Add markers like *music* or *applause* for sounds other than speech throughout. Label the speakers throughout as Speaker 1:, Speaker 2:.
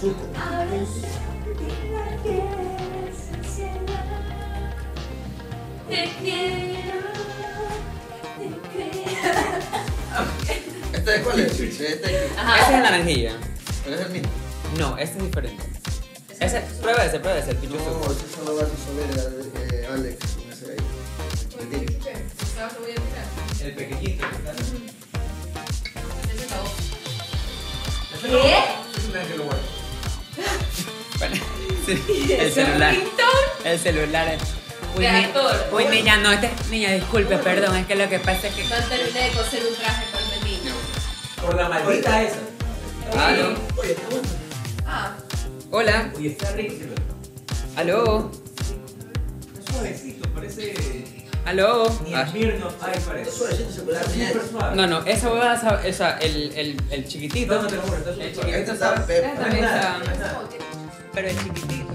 Speaker 1: Surco.
Speaker 2: A veces olvida que es ansiedad. Te quiero, te quiero.
Speaker 1: ¿Este de cuál es? Este de aquí.
Speaker 3: Ese es
Speaker 4: Ah.
Speaker 3: el naranjilla.
Speaker 1: ¿Pero es el mismo?
Speaker 3: No, este es diferente. Ese, prueba ese, prueba ese, el
Speaker 1: No,
Speaker 3: pichu suco.
Speaker 1: ese solo va a resolver eh, Alex con ese de ahí. Chiquitín.
Speaker 5: Estaba voy a mirar.
Speaker 6: El pequeñito, ¿verdad?
Speaker 5: Ese es la voz.
Speaker 6: Ese
Speaker 2: ¿Qué?
Speaker 6: lo- ese Es un ángel guarda.
Speaker 3: Bueno, *laughs* sí, el celular. El celular es. Uy,
Speaker 5: De
Speaker 3: ni-
Speaker 5: actor.
Speaker 3: uy, niña, no, este, niña, disculpe, perdón, es que lo que pasa es que.
Speaker 5: No terminé de coser un traje para el niño.
Speaker 6: Por la maldita esa.
Speaker 3: Aló.
Speaker 6: Oye, está bueno.
Speaker 5: Ah,
Speaker 3: Hola,
Speaker 6: Oye, está rico.
Speaker 3: aló,
Speaker 6: Está suavecito, parece.
Speaker 3: aló.
Speaker 6: Ni
Speaker 3: Ah.
Speaker 6: Esmirno, ay, parece.
Speaker 1: Es suavecito ese celular,
Speaker 6: Está
Speaker 1: mira.
Speaker 6: súper suave.
Speaker 3: No, no, esa huevada, esa- esa, el, el, el chiquitito.
Speaker 6: No, no te lo juro, está súper
Speaker 3: El
Speaker 6: suave.
Speaker 3: chiquitito
Speaker 1: Este está
Speaker 3: está.
Speaker 1: pepa.
Speaker 3: También está.
Speaker 6: No es nada.
Speaker 3: Pero el chiquitito.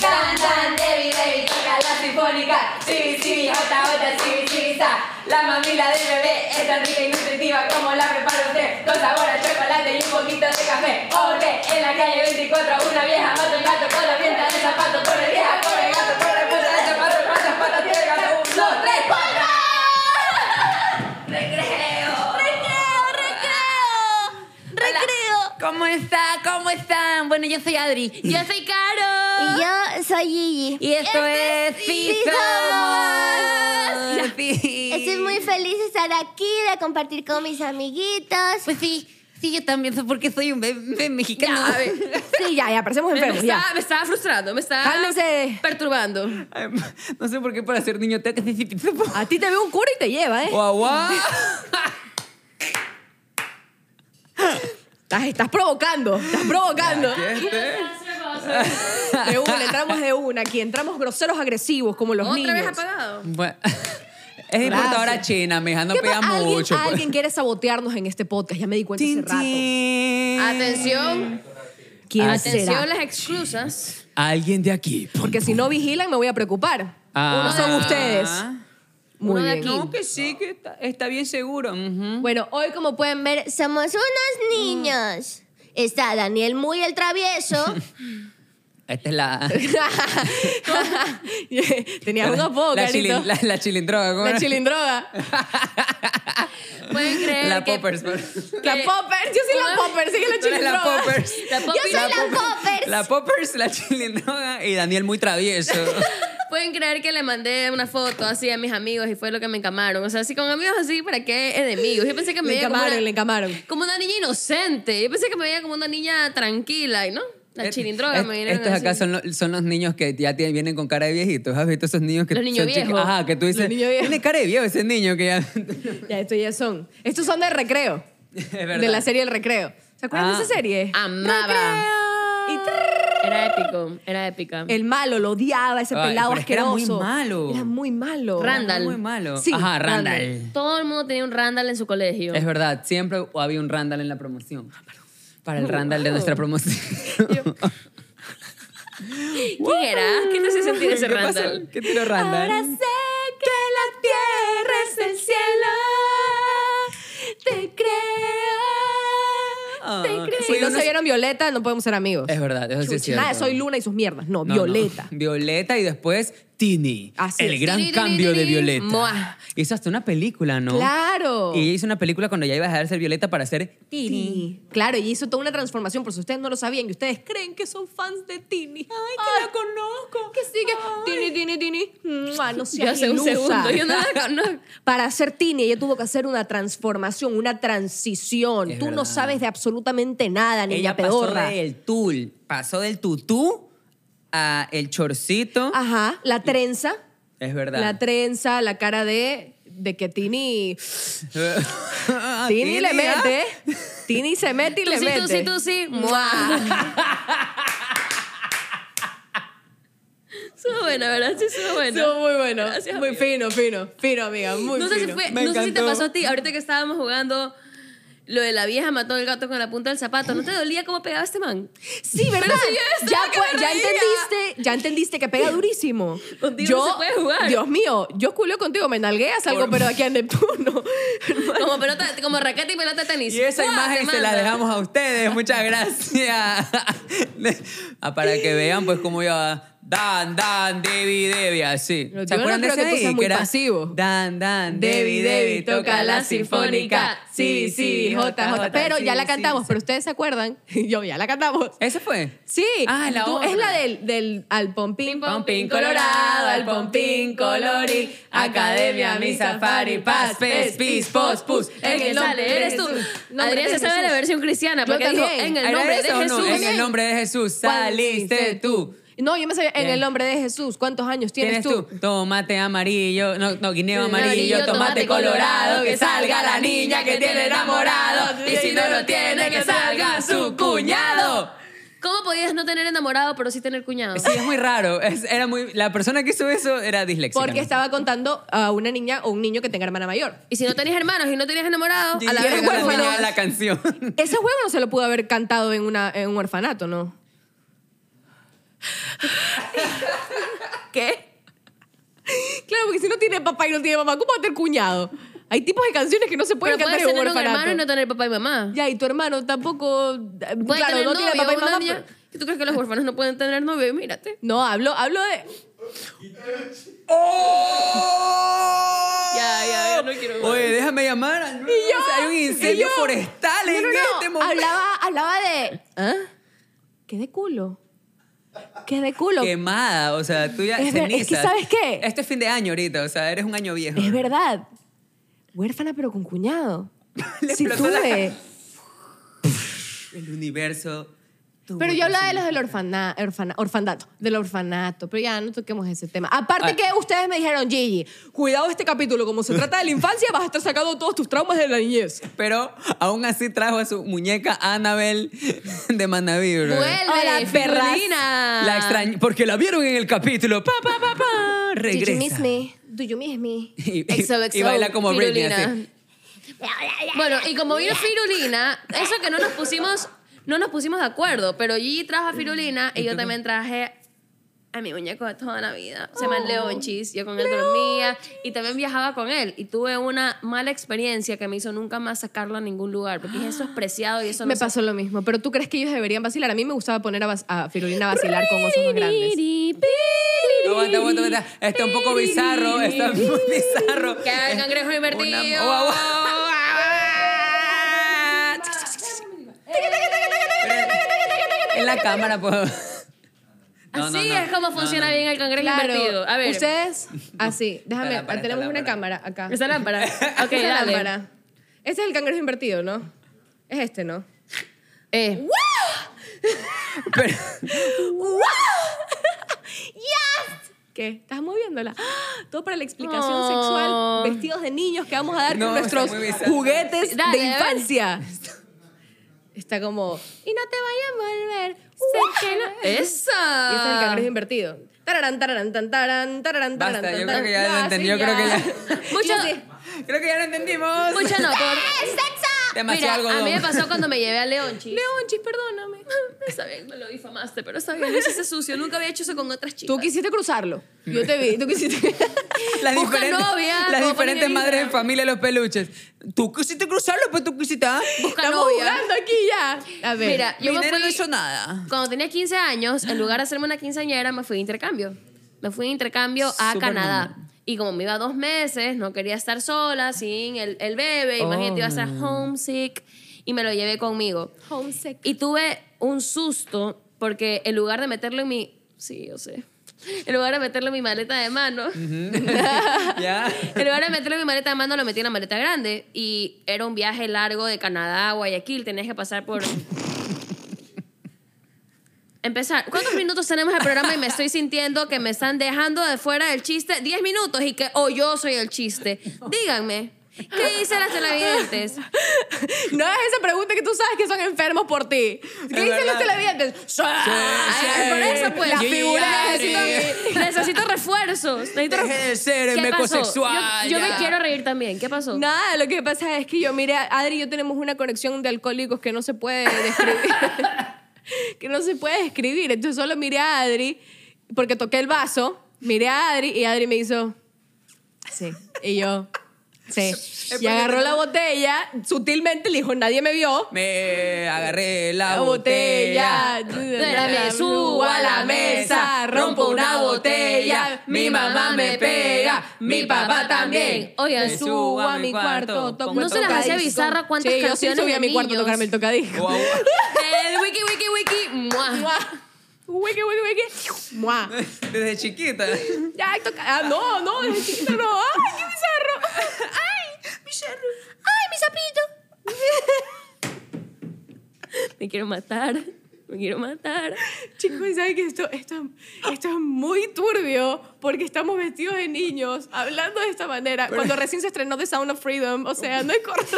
Speaker 2: Cantan, Debbie, Debbie, toca la sinfónica. Sí, sí, jota, jota, sí, sí, sa. La mamila del bebé es tan rica y nutritiva como la prepara usted. Con sabor a chocolate y un poquito de café. Orbe, en la calle 24, una vieja mata un gato con la pinta de zapato. Corre vieja, corre gato, corre puta de zapato, corre zapato, tiene gato. Un, dos, tres, ¡corra! Recreo. Recreo, recreo. Recreo.
Speaker 4: ¿Cómo está? ¿Cómo están? Bueno, yo soy Adri. Yo soy Caro.
Speaker 7: Y yo soy Gigi.
Speaker 4: Y esto es
Speaker 7: Sí
Speaker 4: Sí
Speaker 7: Somos.
Speaker 4: Somos. Sí.
Speaker 7: Estoy muy feliz de estar aquí, de compartir con mis amiguitos.
Speaker 4: Pues sí, sí, yo también soy porque soy un bebé mexicano.
Speaker 8: Ya, a ver. *laughs* Sí, ya, ya, parecemos
Speaker 4: Me
Speaker 8: enfermos. Ya.
Speaker 4: estaba, me estaba frustrando, me estaba
Speaker 8: Cálmense.
Speaker 4: perturbando.
Speaker 3: Ay, *laughs* No sé por qué para ser niño te que
Speaker 8: A ti te ve un cura y te lleva, ¿eh?
Speaker 3: Guau,
Speaker 8: *laughs*
Speaker 3: guau.
Speaker 8: Estás, estás provocando, estás provocando.
Speaker 3: ¿Qué es este?
Speaker 8: De una, entramos de una aquí, entramos groseros agresivos como los
Speaker 4: ¿Otra
Speaker 8: niños.
Speaker 4: vez apagado?
Speaker 3: Bueno, *laughs* es importadora china, mija, no
Speaker 8: ¿Qué
Speaker 3: pega
Speaker 8: pa- alguien,
Speaker 3: mucho. pues.
Speaker 8: alguien quiere sabotearnos en este podcast, ya me di cuenta
Speaker 3: Tin,
Speaker 8: hace rato.
Speaker 3: tin.
Speaker 4: Atención,
Speaker 8: ¿Quién
Speaker 4: atención
Speaker 8: será?
Speaker 4: las exclusas.
Speaker 3: Alguien de aquí.
Speaker 8: Porque si no vigilan me voy a preocupar.
Speaker 3: Ah.
Speaker 8: Uno son ustedes. Muy
Speaker 4: Uno de
Speaker 8: bien.
Speaker 4: aquí.
Speaker 3: No, que sí, que está, está bien seguro. ujú.
Speaker 8: Bueno, hoy como *laughs* pueden ver,
Speaker 7: Ver, somos unos niños. Está Daniel muy el *laughs* travieso.
Speaker 3: Esta es
Speaker 8: *laughs*
Speaker 3: la.
Speaker 8: tenías uno poco,
Speaker 3: la,
Speaker 8: Carito.
Speaker 3: chilin- la, la chilindroga. ¿cómo
Speaker 8: La
Speaker 3: era?
Speaker 8: chilindroga.
Speaker 4: Pueden
Speaker 3: *laughs*
Speaker 4: creer
Speaker 3: La
Speaker 4: que
Speaker 3: poppers.
Speaker 8: *laughs*
Speaker 3: pues.
Speaker 8: La poppers. Yo soy la poppers, sí que la
Speaker 3: Tú eres
Speaker 8: chilindroga.
Speaker 3: la poppers.
Speaker 4: La
Speaker 7: Yo soy la
Speaker 4: Poppy-
Speaker 7: Poppers.
Speaker 3: La poppers, la chilindroga y Daniel muy travieso.
Speaker 8: *laughs*
Speaker 4: Pueden creer que le mandé una foto así a mis amigos y fue lo que me encamaron. O sea, así con amigos así, ¿para qué enemigos? Yo pensé que me
Speaker 8: Le
Speaker 4: veía como
Speaker 8: encamaron, le
Speaker 4: una,
Speaker 8: encamaron.
Speaker 4: como una niña inocente. Yo pensé que me veía como una niña tranquila y no. La
Speaker 3: Et-
Speaker 4: chilindroga
Speaker 3: Eh, est-
Speaker 4: me dieron
Speaker 3: Estos acá
Speaker 4: así.
Speaker 3: son, lo- son los niños que ya tienen- vienen con cara de viejitos. ¿Has visto esos niños que
Speaker 4: Los niños
Speaker 3: son chiqui-
Speaker 4: viejos.
Speaker 3: Ajá, que tú dices.
Speaker 8: Los niños viejos.
Speaker 3: Tiene cara de viejo ese niño que ya. *laughs*
Speaker 8: Ya, estos ya son. Estos son del recreo.
Speaker 3: Es verdad.
Speaker 8: De la serie El Recreo. ¿Se acuerdan
Speaker 3: Ah.
Speaker 8: de esa serie?
Speaker 4: Amaba.
Speaker 8: Y trrr,
Speaker 4: Era épico, era épica.
Speaker 8: el malo lo odiaba, ese
Speaker 3: Ay,
Speaker 8: pelado
Speaker 3: pero es que era
Speaker 8: asqueroso.
Speaker 3: muy malo.
Speaker 8: Era muy malo.
Speaker 4: Randall.
Speaker 3: Muy malo.
Speaker 8: Sí,
Speaker 3: Ajá, Randall.
Speaker 8: Randall.
Speaker 4: Todo el mundo tenía un Randall en su colegio.
Speaker 3: Eh. Es verdad, siempre había un Randall en la promoción.
Speaker 8: Ah,
Speaker 3: Para el Randall de nuestra
Speaker 8: *laughs*
Speaker 3: promoción.
Speaker 4: ¿Quién era? ¿Qué te hace sentir
Speaker 3: *laughs*
Speaker 4: ese
Speaker 3: ¿Qué pasó?
Speaker 4: Randall?
Speaker 3: ¿Qué tiró Randall?
Speaker 2: Ahora sé que la tierra es el cielo. Te creo.
Speaker 3: Ah,
Speaker 8: Si
Speaker 3: soy
Speaker 8: no
Speaker 3: una-
Speaker 8: se vieron Violeta, no podemos ser amigos.
Speaker 3: Es verdad, eso sí es
Speaker 8: Chuchi,
Speaker 3: cierto.
Speaker 8: Nada, soy Luna y sus mierdas. No,
Speaker 3: No, no.
Speaker 8: Violeta.
Speaker 3: Violeta y después Tini.
Speaker 8: Así
Speaker 3: el
Speaker 8: es.
Speaker 3: gran
Speaker 4: Tini,
Speaker 3: cambio
Speaker 4: tini,
Speaker 3: de
Speaker 4: tini.
Speaker 3: Violeta.
Speaker 4: Mua.
Speaker 3: Hizo hasta una película, ¿no?
Speaker 8: Claro.
Speaker 3: Y ella hizo una película cuando ya iba a dejar de ser Violeta para ser Tini.
Speaker 8: Tini. Claro, y hizo toda una transformación, por si ustedes no lo sabían y ustedes creen que son fans de Tini. Ay, que la conozco. Que sigue. Tini, Tini, Tini. Mua, No
Speaker 4: Yo
Speaker 8: seas
Speaker 4: hace un
Speaker 8: ilusa.
Speaker 4: segundo, yo no la conozco.
Speaker 8: *laughs* Para ser Tini, ella tuvo que hacer una transformación, una transición.
Speaker 3: Es
Speaker 8: Tú
Speaker 3: verdad.
Speaker 8: no sabes de absolutamente nada, niña
Speaker 3: Ella pasó
Speaker 8: pedorra.
Speaker 3: del tul, pasó del tutú a el chorcito.
Speaker 8: Ajá, la trenza.
Speaker 3: Es verdad.
Speaker 8: Ah,
Speaker 3: *laughs*
Speaker 8: La trenza, la cara de, de que Tini. Tini, le
Speaker 3: ¿ah?
Speaker 8: mete. Tini se
Speaker 4: *laughs*
Speaker 8: mete y
Speaker 4: Tú
Speaker 8: le
Speaker 4: sí,
Speaker 8: mete.
Speaker 4: tú sí, tú sí. ¡Mua! Estuvo buena, ¿verdad? Sí, estuvo buena.
Speaker 8: Estuvo muy bueno.
Speaker 4: Gracias,
Speaker 8: muy
Speaker 4: amiga.
Speaker 8: fino, fino. Fino, amiga. Muy
Speaker 4: no sé, si,
Speaker 8: fino.
Speaker 4: fue,
Speaker 3: Me
Speaker 4: no sé si te
Speaker 3: encantó.
Speaker 4: pasó a ti, ahorita que estábamos jugando lo de la vieja mató al gato con la punta del zapato. ¿No te dolía cómo pegaba este man?
Speaker 8: Sí, ¿verdad?
Speaker 4: sí,
Speaker 8: ya,
Speaker 4: yo estaba que
Speaker 8: pues,
Speaker 4: me
Speaker 8: ya
Speaker 4: reía.
Speaker 8: entendiste, ya entendiste
Speaker 3: *laughs*
Speaker 8: que pega durísimo.
Speaker 4: Contigo no se puede jugar.
Speaker 8: Dios mío, yo culio contigo, me nalgueas algo, pero aquí a *laughs* Neptuno.
Speaker 4: Como, pelota, como raqueta y pelota de tenis.
Speaker 3: Y esa
Speaker 4: ¡Guau! Te
Speaker 3: imagen se la
Speaker 4: manda.
Speaker 3: dejamos a ustedes. Muchas gracias. *laughs* Ah, Para que vean, pues, cómo iba. Dan, Dan, Debbie, Debbie, así.
Speaker 8: Pero yo no creo que tú
Speaker 3: ahí?
Speaker 8: seas muy
Speaker 3: era
Speaker 8: pasivo.
Speaker 3: Dan, Dan, Debbie, Debbie, toca la sinfónica. Sí, sí, JJ.
Speaker 8: Pero
Speaker 3: sí,
Speaker 8: ya la
Speaker 3: sí,
Speaker 8: cantamos,
Speaker 3: sí.
Speaker 8: pero ustedes se acuerdan. *laughs* Yo, ya la cantamos.
Speaker 3: ¿Esa fue?
Speaker 8: Sí.
Speaker 3: Ah, la
Speaker 8: tú- Es
Speaker 3: otra.
Speaker 8: la del, del al pompín.
Speaker 3: Pompín colorado, al pompín colorí, academia, mi safari, paz, pes, pis, pos, pus.
Speaker 4: El que sale eres tú. Adrián se sabe la versión cristiana
Speaker 8: Yo
Speaker 4: porque dijo
Speaker 8: también.
Speaker 4: en
Speaker 3: ¿Era
Speaker 4: el nombre de
Speaker 3: esa o no?
Speaker 4: Jesús.
Speaker 3: En el nombre de Jesús
Speaker 8: ¿Cuál
Speaker 3: saliste
Speaker 8: fuiste
Speaker 3: tú.
Speaker 8: No, yo me sabía, en
Speaker 3: Bien.
Speaker 8: el nombre de Jesús, ¿cuántos años tienes,
Speaker 3: Tienes tú? tomate amarillo, no, no guineo amarillo, tomate colorado, que salga la niña que tiene enamorado, y si no lo tiene, que salga su cuñado.
Speaker 4: ¿Cómo podías no tener enamorado pero sí tener cuñado?
Speaker 3: Sí, es muy raro, es- era muy, la persona que hizo eso era disléxica.
Speaker 8: Porque
Speaker 3: ¿no?
Speaker 8: estaba contando a una niña o un niño que tenga hermana mayor.
Speaker 4: *laughs* Y si no tenías hermanos y no tenías enamorado,
Speaker 3: Y
Speaker 4: a la
Speaker 3: era
Speaker 4: vez
Speaker 3: una
Speaker 8: huérfano.
Speaker 3: niña de la canción.
Speaker 8: Ese juego no se lo pudo haber cantado en, una, en un orfanato, ¿no?
Speaker 4: *laughs*
Speaker 8: ¿Qué? Claro, porque si no tiene papá y no tiene mamá, ¿cómo va a tener cuñado? Hay tipos de canciones que no se
Speaker 4: Pero
Speaker 8: pueden
Speaker 4: puedes
Speaker 8: cantar en un
Speaker 4: tener un
Speaker 8: orfanato.
Speaker 4: hermano y no tener papá y mamá.
Speaker 8: Ya, y tu hermano tampoco. eh,
Speaker 4: Puedes
Speaker 8: claro,
Speaker 4: tener
Speaker 8: no
Speaker 4: novio,
Speaker 8: tiene papá y
Speaker 4: una
Speaker 8: mamá.
Speaker 4: niña.
Speaker 8: pero-
Speaker 4: ¿Y ¿Tú crees que los huérfanos no pueden tener novio? Y Mírate.
Speaker 8: No, hablo, hablo de.
Speaker 4: Ya, ya, yo no quiero más.
Speaker 3: ¡Oh! Oye, déjame llamar al nueve
Speaker 8: Y yo,
Speaker 3: once, Hay un
Speaker 8: y
Speaker 3: incendio
Speaker 8: yo.
Speaker 3: forestal en
Speaker 8: No, no, no,
Speaker 3: este momento.
Speaker 8: Hablaba, hablaba de. ¿Ah? ¿Qué de culo? ¿Qué de culo?
Speaker 3: Quemada, o sea, tú ya
Speaker 8: Es ver- es que,
Speaker 3: cenizas.
Speaker 8: ¿sabes qué?
Speaker 3: Este es fin de año ahorita, o sea, eres un año viejo.
Speaker 8: Es verdad. Huérfana pero con cuñado.
Speaker 3: *laughs* Le
Speaker 8: sí
Speaker 3: explotó la
Speaker 8: tuve.
Speaker 3: El universo. tuvo
Speaker 8: Pero yo hablaba de
Speaker 3: que
Speaker 8: los del orfana, orfana- orfanato, del orfanato, pero ya no toquemos ese tema. Aparte
Speaker 3: Ay.
Speaker 8: que ustedes me dijeron, Gigi, cuidado este capítulo, como se trata de la infancia, vas a estar sacando todos tus traumas de la niñez.
Speaker 3: Pero aún así trajo a su muñeca Annabel de Manaví, bro.
Speaker 4: Vuelve,
Speaker 3: Hola, perras.
Speaker 4: Firulina.
Speaker 3: La extrañé, porque la vieron en el capítulo. Pa, pa, pa, pa.
Speaker 7: Did you
Speaker 3: Regresa.
Speaker 7: miss me? Do you miss me?
Speaker 3: *laughs* Y, y-
Speaker 4: XOXO,
Speaker 3: y baila como Britney.
Speaker 4: Firulina.
Speaker 3: así.
Speaker 4: Bueno, y como vino Firulina, eso que no nos pusimos, no nos pusimos de acuerdo, pero Gigi trajo a Firulina y yo también traje a mi muñeco de toda la vida. Se llama Leonchis, yo con él dormía y también viajaba con él y tuve una mala experiencia que me hizo nunca más sacarlo a ningún lugar, porque dije, eso es preciado y eso no
Speaker 8: me
Speaker 4: se-
Speaker 8: pasó lo mismo, pero ¿tú crees que ellos deberían vacilar? A mí me gustaba poner a, vas- a Firulina a vacilar con osos más grandes.
Speaker 3: No, aguanta, aguanta, aguanta. Está un poco bizarro. Está muy
Speaker 8: *laughs*
Speaker 3: bizarro.
Speaker 4: Que el cangrejo invertido.
Speaker 3: *laughs* Una-
Speaker 4: *laughs*
Speaker 3: oh, oh, *laughs* En la cámara, pues. No, no,
Speaker 4: Así
Speaker 3: no.
Speaker 4: Ah, es como
Speaker 3: No,
Speaker 4: funciona
Speaker 3: no.
Speaker 4: bien el cangrejo invertido. A ver.
Speaker 8: Ustedes,
Speaker 4: *laughs*
Speaker 8: así, déjame,
Speaker 3: Esta lámpara,
Speaker 8: tenemos
Speaker 3: esta
Speaker 8: una
Speaker 3: lámpara.
Speaker 8: cámara acá.
Speaker 4: Esa lámpara. Ok,
Speaker 8: Esa
Speaker 4: dale.
Speaker 8: lámpara. Ese es el cangrejo invertido, ¿no? Es este, ¿no?
Speaker 4: Eh.
Speaker 3: Pero, *laughs*
Speaker 8: *laughs* ¿Qué? Estás moviéndola. ¡Ah! Todo para la explicación
Speaker 4: Oh.
Speaker 8: sexual. Vestidos de niños que vamos a dar
Speaker 3: No,
Speaker 8: con
Speaker 3: está
Speaker 8: nuestros
Speaker 3: muy bizarro.
Speaker 8: juguetes
Speaker 4: Dale,
Speaker 8: de
Speaker 4: a ver.
Speaker 8: infancia. *laughs* Está como, y no te vayas a volver. Sé que no-".
Speaker 4: ¡Esa!
Speaker 8: Y ese es el cangrejo invertido. Tararán, tararán, tan, tararán, tararán,
Speaker 3: Basta,
Speaker 8: tararán,
Speaker 3: yo
Speaker 8: tan,
Speaker 3: creo que ya
Speaker 8: tan.
Speaker 3: lo entendí, yo
Speaker 8: sí,
Speaker 3: creo que ya.
Speaker 8: *laughs* Mucho
Speaker 4: Mucho-
Speaker 8: sí.
Speaker 3: creo que ya lo entendimos.
Speaker 4: Mucha no, por... Mira,
Speaker 3: Demasiado
Speaker 4: a
Speaker 3: algodón.
Speaker 4: mí me pasó cuando me llevé a Leonchi.
Speaker 8: Leonchis, perdóname.
Speaker 4: Está bien, me lo difamaste, pero está bien, lo hiciste sucio. Nunca había hecho eso con otras chicas.
Speaker 8: Tú quisiste cruzarlo. Yo te vi, tú quisiste.
Speaker 3: *laughs* *laughs* Las
Speaker 8: *laughs*
Speaker 4: Busca
Speaker 3: diferentes,
Speaker 4: novia,
Speaker 3: las
Speaker 4: como
Speaker 3: diferentes
Speaker 4: ponen en
Speaker 3: madres de
Speaker 4: Instagram.
Speaker 3: familia de los peluches. Tú quisiste cruzarlo, pues tú quisiste. ¿ah?
Speaker 4: Busca
Speaker 8: Estamos
Speaker 4: novia.
Speaker 8: jugando aquí ya. A ver. *laughs*
Speaker 4: Mira, yo
Speaker 3: Mi
Speaker 4: me
Speaker 3: nena
Speaker 4: fui-
Speaker 3: no hizo
Speaker 4: *laughs*
Speaker 3: nada.
Speaker 4: Cuando tenía 15 años, en lugar de hacerme una quinceañera, me fui de intercambio. Me fui de intercambio a
Speaker 3: Súper
Speaker 4: Canadá.
Speaker 3: normal.
Speaker 4: Y como me iba dos meses, no quería estar sola, sin el, el bebé. Imagínate, iba a estar
Speaker 3: Ah.
Speaker 4: homesick. Y me lo llevé conmigo.
Speaker 8: homesick.
Speaker 4: Y tuve un susto porque en lugar de meterlo en mi... Sí, yo sé. En lugar de meterlo en mi maleta de mano,
Speaker 3: ¿Ya?
Speaker 4: en lugar de meterlo en mi maleta de mano, lo metí en la maleta grande. Y era un viaje largo de Canadá a Guayaquil. Tenías que pasar por... Empezar. ¿Cuántos minutos tenemos el programa y me estoy sintiendo oh, que me están dejando de fuera del chiste? Diez minutos y que o yo soy el chiste. Díganme. ¿Qué dicen las televidentes?
Speaker 8: No es esa pregunta que tú sabes que son enfermos por ti. ¿Qué dicen
Speaker 3: verdad.
Speaker 8: los televidentes?
Speaker 3: sí.
Speaker 8: Sí,
Speaker 4: Ay, por eso, pues.
Speaker 3: La
Speaker 4: Yo
Speaker 3: figura
Speaker 8: de
Speaker 4: necesito, necesito refuerzos. Necesito
Speaker 3: Deje de ser
Speaker 4: ¿Qué pasó?
Speaker 3: mecosexual,
Speaker 4: Yo, yo me
Speaker 3: ya.
Speaker 4: quiero reír también. ¿Qué pasó?
Speaker 8: Nada, lo que pasa es que yo, mire, Adri y yo tenemos una conexión de alcohólicos que no se puede describir. que no se puede describir. Entonces solo miré a Adri, porque toqué el vaso, miré a Adri y Adri me hizo. Sí. Y yo. Sí. Y agarró la botella, sutilmente le dijo, nadie me vio.
Speaker 3: Me agarré la,
Speaker 8: La
Speaker 3: botella.
Speaker 8: botella.
Speaker 4: De la me subo
Speaker 3: a la mesa, rompo una botella, mi mamá me pega, mi papá también.
Speaker 4: Oigan,
Speaker 3: Me
Speaker 8: Subo a mi cuarto, toco
Speaker 4: ¿No
Speaker 8: el
Speaker 4: se las hacía
Speaker 8: tocadisco.
Speaker 4: bizarra cuántas
Speaker 8: sí, yo
Speaker 4: canciones
Speaker 8: sí subí a
Speaker 4: de
Speaker 8: mi cuarto a
Speaker 4: niños?
Speaker 8: tocarme el tocadisco.
Speaker 3: Guau, guau.
Speaker 4: El wiki, wiki, wiki. ¡mua!
Speaker 8: Mua. Wiki, wiki, wiki. Mua.
Speaker 3: *laughs* Desde chiquita.
Speaker 8: Ya, hay toca- Ah, no, no, desde chiquita no. ¡Ay, qué bizarro! *laughs* ¡Ay, mi cerro! ¡Ay, mi *laughs* sapito!
Speaker 4: Me quiero matar. Me quiero matar.
Speaker 8: Chicos, ¿saben que esto, esto, esto es muy turbio? Porque estamos vestidos de niños, hablando de esta manera, cuando recién se estrenó The Sound of Freedom. O sea, no es correcto.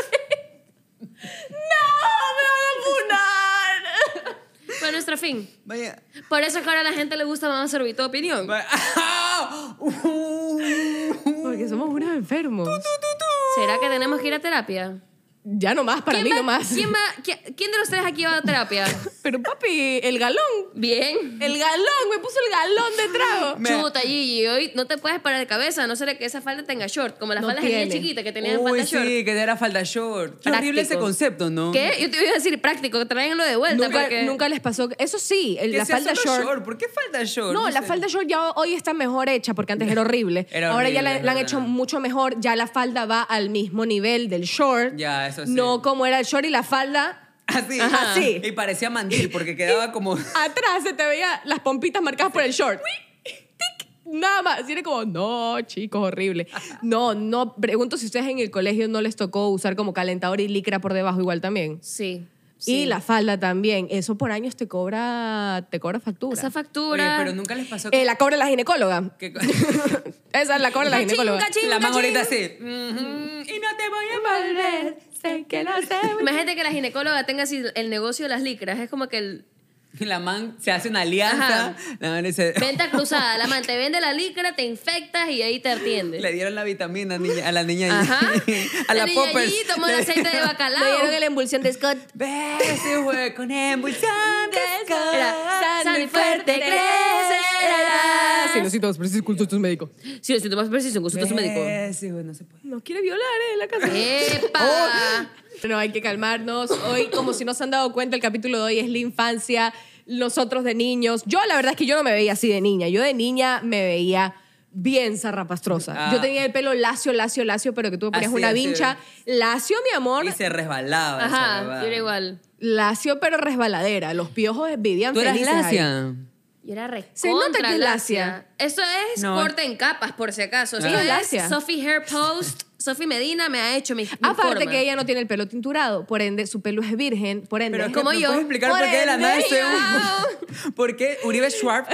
Speaker 8: ¡No! ¡Me van a funar!
Speaker 4: Fue nuestro fin.
Speaker 1: Vaya.
Speaker 4: Por eso es que ahora a la gente le gusta Mamá Sorbito Opinión.
Speaker 3: *laughs* ¡Ah!
Speaker 8: Porque somos unos enfermos.
Speaker 4: ¿Será que tenemos que ir a terapia?
Speaker 8: Ya nomás, para mí
Speaker 4: va-
Speaker 8: nomás.
Speaker 4: ¿quién, va- qui- ¿Quién de los tres aquí va a terapia?
Speaker 8: Pero papi, el galón.
Speaker 4: Bien.
Speaker 8: El galón, me puso el galón de trago.
Speaker 4: Chuta, Gigi, hoy no te puedes parar de cabeza, a no será que esa falda tenga short, como las
Speaker 8: No
Speaker 4: faldas de niña
Speaker 8: tiene.
Speaker 4: chiquita que tenían
Speaker 3: Uy,
Speaker 4: falda
Speaker 3: sí,
Speaker 4: short.
Speaker 3: que te era falda short. Qué horrible ese
Speaker 4: Práctico.
Speaker 3: concepto, ¿no?
Speaker 4: ¿Qué? Yo te iba a decir práctico, tráiganlo de vuelta.
Speaker 8: Nunca,
Speaker 4: porque...
Speaker 8: nunca les pasó. Eso sí, el-
Speaker 3: Que
Speaker 8: la
Speaker 3: sea
Speaker 8: falda
Speaker 3: solo
Speaker 8: short.
Speaker 3: ¿Por qué falda short?
Speaker 8: No, la
Speaker 3: sé.
Speaker 8: falda short ya hoy está mejor hecha porque antes era horrible.
Speaker 3: *laughs* Era
Speaker 8: Ahora ya
Speaker 3: horrible,
Speaker 8: la,
Speaker 3: es
Speaker 8: la han
Speaker 3: verdad.
Speaker 8: hecho mucho mejor. Ya la falda va al mismo nivel del short.
Speaker 3: Ya, eso sí.
Speaker 8: No como era el short y la falda
Speaker 3: *laughs* Así.
Speaker 8: Ajá, sí.
Speaker 3: Y parecía mandil porque quedaba como.
Speaker 8: atrás se te veía las pompitas marcadas por el short. Tic, Nada más. Y era como, no, chicos,
Speaker 3: *laughs*
Speaker 8: horrible. No, no. Pregunto si ustedes en el colegio no les tocó usar como calentador y licra por debajo igual también.
Speaker 4: Sí.
Speaker 8: Y la falda también. Eso por años te cobra, te cobra factura.
Speaker 4: Esa
Speaker 3: Oye,
Speaker 4: factura.
Speaker 3: pero nunca les pasó.
Speaker 8: Eh, la cobra la ginecóloga.
Speaker 3: que-
Speaker 8: *laughs* Esa es la cobra la
Speaker 4: Cachín,
Speaker 8: ginecóloga.
Speaker 4: *laughs*
Speaker 3: *laughs*
Speaker 4: cachín.
Speaker 3: la mano ahorita Mm. así. "Ujú, Y no te voy a volver. Sé que no te voy
Speaker 4: Imagínate que la ginecóloga tenga así el negocio de las licras. Es como que el
Speaker 3: Y la man se hace una alianza.
Speaker 4: Ajá.
Speaker 3: La man dice,
Speaker 4: venta cruzada. La man te vende la licra, te infectas y ahí te
Speaker 3: *laughs*
Speaker 4: atiende.
Speaker 3: le dieron la vitamina a, niña- a la niña.
Speaker 4: *laughs* Ajá.
Speaker 3: *laughs* A la,
Speaker 4: niña
Speaker 3: poppers.
Speaker 4: Gigi tomó el aceite
Speaker 7: *laughs*
Speaker 4: de
Speaker 7: Le
Speaker 4: bacalao.
Speaker 7: dieron la emulsión de
Speaker 4: *laughs*
Speaker 7: Scott.
Speaker 3: Ve ese hueco con emulsión de
Speaker 4: Era sano y fuerte
Speaker 8: Ah, *laughs* sí,
Speaker 4: crecerás.
Speaker 8: los síntomas precisos, consultas médico.
Speaker 4: Si los síntomas persisten, consulta a su médico.
Speaker 3: Ese hueco, no se puede.
Speaker 8: Nos quiere violar eh, en la casa.
Speaker 3: Oh.
Speaker 4: ¡Epa!
Speaker 8: No, hay que calmarnos. Hoy, como si no se han dado cuenta, el capítulo de hoy es la infancia, nosotros de niños. Yo, la verdad es que yo no me veía así de niña. Yo de niña me veía bien zarrapastrosa.
Speaker 3: Ah.
Speaker 8: Yo tenía el pelo lacio, lacio, lacio, pero que tú me ponías
Speaker 3: Así,
Speaker 8: una
Speaker 3: así.
Speaker 8: vincha. Lacio, mi amor.
Speaker 3: Y se resbalaba. esa
Speaker 4: Ajá,
Speaker 3: huevada.
Speaker 4: yo era igual.
Speaker 8: Lacio, pero resbaladera. Los piojos vivían
Speaker 3: ¿Tú eras
Speaker 8: felices ahí.
Speaker 3: lacia?
Speaker 4: Yo era recontra
Speaker 8: Se nota que es lacia.
Speaker 4: Eso es
Speaker 3: No.
Speaker 4: corte en capas, por si acaso.
Speaker 8: Sí,
Speaker 4: Eso
Speaker 8: es
Speaker 4: es
Speaker 8: lacia.
Speaker 4: Sophie Hair Post. Sophie Medina me ha hecho mi, mi
Speaker 8: Aparte
Speaker 4: forma.
Speaker 8: que ella no tiene el pelo tinturado, por ende su pelo es virgen, por ende.
Speaker 3: Pero es que
Speaker 4: Como
Speaker 3: ¿me
Speaker 4: yo.
Speaker 3: ¿Puedes explicar por,
Speaker 8: Por
Speaker 3: qué de la
Speaker 8: el
Speaker 3: nada se
Speaker 8: bello.
Speaker 3: *laughs* ¿Por qué Uribe
Speaker 4: *laughs*
Speaker 3: Schwartz?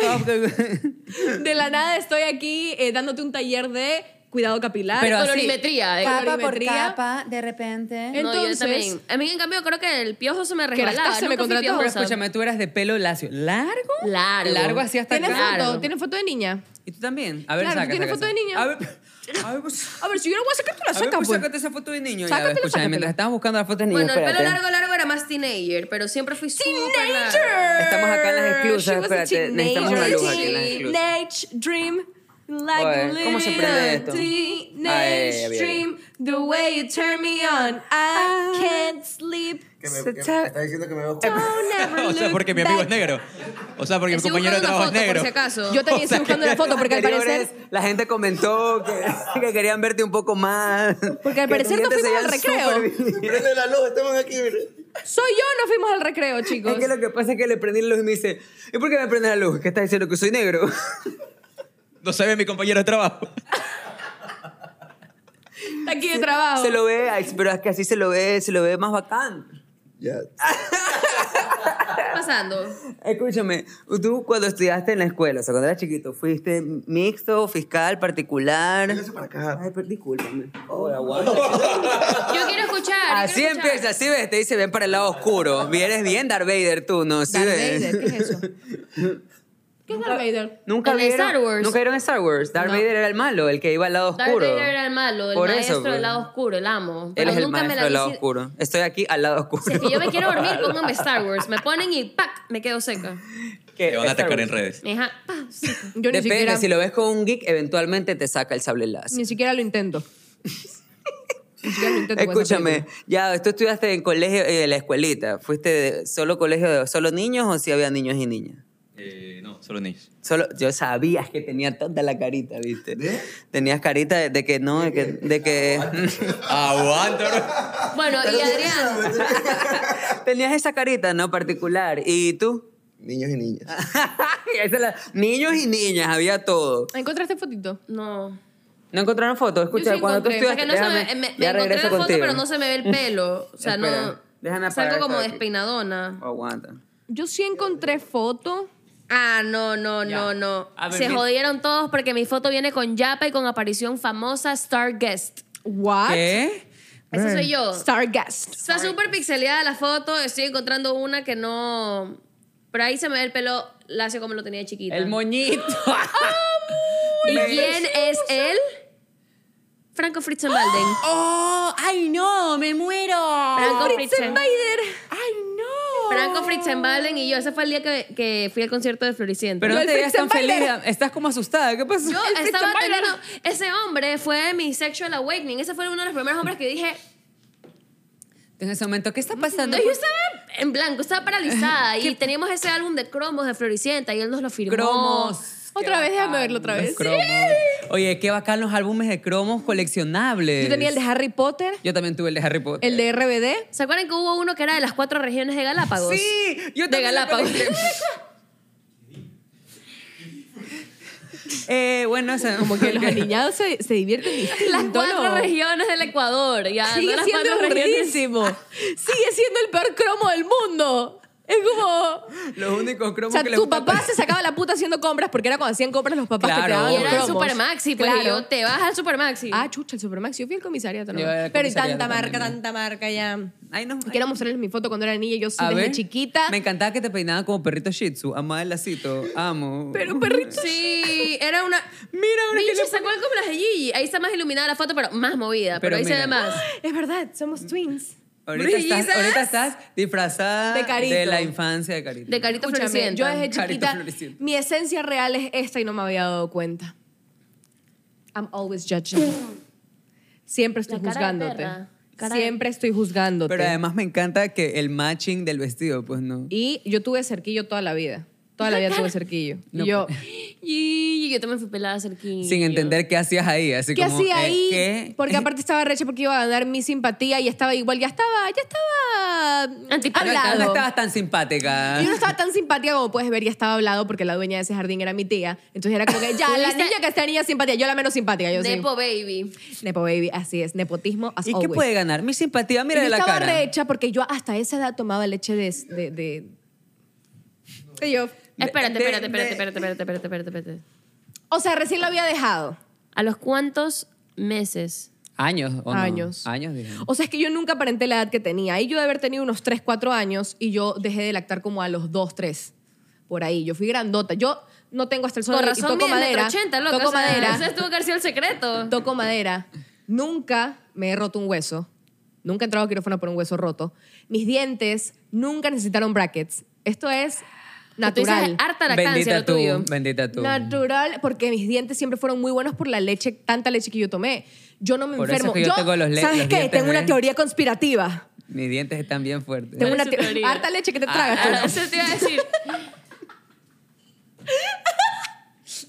Speaker 8: *laughs* De la nada estoy aquí eh, dándote un taller de cuidado capilar.
Speaker 3: Pero así.
Speaker 4: Colorimetría. de-
Speaker 8: Capa por capa,
Speaker 2: de repente.
Speaker 4: no, yo
Speaker 8: Entonces,
Speaker 4: también. A mí, en cambio, creo que el piojo se me
Speaker 8: Que
Speaker 4: resbalaba.
Speaker 8: Anastasia me
Speaker 4: Nunca fui
Speaker 8: contrató.
Speaker 3: Pero
Speaker 4: piojosa.
Speaker 3: escúchame, tú eras de pelo lacio. ¿Largo?
Speaker 4: Largo.
Speaker 3: Largo así hasta
Speaker 8: ¿Tienes
Speaker 3: acá.
Speaker 4: Claro.
Speaker 8: foto? ¿Tienes foto de niña?
Speaker 3: ¿Y tú también? A ver,
Speaker 8: Claro,
Speaker 3: saca,
Speaker 8: ¿tienes
Speaker 3: saca,
Speaker 8: foto de
Speaker 3: saca.
Speaker 8: niña?
Speaker 3: A ver, *laughs* a ver, pues,
Speaker 8: A ver, si yo no voy a sacar, tú la
Speaker 3: a ver,
Speaker 8: sacas,
Speaker 3: pues,
Speaker 8: pues.
Speaker 3: sácate esa foto de niño. Ya, a ver,
Speaker 8: Sácatela,
Speaker 3: escúchame,
Speaker 8: sácatela.
Speaker 3: mientras estábamos buscando la foto de niño,
Speaker 4: Bueno, el
Speaker 3: espérate.
Speaker 4: pelo largo, largo era más teenager, pero siempre fui súper larga.
Speaker 8: Estamos
Speaker 3: Estamos acá en las exclusas, espérate, necesitamos
Speaker 4: una luz aquí en
Speaker 3: las exclusas.
Speaker 8: Teenage dream. Like
Speaker 3: Oye,
Speaker 8: a
Speaker 3: ¿cómo se
Speaker 8: little
Speaker 3: prende esto? Ay, ay,
Speaker 8: Teenage
Speaker 3: ay.
Speaker 8: dream, the way you turn me on, I can't sleep.
Speaker 1: Que me, que me está diciendo que me veo como...
Speaker 8: I'll never
Speaker 3: *laughs*
Speaker 9: O sea,
Speaker 8: look
Speaker 9: porque mi amigo es
Speaker 8: back.
Speaker 9: negro. O sea, porque mi
Speaker 4: Estoy
Speaker 9: compañero de trabajo
Speaker 4: buscando una
Speaker 9: es
Speaker 4: foto,
Speaker 9: negro.
Speaker 4: por si acaso.
Speaker 8: Yo también estoy buscando la foto porque al parecer
Speaker 3: Anteriores, la gente comentó que, *laughs* que querían verte un poco más.
Speaker 8: Porque al
Speaker 3: Que
Speaker 8: parecer no
Speaker 3: tu
Speaker 8: fuimos al
Speaker 3: diente se veía
Speaker 8: recreo.
Speaker 3: súper
Speaker 1: *laughs*
Speaker 3: bien.
Speaker 1: Prende la luz, estamos aquí, mire.
Speaker 8: soy yo, no fuimos al recreo,
Speaker 3: Es
Speaker 8: *laughs* chicos.
Speaker 3: que lo que pasa es que le prendí la luz y me dice, ¿y por qué me prendes la luz? ¿Qué estás diciendo que soy negro?
Speaker 9: *laughs* No sabe mi compañero de trabajo.
Speaker 8: Está aquí de trabajo.
Speaker 3: Ah, Se lo ve, ay, pero es que así se lo ve, se lo ve más bacán.
Speaker 1: Ya.
Speaker 4: pasando?
Speaker 3: Escúchame, tú cuando estudiaste en la escuela, o sea, cuando eras chiquito, ¿fuiste mixto, fiscal, particular?
Speaker 1: Véngase para acá.
Speaker 3: Ay, pero discúlpame.
Speaker 4: Yo quiero escuchar. yo
Speaker 3: Así
Speaker 4: quiero escuchar.
Speaker 3: empieza, así ves, te dice, ven para el lado oscuro. Vienes bien Darth Vader tú, ¿no? ¿Sí
Speaker 8: Darth
Speaker 3: ves?
Speaker 8: Vader, ¿qué es eso? ¿Qué es Darth Vader?
Speaker 3: ¿Nunca
Speaker 4: En
Speaker 3: vieron,
Speaker 4: Star Wars.
Speaker 3: ¿Nunca vieron Star Wars? Darth Vader era el malo, el que iba al lado
Speaker 4: Darth
Speaker 3: oscuro.
Speaker 4: Vader era el malo, el
Speaker 3: Por eso,
Speaker 4: maestro
Speaker 3: pues.
Speaker 4: del lado oscuro, el amo.
Speaker 3: Él
Speaker 4: Pero
Speaker 3: es el
Speaker 4: nunca me
Speaker 3: maestro
Speaker 4: la
Speaker 3: del lado
Speaker 4: dice-
Speaker 3: oscuro. Estoy aquí al lado oscuro.
Speaker 4: Si es que yo me quiero dormir, pónganme Star Wars. Me ponen y ¡pac! Me quedo seca.
Speaker 3: *laughs* ¿Qué?
Speaker 9: Te van a
Speaker 3: Star
Speaker 9: atacar en
Speaker 3: Wars.
Speaker 9: redes.
Speaker 4: Mi hija, ¡pa! seca.
Speaker 8: Yo ni
Speaker 3: Depende,
Speaker 8: siquiera,
Speaker 3: si lo ves con un geek, eventualmente te saca el sable láser.
Speaker 8: ni siquiera lo intento. Ni siquiera lo intento. con esa
Speaker 3: Escúchame,
Speaker 8: película.
Speaker 3: ya, ¿tú estudiaste en colegio, eh, en la escuelita? ¿Fuiste de solo colegio de solo niños o si había niños y niñas?
Speaker 9: Eh, no, solo niños.
Speaker 3: Solo, yo sabía que tenía toda la carita, ¿viste?
Speaker 1: ¿De?
Speaker 3: Tenías carita de, de que no, de que... De que
Speaker 1: Ah,
Speaker 3: *laughs*
Speaker 9: Aguanta,
Speaker 4: Bueno, y Adrián.
Speaker 3: Ah. tenías esa carita, ¿no? Particular. ¿Y tú?
Speaker 1: Niños y niñas.
Speaker 3: *laughs* Esa la- niños y niñas, había todo.
Speaker 8: ¿Encontraste fotito?
Speaker 4: No.
Speaker 3: ¿No encontraron fotos,
Speaker 8: Yo
Speaker 3: escucha,
Speaker 8: sí
Speaker 3: cuando tú
Speaker 8: encontré, o
Speaker 4: O
Speaker 3: estudiaste...
Speaker 4: sea, que no se
Speaker 3: déjame-
Speaker 4: me, me- me
Speaker 3: ya
Speaker 4: encontré la
Speaker 3: regreso
Speaker 4: foto,
Speaker 3: contigo.
Speaker 4: pero no se me ve el pelo. O sea, no.
Speaker 3: Espera, déjame apagar
Speaker 4: Salgo como
Speaker 3: esto de aquí.
Speaker 4: despeinadona.
Speaker 3: Oh, Aguanta.
Speaker 8: Yo sí encontré foto.
Speaker 4: Ah, no, no, no, no.
Speaker 3: A ver,
Speaker 4: Se
Speaker 3: mira.
Speaker 4: jodieron todos porque mi foto viene con Yapa y con aparición famosa Star Guest. Ah,
Speaker 8: What?
Speaker 3: ¿Qué?
Speaker 4: Esa soy yo.
Speaker 8: Stargast.
Speaker 4: Está súper pixeleada la foto. Estoy encontrando una que no. Por ahí se me ve el pelo lacio como lo tenía de chiquita. Ah,
Speaker 3: El
Speaker 4: *laughs*
Speaker 3: moñito.
Speaker 4: ¿Y quién es él? Franco Fritzen Walden.
Speaker 3: ¡Oh! ¡Ay, no! ¡Me muero!
Speaker 4: Franco Fritzen.
Speaker 8: ¡Ay, no!
Speaker 4: Franco Fritzen Walden y yo. Ese fue el día que, que fui al concierto de Floricienta.
Speaker 3: Pero
Speaker 8: Yo
Speaker 3: no
Speaker 8: el
Speaker 3: te veas tan
Speaker 8: Fritzenwalder.
Speaker 3: feliz. Estás como asustada. ¿Qué pasó?
Speaker 4: Yo
Speaker 3: *laughs*
Speaker 8: El Fritz
Speaker 4: estaba
Speaker 8: Butler.
Speaker 4: teniendo. Ese hombre fue mi sexual awakening. Ese fue uno de los primeros hombres que dije.
Speaker 3: En ese momento, ¿qué está pasando? Pues,
Speaker 4: No, yo estaba en blanco, estaba paralizada. y teníamos ese álbum de cromos de Floricienta y él nos lo firmó.
Speaker 3: Cromos.
Speaker 8: Otra vez, déjame verlo otra vez.
Speaker 3: Cromos. Oye, qué bacán los álbumes de cromos coleccionables.
Speaker 8: Yo tenía el de Harry Potter,
Speaker 3: Yo también tuve el de Harry Potter.
Speaker 8: el de RBD.
Speaker 4: ¿Se acuerdan que hubo uno que era de las cuatro regiones de Galápagos?
Speaker 3: Sí, yo
Speaker 4: de
Speaker 3: también lo
Speaker 4: Galápagos. *laughs*
Speaker 3: coleccioné. eh, bueno, o sea,
Speaker 8: Como que los aniñados se, se divierten
Speaker 4: las
Speaker 8: distinto,
Speaker 4: cuatro
Speaker 8: ¿no?
Speaker 4: regiones del Ecuador. Ya, no
Speaker 8: Sigue
Speaker 4: las
Speaker 8: siendo
Speaker 4: cuatro regiones.
Speaker 8: aburridísimo. Sigue siendo el peor cromo del mundo. Es como...
Speaker 3: los únicos
Speaker 8: O
Speaker 3: cromos
Speaker 8: sea,
Speaker 3: que le
Speaker 8: tu
Speaker 3: gustan-
Speaker 8: papá se sacaba la puta haciendo compras porque era cuando hacían compras los papás que te
Speaker 3: Claro.
Speaker 8: daban
Speaker 4: Y
Speaker 8: los
Speaker 4: era el
Speaker 8: cromos.
Speaker 4: Supermaxi, pues y
Speaker 8: Claro.
Speaker 4: yo te vas al Supermaxi. *laughs*
Speaker 8: Ah, chucha, el Supermax. Yo fui al comisariato. ¿no?
Speaker 3: Yo era al
Speaker 8: Pero y
Speaker 3: comisariato
Speaker 8: tanta marca,
Speaker 3: también, mira.
Speaker 8: tanta marca ya.
Speaker 3: Ay, no,
Speaker 8: Y Quiero mostrarles mi foto cuando era niña. Yo sí, desde chiquita.
Speaker 3: Me encantaba que te peinaban como perrito Shih Tzu. Amaba el lacito. Amo.
Speaker 8: Pero perrito.
Speaker 4: Sí, era una.
Speaker 3: Mira, ahora que
Speaker 4: Bicho,
Speaker 3: le-
Speaker 4: ¿se acuerdan como las de Gigi? Ahí está más iluminada la foto, pero más movida. Pero,
Speaker 3: Pero
Speaker 4: ahí se
Speaker 3: mira.
Speaker 4: ve más.
Speaker 8: Es verdad, somos twins.
Speaker 3: Ahorita estás,
Speaker 4: ¿Brillizas?
Speaker 3: ahorita estás disfrazada
Speaker 8: De Carito.
Speaker 3: de la infancia de Carito.
Speaker 4: De carito
Speaker 8: Escúchame,
Speaker 4: floreciente.
Speaker 8: yo desde
Speaker 3: Carito
Speaker 8: chiquita,
Speaker 3: floreciente.
Speaker 8: mi esencia real es esta y no me había dado cuenta. I'm always judging. Siempre estoy
Speaker 4: La cara de
Speaker 8: juzgándote.
Speaker 4: perra. Cara de-
Speaker 8: Siempre estoy juzgándote.
Speaker 3: Pero además me encanta que el matching del vestido, pues no.
Speaker 8: Y yo tuve cerquillo toda la vida. Toda la vida tuve cerquillo. Y
Speaker 3: No,
Speaker 8: yo,
Speaker 3: pues.
Speaker 4: Y yo también fui pelada cerquilla.
Speaker 3: Sin entender qué hacías ahí. Así
Speaker 8: ¿qué
Speaker 3: como,
Speaker 8: hacía
Speaker 3: eh,
Speaker 8: ahí?
Speaker 3: ¿qué?
Speaker 8: Porque aparte estaba recha porque iba a ganar mi simpatía y estaba igual, ya estaba, ya estaba
Speaker 4: Antipática.
Speaker 8: hablado.
Speaker 3: No estabas tan simpática.
Speaker 8: Yo no estaba tan simpática como puedes ver, ya estaba hablado porque la dueña de ese jardín era mi tía. Entonces era como que ya, la
Speaker 4: Tuviste-
Speaker 8: niña que está niña es simpática, yo la menos simpática, yo sí.
Speaker 4: Nepo Baby.
Speaker 8: Nepo baby, así es, nepotismo as
Speaker 3: ¿Y qué
Speaker 8: always.
Speaker 3: puede ganar? Mi simpatía,
Speaker 8: Y
Speaker 3: mira
Speaker 8: yo
Speaker 3: de la
Speaker 8: estaba
Speaker 3: cara.
Speaker 8: recha porque yo hasta esa edad tomaba leche de... de, de- de yo.
Speaker 4: Espérate,
Speaker 3: de-
Speaker 4: espérate,
Speaker 3: de-
Speaker 4: espérate, espérate, espérate, espérate, espérate, espérate.
Speaker 8: O sea, recién lo había dejado.
Speaker 4: ¿A los cuántos meses?
Speaker 3: Años, ¿o no?
Speaker 8: Años.
Speaker 3: Años, dije.
Speaker 8: O sea, es que yo nunca aparenté la edad que tenía. Ahí yo de haber tenido unos 3, 4 años y yo dejé de lactar como a los 2, 3. Por ahí. Yo fui grandota. Yo no tengo hasta el sol.
Speaker 4: Con
Speaker 8: y
Speaker 4: razón,
Speaker 8: toco
Speaker 4: mide
Speaker 8: madera.
Speaker 4: 1,80, loco.
Speaker 8: toco
Speaker 4: o sea,
Speaker 8: madera.
Speaker 4: Ese estuvo que haber sido el secreto.
Speaker 8: Toco madera. Nunca me he roto un hueso. Nunca he entrado a quirófano por un hueso roto. Mis dientes nunca necesitaron brackets. Esto es natural.
Speaker 4: Tú dices, harta la
Speaker 3: Bendita
Speaker 4: lo
Speaker 3: tú,
Speaker 4: tuyo.
Speaker 3: bendita tú.
Speaker 8: Natural, porque mis dientes siempre fueron muy buenos por la leche, tanta leche que yo tomé. Yo no me
Speaker 3: Por eso es
Speaker 8: enfermo.
Speaker 3: que yo tengo los le-
Speaker 8: ¿Sabes
Speaker 3: los
Speaker 8: qué?
Speaker 3: dientes,
Speaker 8: tengo una
Speaker 3: ¿eh?
Speaker 8: teoría conspirativa.
Speaker 3: Mis dientes están bien fuertes.
Speaker 8: Tengo una
Speaker 4: ¿Cuál es tu
Speaker 8: teoría.
Speaker 4: teoría?
Speaker 8: Harta leche que te tragas tú.
Speaker 4: Ah, Eso te iba a decir.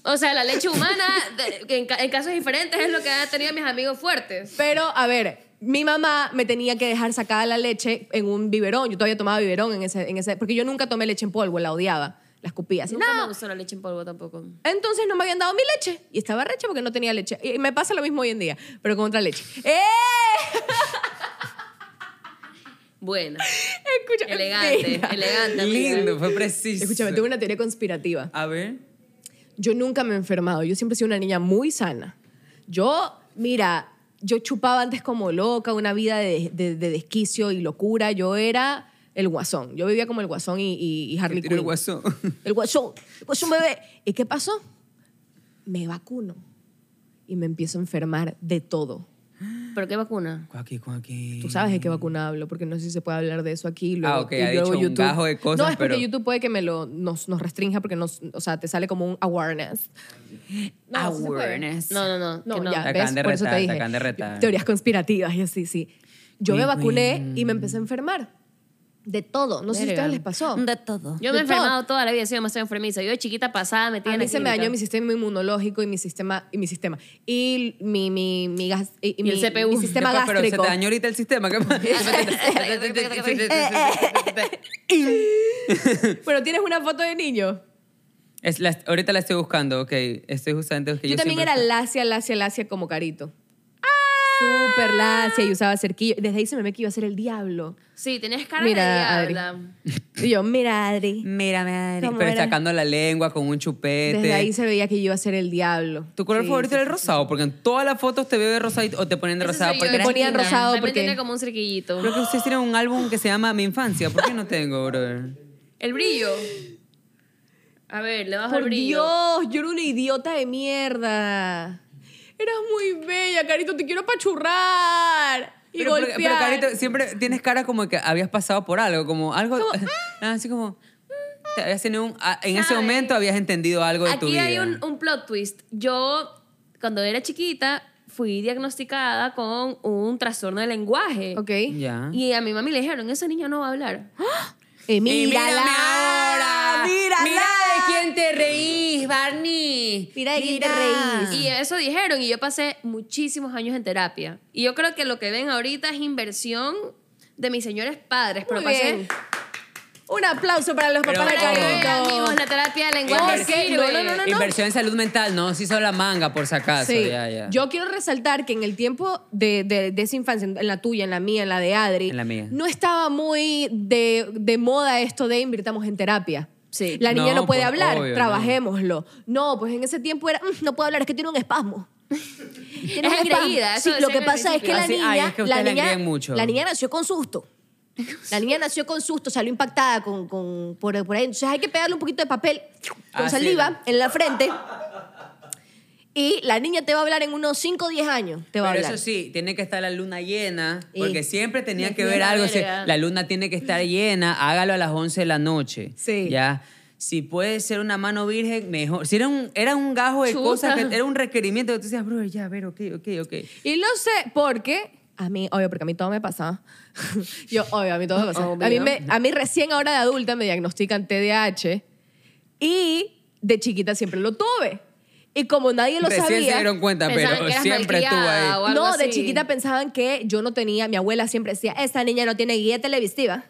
Speaker 4: O sea, la leche humana, de- que en, ca- en casos diferentes, es lo que han tenido mis amigos fuertes.
Speaker 8: Pero, a ver, mi mamá me tenía que dejar sacada la leche en un biberón. Yo todavía tomaba biberón en ese, en ese porque yo nunca tomé leche en polvo, la odiaba, la escupía. Así,
Speaker 4: Nunca
Speaker 8: "No".
Speaker 4: me gustó la leche en polvo tampoco.
Speaker 8: Entonces no me habían dado mi leche y estaba recha porque no tenía leche. Y me *laughs* pasa lo mismo hoy en día, pero con otra leche. ¡Eh!
Speaker 4: *laughs* Buena.
Speaker 8: Escúchame.
Speaker 4: Elegante,
Speaker 8: mira.
Speaker 4: elegante. amiga.
Speaker 3: Lindo, fue preciso.
Speaker 8: Escúchame, tuve una teoría conspirativa.
Speaker 3: A ver.
Speaker 8: Yo nunca me he enfermado. Yo siempre he sido una niña muy sana. Yo, mira, yo chupaba antes como loca, una vida de, de- de desquicio y locura. Yo era el guasón. Yo vivía como el guasón y, y, y Harley
Speaker 3: Tiro el
Speaker 8: Quinn.
Speaker 3: guasón.
Speaker 8: *laughs* El guasón, el guasón bebé. ¿Y qué pasó? Me vacuno y me empiezo a enfermar de todo.
Speaker 4: ¿Pero qué vacuna?
Speaker 3: Cuaqui, cuaqui.
Speaker 8: Tú sabes de qué vacuna hablo, porque no sé si se puede hablar de eso aquí. y Luego,
Speaker 3: Mm. Ah, ok,
Speaker 8: y
Speaker 3: ha
Speaker 8: luego
Speaker 3: dicho un gajo de cosas,
Speaker 8: No, es porque
Speaker 3: pero-
Speaker 8: YouTube puede que me lo, nos, nos restrinja porque nos, o sea, te sale como un awareness. No, sí se puede.
Speaker 3: Awareness.
Speaker 4: No, no, no.
Speaker 8: No,
Speaker 4: que no.
Speaker 8: ya,
Speaker 3: Te
Speaker 8: ¿ves?
Speaker 3: acaban de
Speaker 8: Por eso te
Speaker 3: retar, te
Speaker 8: dije.
Speaker 3: acaban de retar.
Speaker 8: Teorías conspirativas y así, sí. Yo me
Speaker 3: Win,
Speaker 8: vacuné
Speaker 3: win.
Speaker 8: y me empecé a enfermar. De todo. No sé si a
Speaker 4: Verga.
Speaker 8: ustedes les pasó.
Speaker 7: De todo.
Speaker 4: Yo me he
Speaker 8: De todo.
Speaker 4: enfermado toda la vida, he sido demasiado enfermiza. Yo de chiquita pasada metida
Speaker 8: A
Speaker 4: en
Speaker 8: mí
Speaker 4: la
Speaker 8: se me
Speaker 4: clínica.
Speaker 8: dañó mi sistema inmunológico y mi sistema y mi sistema y mi mi mi gas- y,
Speaker 4: Y
Speaker 8: mi,
Speaker 4: el CPU.
Speaker 8: mi
Speaker 3: Después,
Speaker 8: sistema
Speaker 3: *laughs* Pero se
Speaker 8: gástrico.
Speaker 3: te dañó ahorita el sistema. ¿Qué más?
Speaker 8: Pero tienes una foto de niño.
Speaker 3: Es la- ahorita la estoy buscando, ok. Estoy justamente... que
Speaker 8: Yo, también
Speaker 3: siempre-
Speaker 8: era lacia, lacia, lacia como carito. Súper lacia y usaba cerquillo. Desde ahí se me ve que iba a ser el diablo.
Speaker 4: Sí, tenías cara
Speaker 8: Mira,
Speaker 4: de
Speaker 8: Adri.
Speaker 4: diabla.
Speaker 8: Y yo, mira, Adri.
Speaker 3: Mira, madre.
Speaker 8: ¿Cómo
Speaker 3: Pero
Speaker 8: era?
Speaker 3: sacando la lengua con un chupete.
Speaker 8: Desde ahí se veía que yo iba a ser el diablo.
Speaker 3: ¿Tu color
Speaker 8: Sí,
Speaker 3: favorito
Speaker 8: sí,
Speaker 3: era el
Speaker 8: sí.
Speaker 3: rosado? Porque en todas las fotos te veo de rosadito o te ponen de
Speaker 4: Ese
Speaker 3: rosado
Speaker 4: soy yo
Speaker 3: porque
Speaker 4: de
Speaker 3: eras
Speaker 8: ponían
Speaker 4: chiquita.
Speaker 8: rosado
Speaker 4: También
Speaker 8: porque-
Speaker 4: tenía como un cerquillito.
Speaker 3: Creo que ustedes tienen un álbum que se llama Mi Infancia. ¿Por qué no tengo, brother?
Speaker 4: El brillo. A ver, le bajo el
Speaker 8: Por
Speaker 4: brillo.
Speaker 8: Dios, yo era una idiota de mierda. Eras muy bella, carito, te quiero apachurrar y
Speaker 3: Pero, pero-
Speaker 8: golpear.
Speaker 3: pero, Carito, siempre tienes cara como que habías pasado por algo, como algo. *laughs*
Speaker 8: "Ah".
Speaker 3: ah, Así como. mm, te habías tenido un- a- en ese
Speaker 4: ¿Sabes?
Speaker 3: momento habías entendido algo de tu
Speaker 4: Aquí
Speaker 3: vida.
Speaker 4: hay un, un plot twist. Yo, cuando era chiquita, fui diagnosticada con un trastorno de lenguaje.
Speaker 8: Ok.
Speaker 3: Ya.
Speaker 4: Y a mi mami le dijeron, esa niña no va a
Speaker 8: *gasps*
Speaker 4: hablar.
Speaker 8: Eh,
Speaker 3: Y
Speaker 8: mírala.
Speaker 3: mírame ahora.
Speaker 8: Mírala.
Speaker 3: Mira de quién te reís, Barney.
Speaker 8: Mira de quién te reís.
Speaker 4: Y eso dijeron, y yo pasé muchísimos años en terapia. Y yo creo que lo que ven ahorita es inversión de mis señores padres. Pero
Speaker 8: Muy
Speaker 4: pasé
Speaker 8: bien. Un aplauso para los
Speaker 3: Pero
Speaker 8: papás de
Speaker 4: para que vean, amigos,
Speaker 8: Carito.
Speaker 4: la terapia de lenguaje
Speaker 8: Porque-
Speaker 4: sirve.
Speaker 8: no, no, no, no, no.
Speaker 3: Inversión en salud mental, no, se hizo la manga por si acaso.
Speaker 8: Sí.
Speaker 3: Ya, ya.
Speaker 8: Yo quiero resaltar que en el tiempo de, de- de esa infancia, en la tuya, en la mía, en la de Adri,
Speaker 3: En la mía.
Speaker 8: no estaba muy de, de moda esto de invirtamos en terapia.
Speaker 4: Sí.
Speaker 8: La niña no,
Speaker 3: No,
Speaker 8: puede
Speaker 3: pues,
Speaker 8: hablar,
Speaker 3: obvio, no.
Speaker 8: trabajémoslo. No. pues en ese tiempo era, "Mm, no puede hablar, es que tiene un espasmo. Tiene un
Speaker 4: Es
Speaker 8: espasmo.
Speaker 4: engreída, eso
Speaker 8: Sí,
Speaker 4: decían
Speaker 8: lo que
Speaker 4: al
Speaker 8: pasa es que
Speaker 4: principio.
Speaker 8: la
Speaker 3: Ah, sí,
Speaker 8: niña,
Speaker 3: ay, es que
Speaker 8: la,
Speaker 3: ustedes la
Speaker 8: niña
Speaker 3: engreían mucho.
Speaker 8: la niña nació con susto. La niña nació con susto, salió impactada con, con- por, por ahí. Entonces hay que pegarle un poquito de papel con
Speaker 3: Ah, sí.
Speaker 8: saliva en la frente. Y la niña te va a hablar en unos 5 o 10 años. Te
Speaker 3: Pero
Speaker 8: va a hablar.
Speaker 3: eso sí, tiene que estar la luna llena,
Speaker 8: Sí.
Speaker 3: porque siempre tenía
Speaker 4: Me
Speaker 3: que
Speaker 4: fui a
Speaker 3: ver
Speaker 4: la
Speaker 3: algo. o sea,
Speaker 4: verga.
Speaker 3: la luna tiene que estar llena, hágalo a las 11 de la noche.
Speaker 8: Sí.
Speaker 3: ¿Ya? Si puede ser una mano virgen, mejor. Si era un, era un gajo de
Speaker 4: Chuta.
Speaker 3: cosas, que, era un requerimiento que tú decías, bro, ya, a ver, ok, ok, ok.
Speaker 8: Y lo sé porque a mí, obvio, porque a mí todo me pasaba. *laughs* Yo, obvio, a mí todo me pasaba.
Speaker 4: Obvio.
Speaker 8: A mí, me- a mí recién ahora de adulta me diagnostican TDAH y de chiquita siempre lo tuve. Y como nadie lo
Speaker 3: Recién
Speaker 8: sabía...
Speaker 3: se dieron cuenta,
Speaker 4: Pensaban que
Speaker 3: pero
Speaker 4: eras
Speaker 3: siempre estuvo
Speaker 4: malcriada
Speaker 3: ahí.
Speaker 4: o algo
Speaker 8: no, de
Speaker 4: así.
Speaker 8: chiquita pensaban que yo no tenía, mi abuela siempre decía, esa niña no tiene guía televisiva.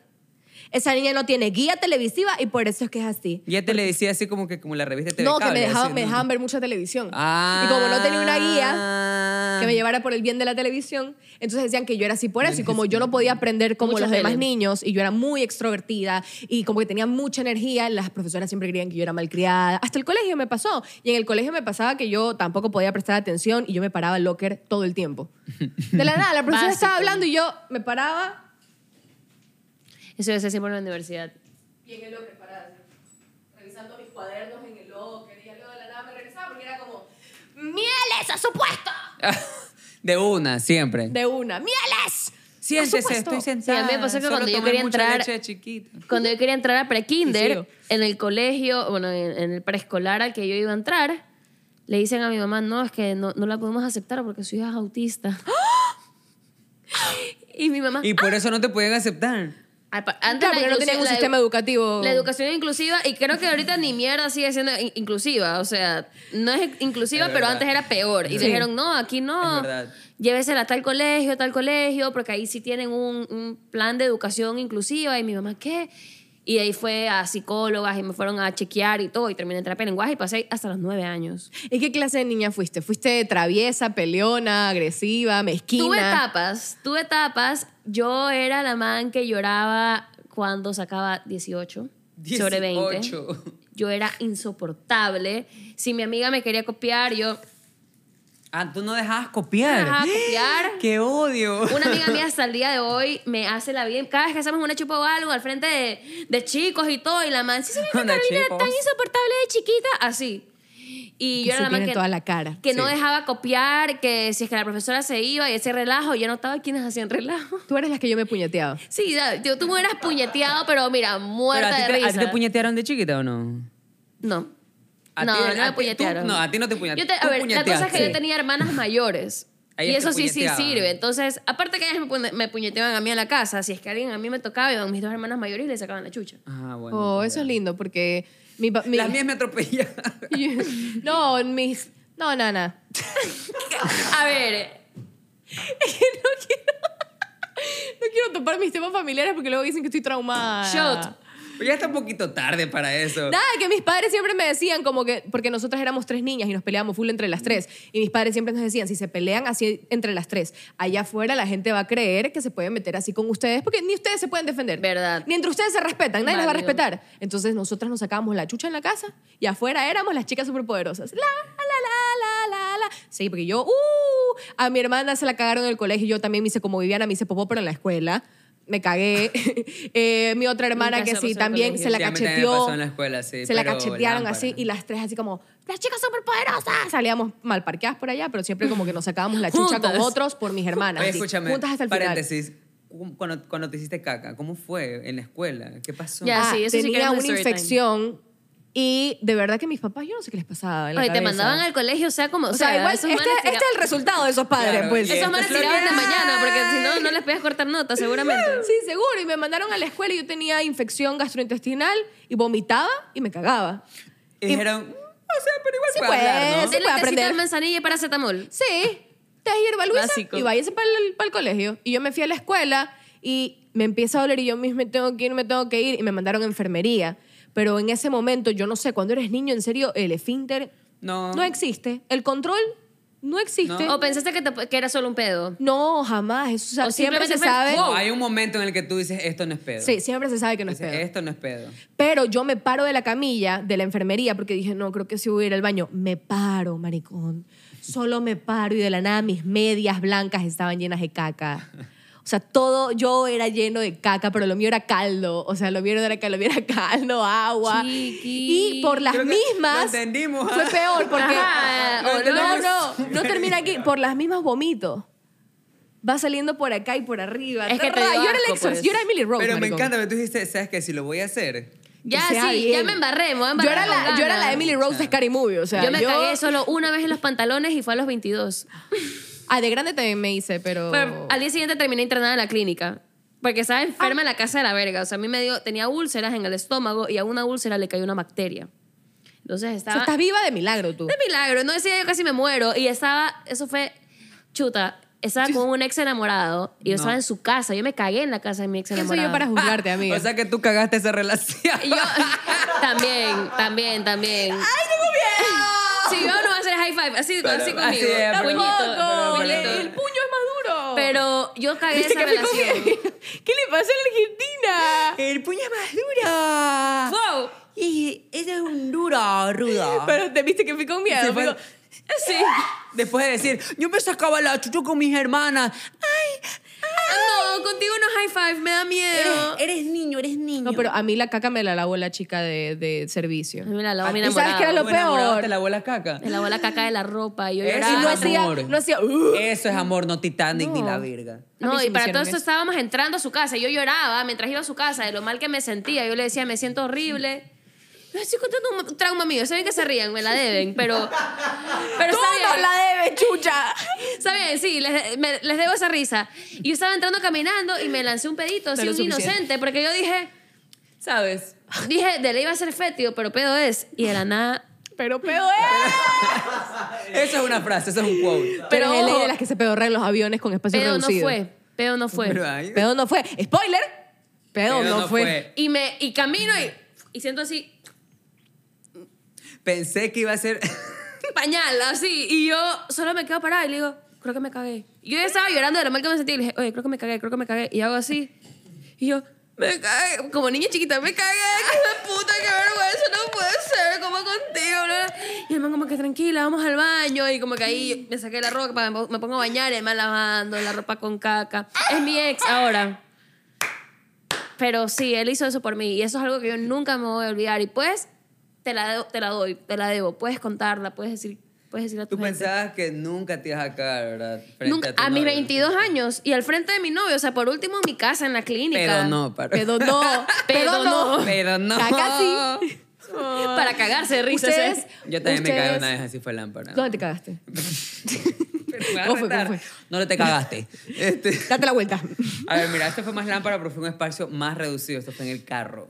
Speaker 8: Esa niña no tiene guía televisiva y por eso es que es así.
Speaker 3: Ya te este le decía así como que como la revista TV
Speaker 8: No, que me
Speaker 3: Cable,
Speaker 8: dejaban,
Speaker 3: así,
Speaker 8: me
Speaker 3: ¿no?
Speaker 8: dejaban ver mucha televisión.
Speaker 3: Ah.
Speaker 8: Y como no tenía una guía que me llevara por el bien de la televisión, entonces decían que yo era así por eso. Y como yo no podía aprender como
Speaker 4: Mucha
Speaker 8: los demás
Speaker 4: tele.
Speaker 8: niños y yo era muy extrovertida y como que tenía mucha energía, las profesoras siempre creían que yo era malcriada. Hasta el colegio me pasó. Y en el colegio me pasaba que yo tampoco podía prestar atención y yo me paraba al locker todo el tiempo. De la nada, la profesora estaba
Speaker 4: Básico.
Speaker 8: hablando y yo me paraba
Speaker 4: Eso yo hacía siempre en la universidad.
Speaker 8: y en el locker parada, así, revisando mis cuadernos en el locker y ya luego de la nada me regresaba porque era como ¡Mieles a su puesto!
Speaker 3: Ah. *laughs* De una, siempre.
Speaker 8: De una, ¡Mieles!
Speaker 3: Siéntese,
Speaker 8: supuesto.
Speaker 3: estoy
Speaker 8: Sí, a
Speaker 4: Sí,
Speaker 3: sentada.
Speaker 4: a mí me pasó que
Speaker 3: solo
Speaker 4: cuando yo
Speaker 3: tomé
Speaker 4: quería
Speaker 3: mucha
Speaker 4: entrar
Speaker 3: leche de chiquita.
Speaker 4: cuando yo quería entrar a
Speaker 8: Y
Speaker 4: pre-kinder,
Speaker 8: sigo.
Speaker 4: en el colegio, bueno, en, en el preescolar al que yo iba a entrar, le dicen a mi mamá, no, es que no, no la podemos aceptar porque su hija es autista. y mi mamá...
Speaker 3: Y por eso no te podían aceptar.
Speaker 4: "Ah, pa-
Speaker 8: Claro,
Speaker 4: la
Speaker 8: porque no
Speaker 4: inclusión-
Speaker 8: tenían un
Speaker 4: la edu-
Speaker 8: sistema educativo.
Speaker 4: La educación inclusiva, y creo que ahorita ni mierda sigue siendo in- inclusiva, o sea, no es inclusiva,
Speaker 3: Es
Speaker 4: pero
Speaker 3: verdad.
Speaker 4: antes era peor. Y
Speaker 3: Sí.
Speaker 4: dijeron, no, aquí no,
Speaker 3: Es verdad.
Speaker 4: llévesela a tal colegio, a tal colegio, porque ahí sí tienen un, un plan de educación inclusiva. Y mi mamá, ¿qué? Y de ahí fue a psicólogas y me fueron a chequear y todo. Y terminé en terapia de lenguaje y pasé hasta los nueve años.
Speaker 8: ¿Y qué clase de niña fuiste? ¿Fuiste traviesa, peleona, agresiva, mezquina?
Speaker 4: Tuve etapas, tuve etapas. Yo era la man que lloraba cuando sacaba 18, sobre 20.
Speaker 3: 18.
Speaker 4: Yo era insoportable. Si mi amiga me quería copiar, yo
Speaker 3: Ah, tú no dejabas copiar.
Speaker 4: No dejaba copiar.
Speaker 3: *gasps* ¡Qué odio! *laughs*
Speaker 4: Una amiga mía hasta el día de hoy me hace la vida. Cada vez que hacemos una chupa o algo al frente de, de chicos y todo, y la man, sí, se me
Speaker 8: *laughs*
Speaker 3: Una
Speaker 4: Carolina era
Speaker 3: chipos.
Speaker 4: tan insoportable de chiquita, así. Y
Speaker 8: Que
Speaker 4: yo era la
Speaker 8: sí
Speaker 4: man
Speaker 8: tiene
Speaker 4: que,
Speaker 8: toda la cara.
Speaker 4: que no
Speaker 8: Sí.
Speaker 4: dejaba copiar, que si es que la profesora se iba y ese relajo, yo notaba quiénes hacían relajo.
Speaker 8: Tú eres la que yo me puñeteaba.
Speaker 4: Sí, da- yo, tú me hubieras puñeteado, pero mira,
Speaker 3: Pero
Speaker 4: muerta
Speaker 3: a ti,
Speaker 4: de
Speaker 3: te,
Speaker 4: risa.
Speaker 3: ¿A ti te puñetearon de chiquita o no?
Speaker 4: No.
Speaker 3: A
Speaker 4: no,
Speaker 3: ti-
Speaker 4: no
Speaker 3: a
Speaker 4: me
Speaker 3: ti-
Speaker 4: puñetearon.
Speaker 3: tú- no, a ti no te puñe-
Speaker 4: Yo te-
Speaker 3: tú
Speaker 4: a ver, la cosa es que
Speaker 3: puñeteaste.
Speaker 4: yo tenía hermanas mayores.
Speaker 3: A
Speaker 4: y
Speaker 3: ellas te
Speaker 4: eso sí, sí
Speaker 3: puñeteaban.
Speaker 4: sirve. Entonces, aparte que ellas me puñe- me puñeteaban a mí en la casa, si es que alguien a mí me tocaba, iban mis dos hermanas mayores y le sacaban la chucha.
Speaker 3: Ah, bueno.
Speaker 8: Oh,
Speaker 3: pues
Speaker 8: eso
Speaker 3: ya.
Speaker 8: es lindo porque mi, pa- mi-
Speaker 3: Las mías me atropellaban.
Speaker 8: *laughs* no, mis no, *laughs* nana.
Speaker 4: A ver,
Speaker 8: *laughs* No quiero topar mis temas familiares porque luego dicen que estoy traumada.
Speaker 3: Ah,
Speaker 4: Shot.
Speaker 3: *laughs* Pero ya está un poquito tarde para eso.
Speaker 8: Nada, que mis padres siempre me decían como que, porque nosotras éramos tres niñas y nos peleábamos full entre las tres, y mis padres siempre nos decían, si se pelean así entre las tres, allá afuera la gente va a creer que se pueden meter así con ustedes, porque ni ustedes se pueden defender.
Speaker 4: Verdad.
Speaker 8: Ni entre ustedes se respetan, nadie las va a
Speaker 4: Válido.
Speaker 8: respetar. Entonces nosotras nos sacábamos la chucha en la casa y afuera éramos las chicas superpoderosas. La, la, la, la, la, la. Sí, porque yo, uh, a mi hermana se la cagaron en el colegio, yo también me hice como Viviana, me hice popó, pero en la escuela. Me cagué. *laughs* Eh, mi otra hermana
Speaker 4: Nunca
Speaker 8: que
Speaker 4: se pasó
Speaker 8: sí,
Speaker 4: el
Speaker 8: también
Speaker 4: colegio.
Speaker 8: se la
Speaker 3: Sí, a mí también me
Speaker 8: cacheteó.
Speaker 3: pasó en la escuela, sí,
Speaker 8: Se la
Speaker 3: pero
Speaker 8: cachetearon
Speaker 3: lámpara.
Speaker 8: así y las tres así como, las chicas superpoderosas. Salíamos mal parqueadas por allá, pero siempre como que nos sacábamos la chucha con
Speaker 4: Juntas.
Speaker 8: otros por mis hermanas.
Speaker 3: Oye,
Speaker 8: así,
Speaker 3: escúchame,
Speaker 8: juntas hasta el final.
Speaker 3: paréntesis. ¿Cu- Cuando, cuando te hiciste caca, ¿cómo fue en la escuela? ¿Qué pasó?
Speaker 4: Ya,
Speaker 8: Ah,
Speaker 4: sí, eso sí que
Speaker 8: tenía
Speaker 4: era un
Speaker 8: una
Speaker 4: story time.
Speaker 8: infección y de verdad que mis papás, yo no sé qué les pasaba. en la
Speaker 4: oye, te
Speaker 8: cabeza.
Speaker 4: mandaban al colegio, o sea, como.
Speaker 8: O sea, igual,
Speaker 4: esos
Speaker 8: este,
Speaker 4: manes
Speaker 8: este
Speaker 4: tira-
Speaker 8: es el resultado de esos padres,
Speaker 3: Claro,
Speaker 8: pues.
Speaker 3: y
Speaker 4: Esos manes
Speaker 3: Esto es lo
Speaker 4: tiraban
Speaker 3: que
Speaker 4: de mañana,
Speaker 3: hay.
Speaker 4: porque si no, no les podías cortar nota, seguramente.
Speaker 8: Sí, seguro. Y me mandaron a la escuela y yo tenía infección gastrointestinal y vomitaba y me cagaba.
Speaker 3: Y dijeron, "Mm, o sea, pero igual
Speaker 8: Sí,
Speaker 3: puede hablar, ¿no?
Speaker 8: pues.
Speaker 4: Se
Speaker 8: se puede aprender.
Speaker 4: manzanilla y paracetamol.
Speaker 8: Sí, te hierba Luisa
Speaker 4: Básico.
Speaker 8: y váyase para el, pa'l colegio. Y yo me fui a la escuela y me empieza a doler y yo mismo me tengo que ir, me tengo que ir. Y me mandaron a enfermería. Pero en ese momento, yo no sé, cuando eres niño, en serio, el esfínter
Speaker 3: No.
Speaker 8: no existe. El control no existe.
Speaker 3: No.
Speaker 8: No,
Speaker 4: O pensaste que, te- que era solo un pedo.
Speaker 8: jamás. Eso sa-
Speaker 4: O
Speaker 8: siempre se
Speaker 4: simplemente fue,
Speaker 8: sabe.
Speaker 4: wow.
Speaker 3: No, hay un momento en el que tú dices, esto no es pedo.
Speaker 8: Sí, siempre se sabe que no es
Speaker 3: Dices,
Speaker 8: pedo.
Speaker 3: Esto no es pedo.
Speaker 8: Pero yo me paro de la camilla de la enfermería porque dije, no, creo que si voy a ir al baño. Me paro, maricón. Solo me paro y de la nada mis medias blancas estaban llenas de caca. O sea, todo, yo era lleno de caca, pero lo mío era caldo. O sea, lo mío era, que lo mío era caldo, agua.
Speaker 4: Chiqui.
Speaker 8: Y por las
Speaker 3: Creo que
Speaker 8: mismas...
Speaker 3: lo entendimos, ¿ah?
Speaker 8: Fue peor porque...
Speaker 4: Ajá,
Speaker 8: No,
Speaker 4: olor.
Speaker 8: no, no, no termina aquí. Por las mismas vomito. Va saliendo por acá y por arriba.
Speaker 4: Es que te dio
Speaker 8: yo era el
Speaker 4: asco,
Speaker 8: exorcista,
Speaker 4: pues.
Speaker 8: yo era Emily Rose,
Speaker 3: pero me
Speaker 8: maricón.
Speaker 3: encanta, pero tú dijiste, ¿sabes qué? Si lo voy a hacer.
Speaker 4: Ya,
Speaker 8: Que sea
Speaker 4: sí, ya
Speaker 8: bien.
Speaker 4: me embarré, me voy a
Speaker 8: Yo
Speaker 4: embarrar
Speaker 8: era,
Speaker 4: con
Speaker 8: la, yo era
Speaker 4: ganas.
Speaker 8: la Emily Rose de Scary Movie, o sea,
Speaker 4: yo me cagué solo una vez en los pantalones y fue a los 22.
Speaker 8: Ah, de grande también me hice, pero...
Speaker 4: Pero al día siguiente terminé internada en la clínica. Porque estaba enferma en la casa de la verga. O sea, a mí me dio, tenía úlceras en el estómago y a una úlcera le cayó una bacteria. Entonces
Speaker 8: O sea,
Speaker 4: estaba.
Speaker 8: estás viva de milagro tú.
Speaker 4: de milagro, no decía yo casi me muero. Y estaba, eso fue, chuta, estaba con un ex enamorado y yo
Speaker 3: No.
Speaker 4: estaba en su casa. Yo me cagué en la casa de mi ex
Speaker 8: ¿Quién
Speaker 4: enamorado.
Speaker 8: soy yo para juzgarte, amiga?
Speaker 3: O sea que tú cagaste esa relación.
Speaker 4: Y yo *laughs* también, también, también. ¡Ay, tengo miedo! Sí, yo no voy a hacer high five, así, así conmigo.
Speaker 3: así es, pero-
Speaker 4: puñito,
Speaker 3: Tampoco,
Speaker 4: puñito.
Speaker 3: el
Speaker 8: puño es más duro.
Speaker 4: Pero yo cagué
Speaker 8: Dice
Speaker 4: esa
Speaker 8: que fui
Speaker 4: relación.
Speaker 8: con- *laughs* ¿Qué le pasó a la Argentina?
Speaker 3: El puño es más duro.
Speaker 4: ¡Wow!
Speaker 3: Y ese es un duro, *laughs* rudo.
Speaker 8: Pero te viste que fui con miedo.
Speaker 3: Sí,
Speaker 8: fui
Speaker 3: fue-
Speaker 8: con-
Speaker 4: Sí.
Speaker 3: Después de decir, yo me sacaba la chucho con mis hermanas.
Speaker 4: Ah, No, contigo no high five, me da miedo.
Speaker 3: Eres niño, eres niño.
Speaker 8: No, pero a mí la caca me la lavó la chica de, de servicio.
Speaker 4: Mira, la
Speaker 8: ¿Y
Speaker 3: Ah,
Speaker 4: abuela
Speaker 8: sabes qué era lo
Speaker 3: Tu enamorado
Speaker 8: peor?
Speaker 3: Te lavó la caca.
Speaker 4: Me lavó la caca de la ropa y yo
Speaker 3: Eso
Speaker 8: Y
Speaker 4: lloraba.
Speaker 8: no
Speaker 3: Ah,
Speaker 8: hacía...
Speaker 3: amor.
Speaker 8: No hacía... "Uh".
Speaker 3: Eso es amor, no Titanic ni
Speaker 8: No.
Speaker 3: la verga.
Speaker 8: A mí
Speaker 4: Eh, No,
Speaker 8: sí
Speaker 4: y
Speaker 8: me
Speaker 4: para todo
Speaker 8: hicieron
Speaker 4: esto
Speaker 8: eso.
Speaker 4: estábamos entrando a su casa. Yo lloraba mientras iba a su casa de lo mal que me sentía. Yo le decía, me siento horrible. Yo estoy contando un trauma mío. Saben que se rían, me la deben, pero. Pero
Speaker 8: ¡Tú
Speaker 4: está
Speaker 8: nos
Speaker 4: bien.
Speaker 8: la debes, chucha!
Speaker 4: Está bien, sí, les, me- les debo esa risa. Y yo estaba entrando caminando y me lancé un pedito, así
Speaker 8: lo
Speaker 4: un
Speaker 8: suficiente.
Speaker 4: inocente, porque yo dije,
Speaker 8: ¿Sabes?
Speaker 4: dije, de ley va a ser fétido, pero pedo es. Y de la nada.
Speaker 8: Pero pedo es...
Speaker 3: Eso es una frase, eso es un quote.
Speaker 8: Pero,
Speaker 4: Pero
Speaker 8: es ley
Speaker 4: ojo.
Speaker 8: de las que se pedorrean los aviones con espacio
Speaker 4: Pedo no
Speaker 8: reducido.
Speaker 4: fue. Pedo no fue.
Speaker 3: Pero ahí-
Speaker 8: Pedo no fue. ¡Spoiler! Pedo, no, fue.
Speaker 4: Y, me, y camino y, y siento así,
Speaker 3: Pensé que iba a ser. *laughs*
Speaker 4: *laughs* pañal, así. Y yo solo me quedo parada y le digo, creo que me cagué. Y Yo ya estaba llorando de lo mal que me sentí. Y le dije, oye, creo que me cagué, creo que me cagué. Y hago así. Y yo, me cagué. Como niña chiquita, me cagué. *laughs* ¡Qué puta, qué vergüenza! No puede ser. ¿Cómo contigo? bla, bla. Y el man como que tranquila, vamos al baño. Y como que ahí me saqué la ropa, me me pongo a bañar. Y el man lavando la ropa con caca. Es mi ex ahora. Pero sí, él hizo eso por mí y eso es algo que yo nunca me voy a olvidar. Y pues, te la, debo- te la doy, te la debo. Puedes contarla, puedes decir, puedes decir a tu
Speaker 3: Tú
Speaker 4: gente.
Speaker 3: pensabas que nunca te ibas a cagar, ¿verdad? Frente
Speaker 4: Nunca-
Speaker 3: tu
Speaker 4: a, mis
Speaker 3: novio.
Speaker 4: 22 años y al frente de mi novio, o sea, por último en mi casa, en la clínica.
Speaker 3: Pero no, para.
Speaker 8: Pedo no.
Speaker 3: *laughs*
Speaker 8: Pedo no.
Speaker 3: Pero no.
Speaker 8: Caca
Speaker 3: *laughs*
Speaker 8: sí.
Speaker 4: Para cagarse, risas. ¿eh?
Speaker 8: Ustedes-
Speaker 3: Yo también me cagué
Speaker 8: ustedes-
Speaker 3: una vez, así fue lámpara.
Speaker 8: ¿Dónde te cagaste?
Speaker 3: Pero me vas a
Speaker 8: ¿Cómo fue?
Speaker 3: retar.
Speaker 8: ¿Cómo fue?
Speaker 3: No te cagaste. Este,
Speaker 8: Date la vuelta. *laughs*
Speaker 3: a ver, mira, esto fue más lámpara, pero fue un espacio más reducido. Esto fue en el carro.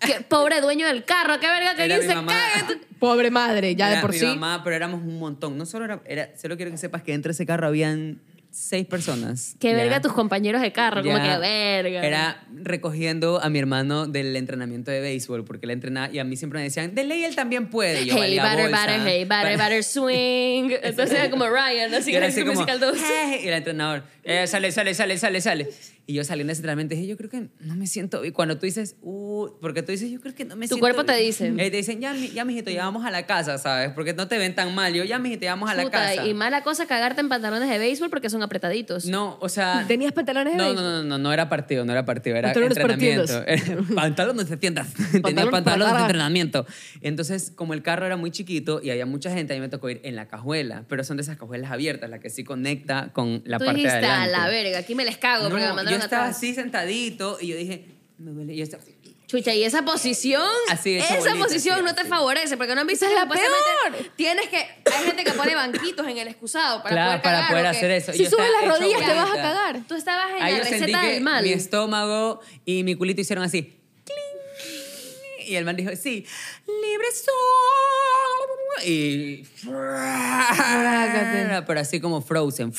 Speaker 4: Que pobre dueño del carro, qué verga que
Speaker 3: Era mi
Speaker 4: dice,
Speaker 3: mamá.
Speaker 4: cágate.
Speaker 8: Pobre madre, ya
Speaker 3: Era
Speaker 8: de por
Speaker 3: mi
Speaker 8: sí.
Speaker 3: mamá, pero éramos un montón. No solo era, era- solo quiero que sepas que entre ese carro habían seis personas.
Speaker 4: Qué
Speaker 3: Ya.
Speaker 4: verga tus compañeros de carro, como
Speaker 3: Ya.
Speaker 4: que verga.
Speaker 3: Era recogiendo a mi hermano del entrenamiento de béisbol, porque él entrenaba y a mí siempre me decían, de ley él también puede. Y yo
Speaker 4: Hey,
Speaker 3: valía
Speaker 4: butter,
Speaker 3: bolsa.
Speaker 4: butter, hey, butter, butter, swing.
Speaker 3: *laughs*
Speaker 4: Entonces era como Ryan, así
Speaker 3: Y
Speaker 4: que
Speaker 3: era
Speaker 4: era
Speaker 3: así
Speaker 4: el
Speaker 3: como,
Speaker 4: musical 2.
Speaker 3: "Hey", y el entrenador, "Eh, sale, sale, sale, sale, sale. Y yo salí en ese entrenamiento y dije, yo creo que no me siento. Y cuando tú dices, uh, porque tú dices, yo creo que no me
Speaker 4: Tu
Speaker 3: siento.
Speaker 4: cuerpo
Speaker 3: bien".
Speaker 4: te dice.
Speaker 3: Eh, te dicen, ya, mi- ya, mijito, ya vamos a la casa, ¿sabes? Porque no te ven tan mal. Yo, ya, mijito, ya vamos a la
Speaker 4: Puta,
Speaker 3: casa.
Speaker 4: Y mala cosa cagarte en pantalones de béisbol porque son apretaditos.
Speaker 3: No, o sea.
Speaker 8: ¿Tenías pantalones de
Speaker 3: no,
Speaker 8: béisbol?
Speaker 3: no, no, no, no era partido, no era partido, era
Speaker 8: Pantalones
Speaker 3: entrenamiento.
Speaker 4: *laughs*
Speaker 3: Era- Pantalones de tiendas. *laughs* Tenía
Speaker 8: Pantalones para
Speaker 3: pantalones de
Speaker 8: agarrar.
Speaker 3: entrenamiento. Entonces, como el carro era muy chiquito y había mucha gente, a mí me tocó ir en la cajuela, pero son de esas cajuelas abiertas, la que sí conecta con la
Speaker 4: Tú
Speaker 3: parte
Speaker 4: dijiste
Speaker 3: de
Speaker 4: a
Speaker 3: adelante.
Speaker 4: la verga, aquí me les cago porque me
Speaker 3: No, yo
Speaker 4: mandaron
Speaker 3: estaba
Speaker 4: atrás.
Speaker 3: así sentadito y yo dije, me duele. Y yo estaba-
Speaker 4: Chucha, y esa posición,
Speaker 3: Así, esa
Speaker 4: esa
Speaker 3: bolita,
Speaker 4: posición
Speaker 3: sí,
Speaker 4: no te
Speaker 3: así.
Speaker 4: favorece porque no han visto
Speaker 8: Esa es la
Speaker 4: supuestamente Tienes que, hay gente que pone banquitos en el excusado para
Speaker 3: claro,
Speaker 4: poder
Speaker 3: para
Speaker 4: cagar,
Speaker 3: poder
Speaker 4: ¿o
Speaker 3: hacer
Speaker 4: qué?
Speaker 3: eso. Y
Speaker 8: Si
Speaker 3: yo
Speaker 8: subes
Speaker 3: estaba
Speaker 8: las
Speaker 3: hecho
Speaker 8: rodillas te vas a
Speaker 3: bolita.
Speaker 8: cagar.
Speaker 4: Tú estabas en
Speaker 3: Ahí yo
Speaker 4: la
Speaker 3: sentí
Speaker 4: receta
Speaker 3: que
Speaker 4: del mal.
Speaker 3: mi estómago y mi culito hicieron así. "Cling". Y el man dijo, sí, libre soy. Y... Pero así como Frozen.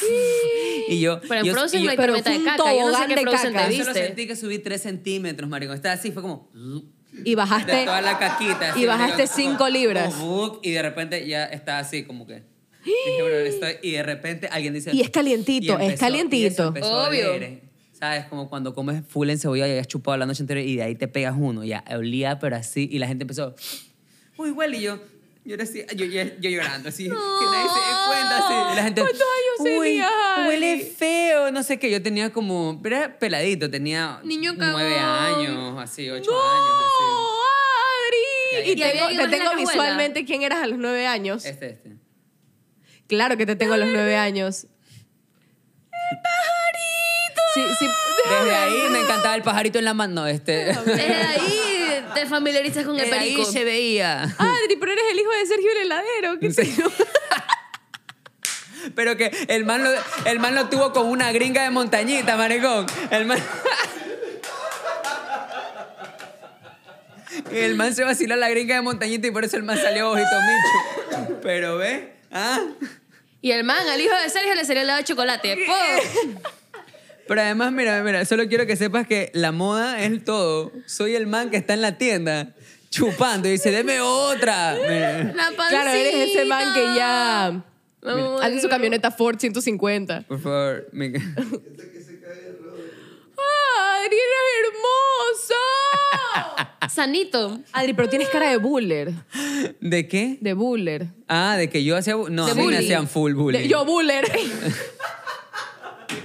Speaker 3: Y yo...
Speaker 4: Pero en
Speaker 3: yo-
Speaker 4: Frozen
Speaker 3: y yo-
Speaker 4: no hay
Speaker 8: pero
Speaker 4: tormenta de
Speaker 8: fue un
Speaker 4: caca. Yo no sé
Speaker 8: tobogán
Speaker 4: qué
Speaker 8: de
Speaker 4: Frozen
Speaker 8: caca.
Speaker 4: te
Speaker 3: Yo solo
Speaker 4: viste.
Speaker 3: sentí que subí tres centímetros, maricón. Estaba así, fue como...
Speaker 8: Y
Speaker 3: De
Speaker 8: bajaste.
Speaker 3: toda la caquita. así,
Speaker 8: Y bajaste
Speaker 3: como-
Speaker 8: 5
Speaker 3: como-
Speaker 8: libras. ¡Ah!
Speaker 3: como buc, y de repente ya está así como que... dije, "Bro, estoy-". y de repente alguien dice...
Speaker 8: Y es calientito,
Speaker 3: y empezó-
Speaker 8: es calientito.
Speaker 3: y eso empezó a
Speaker 4: Obvio.
Speaker 3: doler, ¿eh? ¿Sabes? Como cuando comes full en cebolla y has chupado la noche entera y de ahí te pegas uno. Ya, olía, pero así. Y la gente empezó... Uy, huele. Y yo... Yo, era así, yo, yo- yo llorando, así, que nadie se dé cuenta, así. Y la gente,
Speaker 8: ¿Cuántos años
Speaker 3: "Uy,
Speaker 8: tenías, Ari?"
Speaker 3: Huele feo, no sé qué. Yo tenía como, era peladito, tenía
Speaker 4: Niño
Speaker 3: nueve
Speaker 4: cagón.
Speaker 3: años, así, ocho
Speaker 8: ¡No,
Speaker 3: años, así.
Speaker 8: Adri!
Speaker 3: Y
Speaker 8: Y tengo,
Speaker 4: había alguien
Speaker 8: te
Speaker 4: más en
Speaker 8: tengo
Speaker 4: la cajuela.
Speaker 8: visualmente quién eras a los nueve años.
Speaker 3: Este, este.
Speaker 8: Claro que te tengo a los nueve años. ¡El
Speaker 4: *laughs*
Speaker 8: pajarito! Sí, sí.
Speaker 3: Desde ahí me encantaba el pajarito en la mano, este.
Speaker 4: Desde ahí te familiarizas con el
Speaker 3: Desde ahí
Speaker 4: perico.
Speaker 3: se veía.
Speaker 8: Adri, pero eres el hijo de Sergio el heladero. ¿Qué sé yo?
Speaker 3: Pero que el man, lo, el man lo tuvo con una gringa de montañita, maricón. El man... *laughs* El man se vaciló a la gringa de montañita y por eso el man salió ojito micho. Pero ve, ¿ah?
Speaker 4: Y el man, al hijo de Sergio, le salió el lado de chocolate.
Speaker 8: *laughs*
Speaker 4: ¡Pum!
Speaker 3: Pero además, mira, mira, solo quiero que sepas que la moda es todo. Soy el man que está en la tienda chupando y dice, deme otra. Mira.
Speaker 4: La pancita.
Speaker 8: Claro, eres ese man que ya.
Speaker 4: Vamos,
Speaker 8: Anda en su camioneta Ford 150.
Speaker 3: Por favor, mi-
Speaker 8: ¡Adri, eres hermoso!
Speaker 4: Sanito.
Speaker 8: Adri, pero tienes cara de buller.
Speaker 3: ¿De qué?
Speaker 8: De buller.
Speaker 3: Ah, de que yo hacía... bu- No,
Speaker 8: De
Speaker 3: a mí me
Speaker 8: bullying.
Speaker 3: hacían full bullying.
Speaker 8: De-
Speaker 3: *laughs*
Speaker 8: yo buller. y tras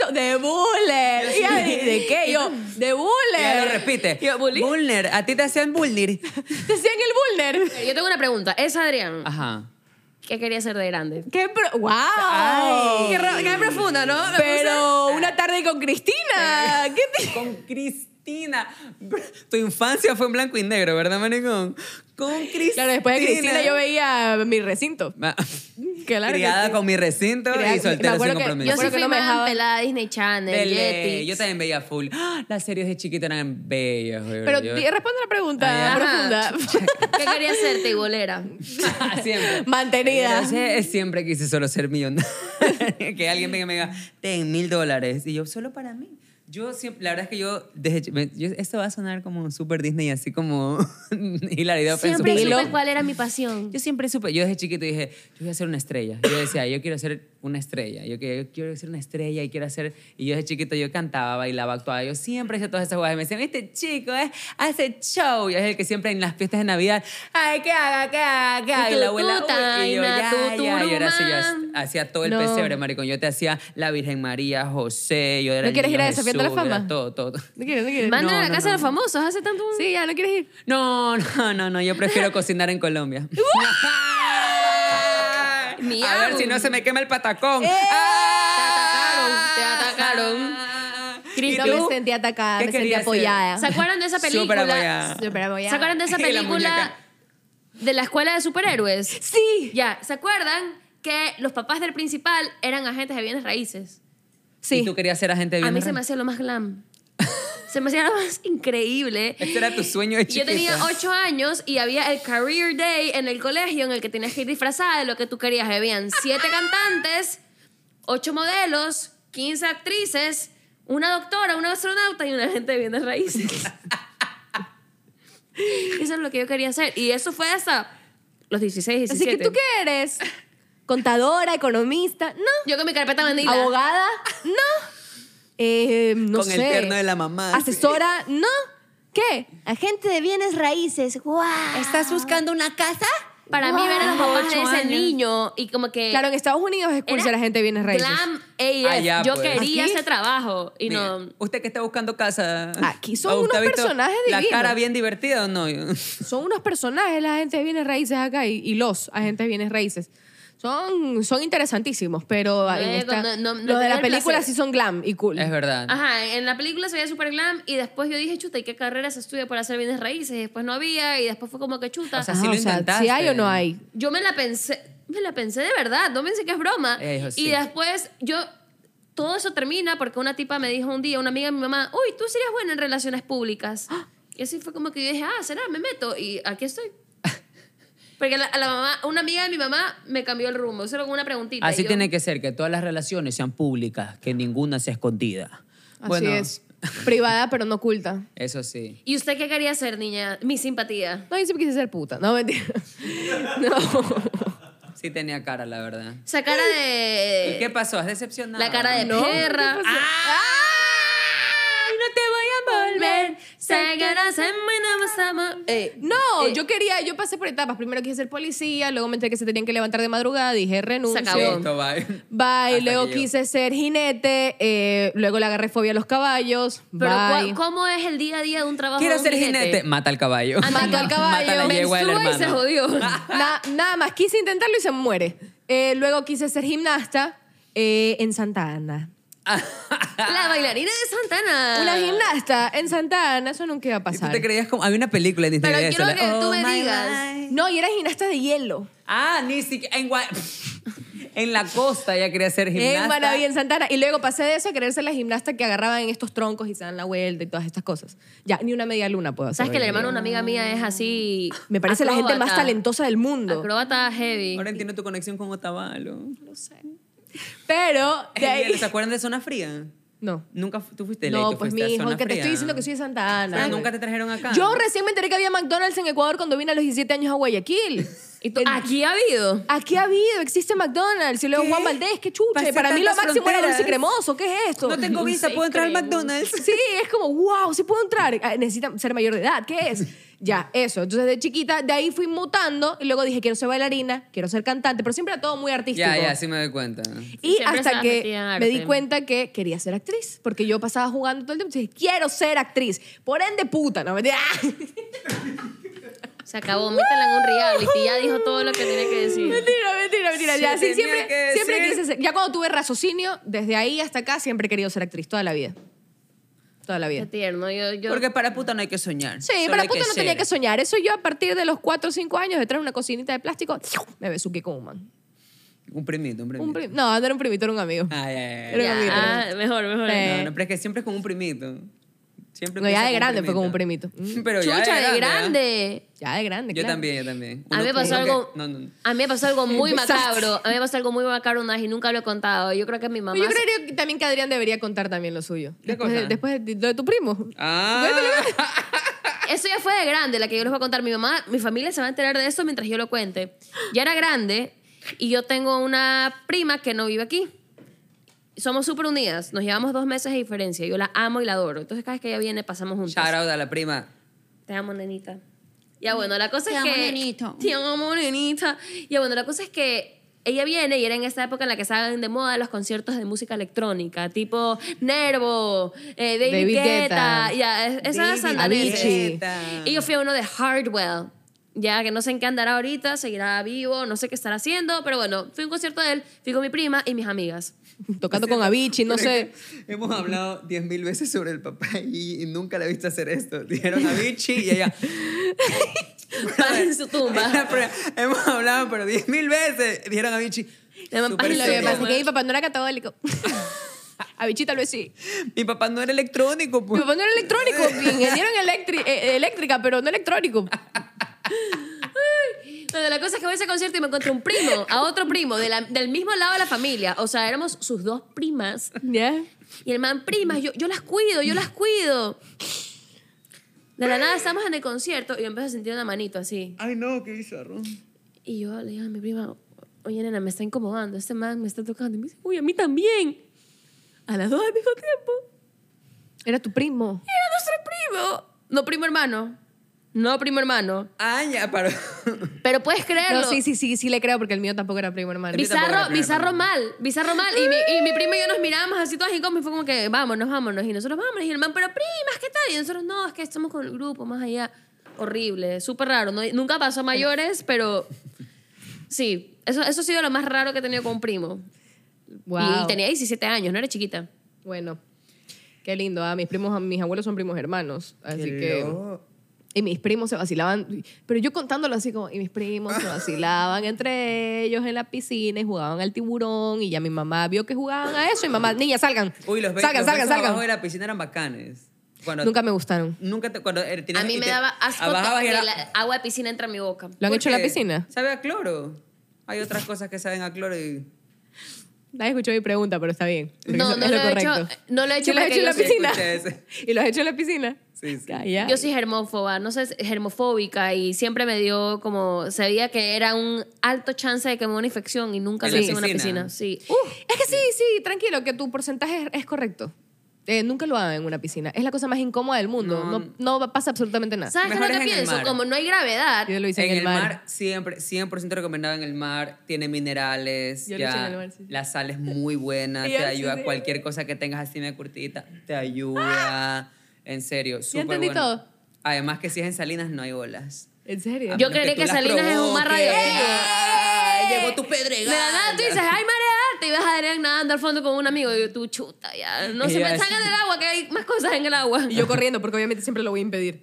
Speaker 8: eso, de buller. Y Adri, ¿de qué? Yo, de
Speaker 3: Y ella lo
Speaker 8: buller.
Speaker 3: repite.
Speaker 8: Yo, bullying.
Speaker 3: Bulner, a ti te hacían
Speaker 8: *laughs*
Speaker 3: bullying.
Speaker 8: Decían el buller.
Speaker 4: Yo tengo una pregunta. Es Adrián.
Speaker 3: Ajá.
Speaker 4: ¿Qué quería ser de grande?
Speaker 8: ¡Qué pro- ¡Wow!
Speaker 3: Ay.
Speaker 4: Qué, ra- qué profundo, ¿no? Me
Speaker 8: Pero una tarde con Cristina. ¿Qué te-
Speaker 3: Con Cristina. Tu infancia fue en blanco y negro, ¿verdad, maricón? Con Cristina.
Speaker 8: Claro, después de Cristina yo veía mi recinto.
Speaker 3: Ma-
Speaker 8: Claro que
Speaker 3: Criada
Speaker 8: sí.
Speaker 3: con mi recinto
Speaker 8: Criada-
Speaker 3: y
Speaker 8: me
Speaker 3: soltero sin
Speaker 8: acuerdo que-
Speaker 3: compromiso.
Speaker 4: Yo sí
Speaker 8: acuerdo que
Speaker 4: fui
Speaker 8: no me
Speaker 4: más
Speaker 8: dejaban-
Speaker 4: pelada a Disney Channel,
Speaker 3: Del-
Speaker 4: Yeti.
Speaker 3: yo también veía full. ¡Ah! Las series de chiquita eran bellas, güey.
Speaker 8: Pero
Speaker 3: Yo-
Speaker 8: di- responde la pregunta
Speaker 3: *laughs*
Speaker 4: Ajá.
Speaker 8: profunda.
Speaker 4: ¿Qué quería ser, tibolera?
Speaker 3: Siempre.
Speaker 8: Mantenida.
Speaker 3: Pero sí, siempre *laughs* quise solo ser millonario. que alguien venga y me diga, ten mil dólares. Y yo, solo para mí. Yo siempre, la verdad es que yo, desde, ch- me- yo- esto va a sonar como super Disney, así como *laughs* Hilary Duff en su
Speaker 4: Siempre
Speaker 3: película.
Speaker 4: supe cuál era mi pasión.
Speaker 3: Yo siempre supe, yo desde chiquito dije, yo voy a ser una estrella. Yo decía, yo quiero ser una estrella, yo, que- yo quiero ser una estrella y quiero hacer... Y yo desde chiquito yo cantaba, bailaba, actuaba, yo siempre hacía todas esas cosas. Y me decían, este chico eh, hace show. Y es el que siempre en las fiestas de Navidad, ay, que haga, que haga, que haga. Y la abuela, "Uy". y yo, ya, ya. Y ahora sí, yo hacía todo el
Speaker 4: No.
Speaker 3: pesebre, maricón. Yo te hacía la Virgen María, José, yo era
Speaker 8: ¿No
Speaker 3: el
Speaker 8: quieres
Speaker 3: niño
Speaker 8: ir a esa fiesta de la
Speaker 3: Jesús, yo era
Speaker 8: fama?
Speaker 3: Todo, todo.
Speaker 8: No quieres, no quieres.
Speaker 4: Mandan
Speaker 3: No,
Speaker 4: a la
Speaker 3: no,
Speaker 4: casa de
Speaker 3: no.
Speaker 4: los famosos hace tanto un...
Speaker 8: Sí, ya no quieres ir.
Speaker 3: No, no, no, no, yo
Speaker 4: *laughs*
Speaker 3: prefiero cocinar en Colombia. *laughs* A
Speaker 4: Miau.
Speaker 3: ver si no se me quema el patacón.
Speaker 4: Eh.
Speaker 3: Ah.
Speaker 4: Te atacaron, te atacaron.
Speaker 8: Cristo,
Speaker 3: ¿Y tú?
Speaker 8: me sentí atacada,
Speaker 3: ¿Qué
Speaker 8: me sentí
Speaker 3: querías ser?
Speaker 8: apoyada.
Speaker 4: ¿Se acuerdan de esa
Speaker 3: Súper
Speaker 4: película?
Speaker 3: apoyada.
Speaker 8: Súper apoyada.
Speaker 4: ¿Se acuerdan de esa
Speaker 3: *laughs* Y la
Speaker 4: película
Speaker 3: muñeca.
Speaker 4: de la escuela de superhéroes?
Speaker 8: Sí.
Speaker 4: Ya, ¿se acuerdan que los papás del principal eran agentes de bienes raíces?
Speaker 3: Sí. Y tú querías ser agente de
Speaker 4: A mí
Speaker 3: bienes
Speaker 4: se me
Speaker 3: raíces.
Speaker 4: hacía lo más glam. *laughs* se me hacía lo más increíble.
Speaker 3: Este era tu sueño de
Speaker 4: Y Yo
Speaker 3: chiquita.
Speaker 4: tenía ocho años y había el Career Day en el colegio en el que tenías que ir disfrazada de lo que tú querías. Habían siete cantantes, ocho modelos, 15 actrices, una doctora, una astronauta y una gente de
Speaker 3: *laughs*
Speaker 4: bienes raíces. eso es lo que yo quería hacer. Y eso fue hasta los 16, 17.
Speaker 8: Así que tú qué eres? Contadora, economista, no.
Speaker 4: Yo con mi carpeta bandida.
Speaker 8: Abogada, no. Eh, no
Speaker 3: Con el
Speaker 8: sé.
Speaker 3: terno de la mamá.
Speaker 8: Asesora, no. ¿Qué?
Speaker 7: Agente de bienes raíces. ¡Guau!
Speaker 8: ¿Estás buscando una casa?
Speaker 4: Para mí ver a los papás de
Speaker 3: Ocho
Speaker 4: ese
Speaker 3: años.
Speaker 4: niño y como
Speaker 3: Eh,
Speaker 4: que...
Speaker 8: Claro, en Estados Unidos es curso
Speaker 4: era
Speaker 8: la gente viene raíces.
Speaker 4: Glam AF.
Speaker 3: Ah, ya,
Speaker 4: yo
Speaker 3: pues.
Speaker 4: quería
Speaker 8: Aquí-
Speaker 4: ese trabajo y
Speaker 3: Mira,
Speaker 4: no...
Speaker 3: Usted que está buscando casa.
Speaker 8: Aquí son
Speaker 3: ¿A usted
Speaker 8: unos
Speaker 3: ha visto
Speaker 8: personajes
Speaker 3: La
Speaker 8: divinos.
Speaker 3: cara bien divertida o no.
Speaker 4: *laughs*
Speaker 8: Son unos personajes la gente de bienes raíces acá y, y los agentes de bienes raíces. Son, son interesantísimos, pero
Speaker 3: Eh,
Speaker 8: en
Speaker 4: Luego,
Speaker 8: esta-
Speaker 4: no- no- no
Speaker 8: los de
Speaker 4: tenía
Speaker 8: las
Speaker 4: el
Speaker 8: películas
Speaker 4: placer.
Speaker 8: sí son glam y cool.
Speaker 3: Es verdad.
Speaker 4: Ajá, en la película se veía super glam y después yo dije, chuta, ¿y qué carrera se estudia para hacer bienes raíces? Y después no había y después fue como que chuta.
Speaker 3: O sea,
Speaker 8: Ajá,
Speaker 3: sí lo
Speaker 8: Ah, o sea,
Speaker 3: intentaste.
Speaker 8: ¿sí hay o no hay?
Speaker 4: yo me la pensé, me la pensé de verdad, no pensé que es broma.
Speaker 3: Ella dijo,
Speaker 4: Y
Speaker 3: sí.
Speaker 4: después yo, todo eso termina porque una tipa me dijo un día, una amiga de mi mamá, uy, tú serías buena en relaciones públicas. Y así fue como que yo dije, ah, será, me meto y
Speaker 3: *laughs*
Speaker 4: aquí estoy. Porque la- a la mamá, una amiga de mi mamá me cambió el rumbo, solo con una preguntita.
Speaker 3: Así
Speaker 4: y yo,
Speaker 3: tiene que ser, que todas las relaciones sean públicas, que ninguna sea escondida.
Speaker 8: Así
Speaker 3: bueno,
Speaker 8: es. Privada, pero no oculta.
Speaker 3: Eso sí.
Speaker 4: ¿Y usted qué quería ser, niña? Mi simpatía.
Speaker 8: No, yo siempre quise ser puta. No, mentira. *laughs* No.
Speaker 3: Sí tenía cara, la verdad.
Speaker 4: Esa cara de...
Speaker 3: ¿Y qué pasó? ¿Has decepcionado?
Speaker 4: Eh, La cara de perra. ¡Ay, no te voy a volver! Sé que no sé, no me amo. Eh,
Speaker 8: No,
Speaker 4: eh,
Speaker 8: yo quería, yo pasé por etapas. Primero quise ser policía, luego me enteré que se tenían que levantar de madrugada, dije renuncio.
Speaker 4: Se
Speaker 3: Sí,
Speaker 4: acabó.
Speaker 3: esto va.
Speaker 8: Bye,
Speaker 3: Hasta
Speaker 8: luego
Speaker 3: que llegó.
Speaker 8: quise ser jinete, eh, luego le agarré fobia a los caballos.
Speaker 4: Pero ¿cuá-
Speaker 8: bye.
Speaker 4: ¿cómo es el día a día de un trabajo de
Speaker 3: Quiero
Speaker 4: un
Speaker 3: ser *laughs* jinete. Mata al caballo.
Speaker 4: Anda,
Speaker 8: Mata al caballo,
Speaker 3: Mata la yegua del
Speaker 4: Mensúa y se
Speaker 3: hermano. *laughs*
Speaker 4: jodió.
Speaker 8: Na- nada más, quise intentarlo y se muere. Eh, luego quise ser gimnasta eh, en Santa Ana.
Speaker 4: La bailarina de Santana.
Speaker 8: Una gimnasta en Santa Ana, eso nunca iba a
Speaker 3: ¿Y tú
Speaker 8: pasar.
Speaker 3: te creías como.? Había una película en Disney
Speaker 4: Pero
Speaker 3: de eso,
Speaker 4: quiero
Speaker 3: la-
Speaker 4: que tú
Speaker 3: Oh,
Speaker 4: me
Speaker 3: my
Speaker 4: digas.
Speaker 3: life.
Speaker 8: No, y era gimnasta de hielo.
Speaker 3: Ah, ni siquiera. En, Gua- *laughs* en la costa ya quería ser gimnasta.
Speaker 8: En Manaví, en Santana. Y luego pasé de eso a querer ser la gimnasta que agarraban en estos troncos y se dan la vuelta y todas estas cosas. Ya, ni una media luna puedo hacer.
Speaker 4: ¿Sabes que el
Speaker 8: hoy en
Speaker 4: hermano de
Speaker 8: día.
Speaker 4: una amiga mía es así.
Speaker 8: Me parece la gente más
Speaker 4: acróbata?
Speaker 8: talentosa del mundo.
Speaker 4: Acróbata heavy.
Speaker 3: Ahora entiendo tu conexión con Otavalo.
Speaker 8: Pero de ahí...
Speaker 3: ¿Se acuerdan de Zona Fría?
Speaker 8: No.
Speaker 3: Nunca fu- tú fuiste de ley,
Speaker 8: No,
Speaker 3: tú
Speaker 8: pues mi
Speaker 3: fuiste a
Speaker 8: hijo,
Speaker 3: Zona
Speaker 8: que te
Speaker 3: Fría.
Speaker 8: estoy diciendo que soy de Santa Ana.
Speaker 3: Pero nunca te trajeron acá.
Speaker 8: Yo recién me enteré que había McDonald's en Ecuador cuando vine a los 17 años a
Speaker 3: *laughs*
Speaker 8: Guayaquil.
Speaker 4: ¿Y tú- Aquí ha habido.
Speaker 8: Aquí ha habido, existe McDonald's. Y luego
Speaker 3: ¿Qué?
Speaker 8: Juan Valdés, qué chuche.
Speaker 3: Pasé
Speaker 8: Para mí lo
Speaker 3: tantas
Speaker 8: máximo era dulce
Speaker 3: fronteras.
Speaker 8: cremoso. ¿Qué es esto?
Speaker 3: No tengo visa,
Speaker 4: Sí,
Speaker 3: puedo entrar al
Speaker 4: creemos.
Speaker 3: *laughs*
Speaker 4: *laughs*
Speaker 3: McDonald's.
Speaker 8: Sí, es como, wow, sí puedo entrar. Ah, Necesitan ser mayor de edad, ¿qué es? Ya, eso. Entonces, de chiquita, de ahí fui mutando y luego dije, quiero ser bailarina, quiero ser cantante, pero siempre era todo muy artístico.
Speaker 3: Ya, ya, sí me doy cuenta.
Speaker 8: Y
Speaker 4: Siempre
Speaker 8: hasta
Speaker 4: estabas
Speaker 8: que
Speaker 4: metida en
Speaker 8: me di
Speaker 4: arte.
Speaker 8: cuenta que quería ser actriz, porque yo pasaba jugando todo el tiempo y dije, quiero ser actriz. Por ende, puta, no me *laughs*
Speaker 4: Se acabó. Métela en un reality. Ya dijo todo lo que tenía que decir.
Speaker 8: Mentira, mentira, mentira.
Speaker 3: Sí,
Speaker 8: ya, sí,
Speaker 3: tenía
Speaker 8: siempre,
Speaker 3: que
Speaker 8: siempre
Speaker 3: decir.
Speaker 8: quise ser. Ya cuando tuve raciocinio, desde ahí hasta acá, siempre he querido ser actriz, toda la vida. Toda la
Speaker 4: Qué
Speaker 8: vida.
Speaker 4: tierno. Yo, yo...
Speaker 3: Porque para puta no hay que soñar.
Speaker 8: Sí,
Speaker 3: solo
Speaker 8: para
Speaker 3: hay
Speaker 8: puta no tenía
Speaker 3: ser.
Speaker 8: que soñar. Eso yo a partir de los 4 o 5 años, detrás de una cocinita de plástico, me besuqué con un man.
Speaker 3: Un primito, un primito. Ah,
Speaker 8: Un prim- no, no era un primito, era un amigo.
Speaker 3: Ay, ay, ay.
Speaker 8: Era un
Speaker 4: Ya,
Speaker 8: amigo.
Speaker 4: ah, mejor, mejor.
Speaker 8: Sí.
Speaker 3: No, no, pero es que siempre es con un primito. Siempre
Speaker 8: No, ya
Speaker 3: empieza
Speaker 8: de
Speaker 3: con
Speaker 8: grande fue como un
Speaker 3: primito.
Speaker 8: primito. Mm.
Speaker 3: *laughs* Pero ya
Speaker 4: Chucha, de
Speaker 3: ¿ah?
Speaker 4: grande.
Speaker 8: eh, Ya de grande,
Speaker 3: Yo
Speaker 8: claro.
Speaker 3: también, yo también.
Speaker 4: A mí me
Speaker 3: Uno-
Speaker 4: pasó
Speaker 3: uno que-
Speaker 4: algo.
Speaker 3: no, no,
Speaker 8: *laughs*
Speaker 3: no.
Speaker 4: A mí me
Speaker 3: *laughs*
Speaker 4: pasó algo muy
Speaker 8: Empezaste.
Speaker 4: macabro. A mí me pasó algo muy macabro una vez y nunca lo he contado. Yo creo que mi mamá.
Speaker 8: Yo
Speaker 4: se-
Speaker 8: creo que también que Adrián debería contar también lo suyo.
Speaker 3: ¿Qué
Speaker 8: Después, de,
Speaker 3: cosa?
Speaker 8: después de, lo de tu primo.
Speaker 3: Ah,
Speaker 4: Eso ya fue de grande, la que yo les voy a contar. Mi mamá, mi familia se va a enterar de eso mientras yo lo cuente. Ya era grande y yo tengo una prima que no vive aquí. Somos súper unidas. Nos llevamos dos meses de diferencia. Yo la amo y la adoro. Entonces cada vez que ella viene pasamos juntas.
Speaker 3: shout out a la prima.
Speaker 4: Te amo, nenita. Ya bueno, la cosa
Speaker 7: Te
Speaker 4: es
Speaker 7: amo,
Speaker 4: que...
Speaker 7: nenito.
Speaker 4: *laughs* Te amo, nenita. Ya bueno, la cosa es que ella viene y era en esa época en la que estaban de moda los conciertos de música electrónica, tipo Nervo, eh, David,
Speaker 8: David
Speaker 4: Guetta,
Speaker 8: Guetta.
Speaker 4: ya, es- esas
Speaker 3: David
Speaker 4: sandaneses.
Speaker 3: Guetta.
Speaker 4: Y yo fui a uno de Hardwell, ya que no sé en qué andará ahorita, seguirá vivo, no sé qué estará haciendo, pero bueno, fui a un concierto de él, fui con mi prima y mis amigas.
Speaker 8: Tocando con Avicii, no
Speaker 3: Pero
Speaker 8: sé.
Speaker 3: es que Hemos hablado 10.000 veces sobre el papá y, y nunca la he visto hacer esto. Dijeron a Vichy y
Speaker 8: *laughs*
Speaker 3: ella.
Speaker 4: *laughs* Para *laughs* en su tumba.
Speaker 3: *laughs* Hemos hablado, pero 10.000 veces. Dijeron a Vichy.
Speaker 4: Le dan
Speaker 3: "Súper
Speaker 8: Lo que
Speaker 4: página Parece-
Speaker 8: pasa es
Speaker 3: serio.
Speaker 8: que mi papá no era
Speaker 3: *laughs*
Speaker 8: católico. Avicii tal vez sí.
Speaker 3: Mi papá no era electrónico,
Speaker 8: Mi
Speaker 3: pues.
Speaker 8: papá no era electrónico, ingeniero en electri- eh, eléctrica, pero
Speaker 3: *laughs*
Speaker 8: no electrónico.
Speaker 4: Bueno, la cosa es que voy a ese concierto y me encontré un primo, a otro primo, de la- del mismo lado de la familia. O sea, éramos sus dos primas.
Speaker 8: ¿Ya?
Speaker 4: Y el man, primas, yo, yo las cuido, yo las cuido. De la nada estamos en el concierto y yo empiezo a sentir una manito así.
Speaker 3: Ay, no, qué bizarro.
Speaker 4: Y yo le digo a mi prima, oye, nena, me está incomodando, este man me está tocando. Y me dice, uy, a mí también. A las dos al mismo tiempo.
Speaker 8: Era tu primo.
Speaker 4: Era nuestro primo. No primo hermano. No primo hermano.
Speaker 3: Ay, Ah, ya, pero.
Speaker 4: Pero puedes creerlo.
Speaker 8: No, sí, sí, sí, sí le creo porque el mío tampoco era primo hermano.
Speaker 3: Bis- tampoco era
Speaker 4: Bizarro,
Speaker 3: primera
Speaker 4: bizarro mal, bizarro mal. Y mi, y mi prima y yo nos mirábamos así todas y como, y fue como que vámonos, vámonos. Y nosotros vámonos. Y el man, pero primas, ¿qué tal? Y nosotros, no, es que estamos con el grupo más allá. Horrible, súper raro. ¿no? Y Nunca pasó a mayores, pero sí, eso, eso ha sido lo más raro que he tenido con un primo.
Speaker 8: Wow.
Speaker 4: Y tenía 17 años, no era chiquita.
Speaker 8: Bueno, qué lindo. ah, Mis primos, mis abuelos son primos hermanos, así
Speaker 3: Qué
Speaker 8: que.
Speaker 3: loco.
Speaker 8: Y mis primos se vacilaban, pero yo contándolo así como, y mis primos se vacilaban entre ellos en la piscina y jugaban al tiburón y ya mi mamá vio que jugaban a eso y mamá, niñas, salgan.
Speaker 3: Uy, los be-
Speaker 8: salgan,
Speaker 3: los
Speaker 8: salgan,
Speaker 3: besos abajo de
Speaker 8: salgan.
Speaker 3: la piscina eran bacanes. Cuando-
Speaker 8: Nunca me gustaron.
Speaker 3: Nunca te. Cuando, eh, tenías-
Speaker 4: A mí
Speaker 3: y
Speaker 4: me
Speaker 3: te-
Speaker 4: daba asco
Speaker 3: abajabas y
Speaker 4: que
Speaker 3: era-
Speaker 4: el agua de piscina entra en mi boca.
Speaker 8: ¿Lo han
Speaker 3: ¿Por
Speaker 8: hecho en la
Speaker 3: qué?
Speaker 8: piscina?
Speaker 3: Sabe a cloro. Hay otras cosas que saben a cloro y.
Speaker 8: Nadie escuchó mi pregunta, pero está bien.
Speaker 4: No, no
Speaker 8: Es
Speaker 4: lo he hecho- no lo he
Speaker 8: ¿Sí
Speaker 4: hecho
Speaker 8: lo has hecho
Speaker 4: porque
Speaker 8: en la
Speaker 4: yo
Speaker 3: sí
Speaker 8: piscina?
Speaker 3: escuché ese.
Speaker 8: *laughs* ¿Y lo has hecho en la piscina?
Speaker 3: Sí, sí.
Speaker 8: Ya, ya.
Speaker 4: Yo soy germófoba, no sé, germofóbica y siempre me dio como, sabía que era un alto chance de que me dé una infección y nunca
Speaker 3: ¿En
Speaker 4: lo
Speaker 3: la
Speaker 4: hice en una
Speaker 3: piscina?
Speaker 4: piscina. Sí.
Speaker 8: Uh, es que sí, sí, tranquilo, que tu porcentaje es, es correcto. Eh, nunca lo hagan en una piscina. Es la cosa más incómoda del mundo. No,
Speaker 3: No.
Speaker 8: no va- pasa absolutamente nada.
Speaker 4: ¿Sabes qué es lo
Speaker 3: Mejor
Speaker 4: que
Speaker 3: es en el
Speaker 4: pienso?
Speaker 3: mar.
Speaker 4: Como no hay gravedad,
Speaker 8: Yo lo hice
Speaker 3: en el mar. siempre, 100% recomendado en el mar. Tiene minerales.
Speaker 8: Yo lo hice
Speaker 3: ya,
Speaker 8: en el mar, sí, sí.
Speaker 3: La sal es muy buena.
Speaker 8: Ya,
Speaker 3: te
Speaker 8: sí,
Speaker 3: ayuda.
Speaker 8: sí.
Speaker 3: Cualquier cosa que tengas así medio curtidita, te ayuda. En serio, súper
Speaker 8: entendí
Speaker 3: bueno.
Speaker 8: todo.
Speaker 3: Además que si es en Salinas no hay olas.
Speaker 8: ¿En
Speaker 3: A
Speaker 8: serio?
Speaker 4: Yo
Speaker 3: menos
Speaker 4: creería
Speaker 3: tú
Speaker 4: que
Speaker 3: las
Speaker 4: Salinas es un mar
Speaker 3: provoques.
Speaker 4: radioactivo.
Speaker 3: Ay, Llegó tu
Speaker 4: de la nada
Speaker 3: pedregal.
Speaker 4: tú dices, ay, marea, te ibas a Adrián nadando al fondo con un amigo y yo, tú chuta, ya. No se
Speaker 3: Ella
Speaker 4: me
Speaker 3: es-
Speaker 4: salgan del agua, que hay más cosas en el agua.
Speaker 8: Y yo corriendo, porque obviamente siempre lo voy a impedir.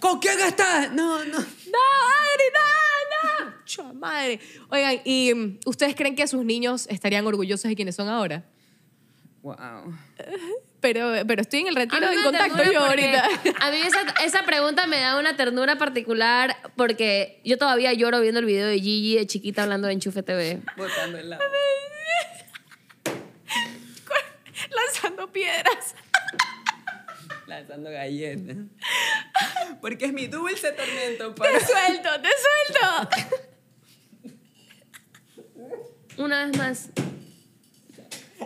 Speaker 3: ¿Con quién estás? No, no.
Speaker 8: *laughs* ¡No, Adri, no, no! ¡Chua madre! Oigan, ¿y mm, ustedes creen que sus niños estarían orgullosos de quienes son ahora?
Speaker 3: Wow.
Speaker 8: Pero, pero estoy en el
Speaker 4: A
Speaker 8: retiro
Speaker 4: mí
Speaker 8: del
Speaker 4: me
Speaker 8: contacto
Speaker 4: ternura
Speaker 8: yo
Speaker 4: porque-
Speaker 8: ahorita.
Speaker 4: A mí esa, esa pregunta me da una ternura particular porque yo todavía lloro viendo el video de Gigi de chiquita hablando de Enchufe TV.
Speaker 3: Botando el agua.
Speaker 8: *laughs* Lanzando piedras.
Speaker 3: Lanzando galletas. Porque es mi dulce tormento.
Speaker 8: ¡Te
Speaker 3: Para...
Speaker 8: suelto, te suelto!
Speaker 4: Una vez más.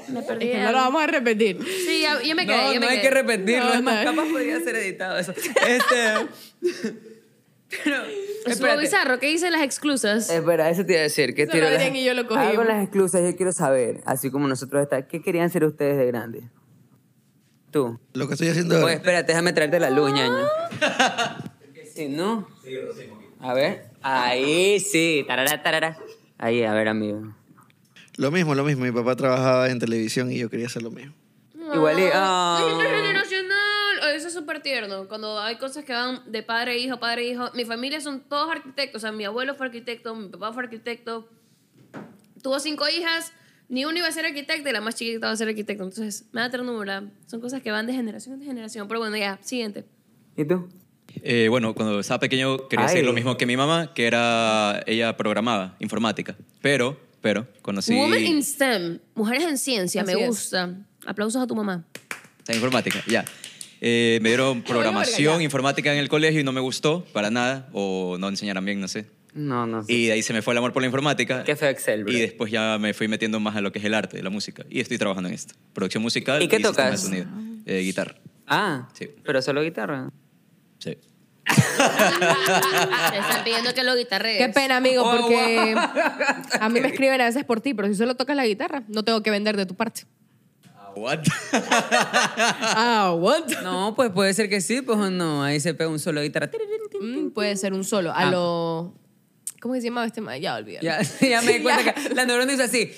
Speaker 4: Me perdí.
Speaker 8: No lo
Speaker 4: algo.
Speaker 8: vamos a repetir.
Speaker 4: Sí, ya, yo me quedé.
Speaker 3: No,
Speaker 4: yo me
Speaker 3: no hay
Speaker 4: quedé.
Speaker 3: que repetirlo.
Speaker 8: No,
Speaker 3: es más,
Speaker 8: no.
Speaker 3: capaz podría ser editado eso. Este. *laughs* Pero.
Speaker 4: Estuvo bizarro. ¿Qué dicen las exclusas?
Speaker 3: Espera, eso te iba a decir. ¿Qué
Speaker 8: Solo Adrián y yo lo cogimos.
Speaker 3: exclusas, yo quiero saber, así como nosotros está, ¿qué querían ser ustedes de grandes? Tú.
Speaker 1: Lo que estoy haciendo
Speaker 3: Oye,
Speaker 1: ahora.
Speaker 3: espérate, déjame traerte la luz, ñaño.
Speaker 8: Ah.
Speaker 3: Si no. A ver. Ahí sí. Tarara, tarara. Ahí, a ver, amigo.
Speaker 1: Lo mismo, lo mismo. Mi papá trabajaba en televisión y yo quería hacer lo mismo.
Speaker 3: Igual y.
Speaker 4: Ay,
Speaker 3: ah.
Speaker 4: no, generacional. Ay, Eso es súper tierno. Cuando hay cosas que van de padre e hijo, padre e hijo. Mi familia son todos arquitectos. O sea, mi abuelo fue arquitecto, mi papá fue arquitecto. Tuvo cinco hijas, Ni uno iba a ser arquitecta y la más chiquita va a ser arquitecta. Entonces, me da ternura. Son cosas que van de generación en generación. Pero bueno, ya, siguiente.
Speaker 3: ¿Y tú?
Speaker 9: Eh, bueno, cuando estaba pequeño quería
Speaker 3: Ay.
Speaker 9: hacer lo mismo que mi mamá, que era, ella programaba informática, pero, pero, conocí...
Speaker 4: Women in STEM, mujeres en ciencia,
Speaker 8: Así
Speaker 4: me
Speaker 8: es.
Speaker 4: gusta. Aplausos a tu
Speaker 8: *laughs*
Speaker 4: mamá.
Speaker 9: Está en informática, ya. Eh, me dieron programación informática en el colegio y no me gustó para nada, o no enseñaron bien, no sé.
Speaker 3: No, no sé.
Speaker 9: Y de ahí se me fue el amor por la informática.
Speaker 3: Qué feo Excel, bro.
Speaker 9: Y después ya me fui metiendo más a lo que es el arte, la música. Y estoy trabajando en esto. Producción musical
Speaker 3: ¿Y qué
Speaker 9: sistema
Speaker 3: tocas?
Speaker 9: de sonido. Eh, guitarra.
Speaker 3: Ah,
Speaker 9: Sí.
Speaker 3: pero solo guitarra.
Speaker 9: Sí.
Speaker 4: Te están pidiendo que lo guitarrees.
Speaker 8: Qué pena, amigo,
Speaker 3: Oh,
Speaker 8: porque
Speaker 3: *laughs*
Speaker 8: a mí me escriben a veces por ti, pero si solo tocas la guitarra, no tengo que vender de tu parte.
Speaker 9: What?
Speaker 8: Ah, what?
Speaker 3: No, pues puede ser que sí, pues o no. Ahí se pega un solo de guitarra.
Speaker 8: Mm, puede ser un solo. A
Speaker 3: Ah.
Speaker 8: lo. ¿Cómo que se llamaba este? ma- Ya olvidé.
Speaker 3: Ya, *laughs* ya me di cuenta que la neurona hizo así.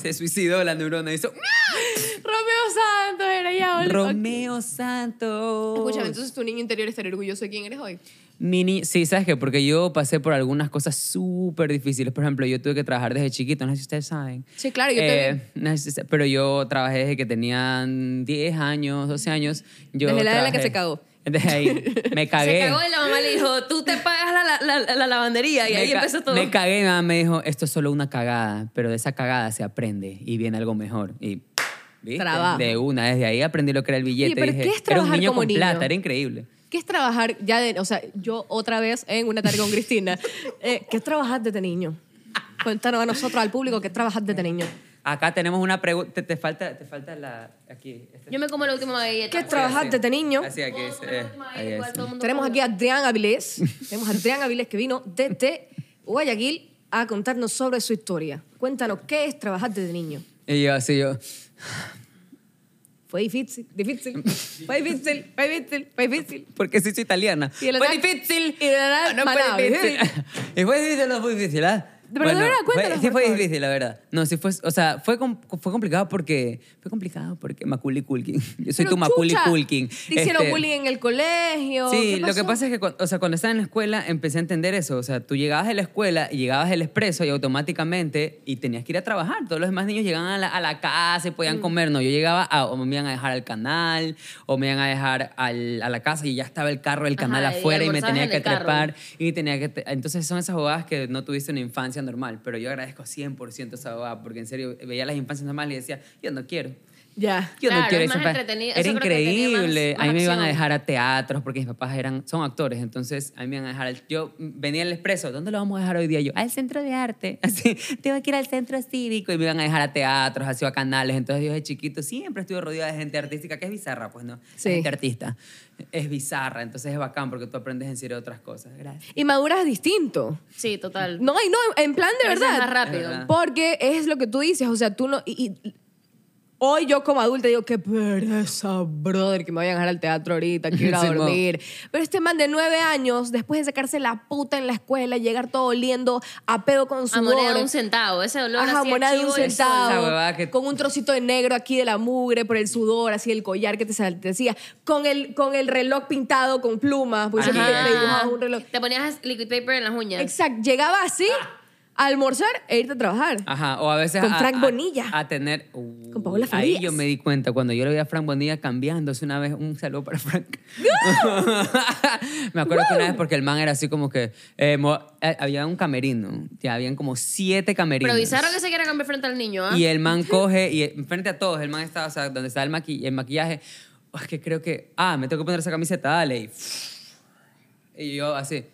Speaker 3: Se suicidó la neurona, hizo.
Speaker 8: *laughs* Romeo Santos era ya olvidé.
Speaker 3: Romeo Santos.
Speaker 8: Escúchame, entonces tu niño interior estará orgulloso de quién eres hoy.
Speaker 3: Mi ni- sí, ¿sabes qué? Porque yo pasé por algunas cosas súper difíciles. Por ejemplo, yo tuve que trabajar desde chiquito, no sé si ustedes saben.
Speaker 8: Sí, claro, yo
Speaker 3: Eh,
Speaker 8: también.
Speaker 3: no sé si- Pero yo trabajé desde que tenían 10 años, 12 años. Yo
Speaker 8: Desde la edad en la que
Speaker 3: trabajé-
Speaker 8: se cagó.
Speaker 3: Desde
Speaker 8: *laughs*
Speaker 3: ahí. Me
Speaker 4: Se
Speaker 3: cagué.
Speaker 4: cagó y la mamá le dijo, tú te pagas la, la- la- la lavandería. Y
Speaker 3: me
Speaker 4: ahí
Speaker 3: ca-
Speaker 4: empezó todo.
Speaker 3: Me cagué, mi mamá me dijo, esto es solo una cagada, pero de esa cagada se aprende y viene algo mejor. Y, ¿viste?
Speaker 8: Trabajo.
Speaker 3: De una, desde ahí aprendí lo que era el billete.
Speaker 8: Oye, pero
Speaker 3: Dije,
Speaker 8: ¿qué es
Speaker 3: era un
Speaker 8: trabajar
Speaker 3: niño
Speaker 8: como
Speaker 3: con
Speaker 8: niño?
Speaker 3: plata, era increíble.
Speaker 8: ¿Qué es trabajar ya de, o sea, yo otra vez en una tarde con Cristina? *laughs* Eh, ¿Qué es trabajar desde niño? Cuéntanos a nosotros, al público, ¿qué es trabajar desde niño?
Speaker 3: Acá tenemos una pregunta, te, te falta, te falta la, aquí. Este-
Speaker 4: Yo me como la última galleta.
Speaker 8: ¿Qué es trabajar desde niño?
Speaker 3: Así, aquí es, eh, ahí es.
Speaker 8: Tenemos aquí a Adrián Avilés. *laughs* Tenemos a Adrián Avilés que vino desde Guayaquil a contarnos sobre su historia. Cuéntanos, ¿qué es trabajar desde niño?
Speaker 3: Y yo así, yo,
Speaker 8: Fue difícil,
Speaker 3: *laughs*
Speaker 8: difícil, fue difícil, fue difícil, fue difícil.
Speaker 3: porque sí soy italiana.
Speaker 8: Y de la
Speaker 3: fue
Speaker 8: nada-
Speaker 3: difícil.
Speaker 8: y de la nada
Speaker 3: Ah, no
Speaker 8: manaba.
Speaker 3: fue difícil. *laughs* y fue difícil, no fue difícil, ¿ah?
Speaker 8: Pero ¿eh? de verdad,
Speaker 3: fue-
Speaker 8: cuéntanos,
Speaker 3: Sí
Speaker 8: por
Speaker 3: fue
Speaker 8: favor.
Speaker 3: difícil, la verdad. No, sí fue, o sea, fue, com- fue complicado porque, fue complicado porque Maculi Culkin. *laughs* Yo soy
Speaker 8: Pero,
Speaker 3: tu Maculi
Speaker 8: chucha,
Speaker 3: Culkin.
Speaker 8: Te hicieron
Speaker 3: Este,
Speaker 8: bullying en el colegio.
Speaker 3: Sí,
Speaker 8: ¿qué
Speaker 3: lo que
Speaker 8: pasó?
Speaker 3: pasa es que cuando, o sea, cuando estaba en la escuela empecé a entender eso. O sea, tú llegabas de la escuela y llegabas del expreso y automáticamente y tenías que ir a trabajar. Todos los demás niños llegaban a la, a la casa y
Speaker 4: Mm.
Speaker 3: podían comer. No, yo llegaba a, o me iban a dejar al canal o me iban a dejar al- a la casa y ya estaba el carro del
Speaker 4: Ajá,
Speaker 3: canal
Speaker 4: y
Speaker 3: afuera y me
Speaker 4: almorzabas
Speaker 3: tenía
Speaker 4: en
Speaker 3: que
Speaker 4: el carro.
Speaker 3: trepar y tenía que... te- Entonces son esas bobadas que no tuviste una infancia normal. Pero yo agradezco 100% esa bobada porque en serio veía las infancias normales y decía, yo no quiero.
Speaker 8: Ya.
Speaker 3: Yo no
Speaker 4: Claro,
Speaker 3: quiero
Speaker 4: es
Speaker 3: esa
Speaker 4: más
Speaker 3: pa-
Speaker 4: entretenido.
Speaker 3: Era
Speaker 4: Eso creo que tenía más-
Speaker 3: increíble.
Speaker 4: más
Speaker 3: A mí me iban a
Speaker 4: acción.
Speaker 3: dejar a teatros porque mis papás eran, son actores, entonces a mí me iban a dejar. al- yo mm, venía al expreso, ¿dónde lo vamos a dejar hoy día? Yo, al centro de arte. *laughs* Así, tengo que ir al centro cívico y me iban a dejar a teatros, así a canales. Entonces yo de chiquito siempre estuve rodeada de gente artística, que es bizarra, pues no.
Speaker 8: Sí.
Speaker 3: La gente artista es bizarra, entonces es bacán porque tú aprendes en serio otras cosas. Gracias.
Speaker 8: Y maduras distinto.
Speaker 4: Sí, total.
Speaker 8: No, y no, en plan de
Speaker 4: Creces
Speaker 8: verdad.
Speaker 4: más rápido.
Speaker 3: verdad.
Speaker 8: Porque es lo que tú dices, o sea, tú no... Y, y- hoy yo como adulta digo, qué pereza, brother, que me vayan a dejar al teatro ahorita, quiero ir a
Speaker 3: Simón.
Speaker 8: dormir. Pero este man de nueve años, después de sacarse la puta en la escuela, llegar todo oliendo a pedo con
Speaker 4: A
Speaker 8: sudor.
Speaker 4: moneda de un centavo. Ese olor
Speaker 8: Ajá,
Speaker 4: así a
Speaker 8: moneda de un
Speaker 4: chivo y-
Speaker 3: Esa
Speaker 8: centavo,
Speaker 3: huevada que-
Speaker 8: con un trocito de negro aquí de la mugre, por el sudor, así el collar que te sal- te hacía, con el, con el reloj pintado con plumas, porque siempre
Speaker 4: Ajá.
Speaker 8: te dibujabas un reloj.
Speaker 4: Te ponías liquid paper en las uñas.
Speaker 8: Exacto, llegaba así a almorzar e irte a trabajar.
Speaker 3: Ajá, o a veces
Speaker 8: Con
Speaker 3: a-
Speaker 8: Frank
Speaker 3: a-
Speaker 8: Bonilla.
Speaker 3: A, tener...
Speaker 8: Con Paola
Speaker 3: Ahí
Speaker 8: Farías.
Speaker 3: yo me di cuenta cuando yo lo vi a Frank Bonilla cambiándose una vez. Un saludo para Frank. *laughs* me acuerdo que una vez porque el man era así como que... eh, mo- eh, había un camerino. Ya habían como siete camerinos.
Speaker 4: Pero bizarro que se quiera cambiar frente al niño, ¿ah?
Speaker 3: Y el man coge, y frente a todos, el man estaba, o sea, donde estaba el, maqui- el maquillaje, "Oh, es que creo que, ah, me tengo que poner esa camiseta, dale. Y, y yo así,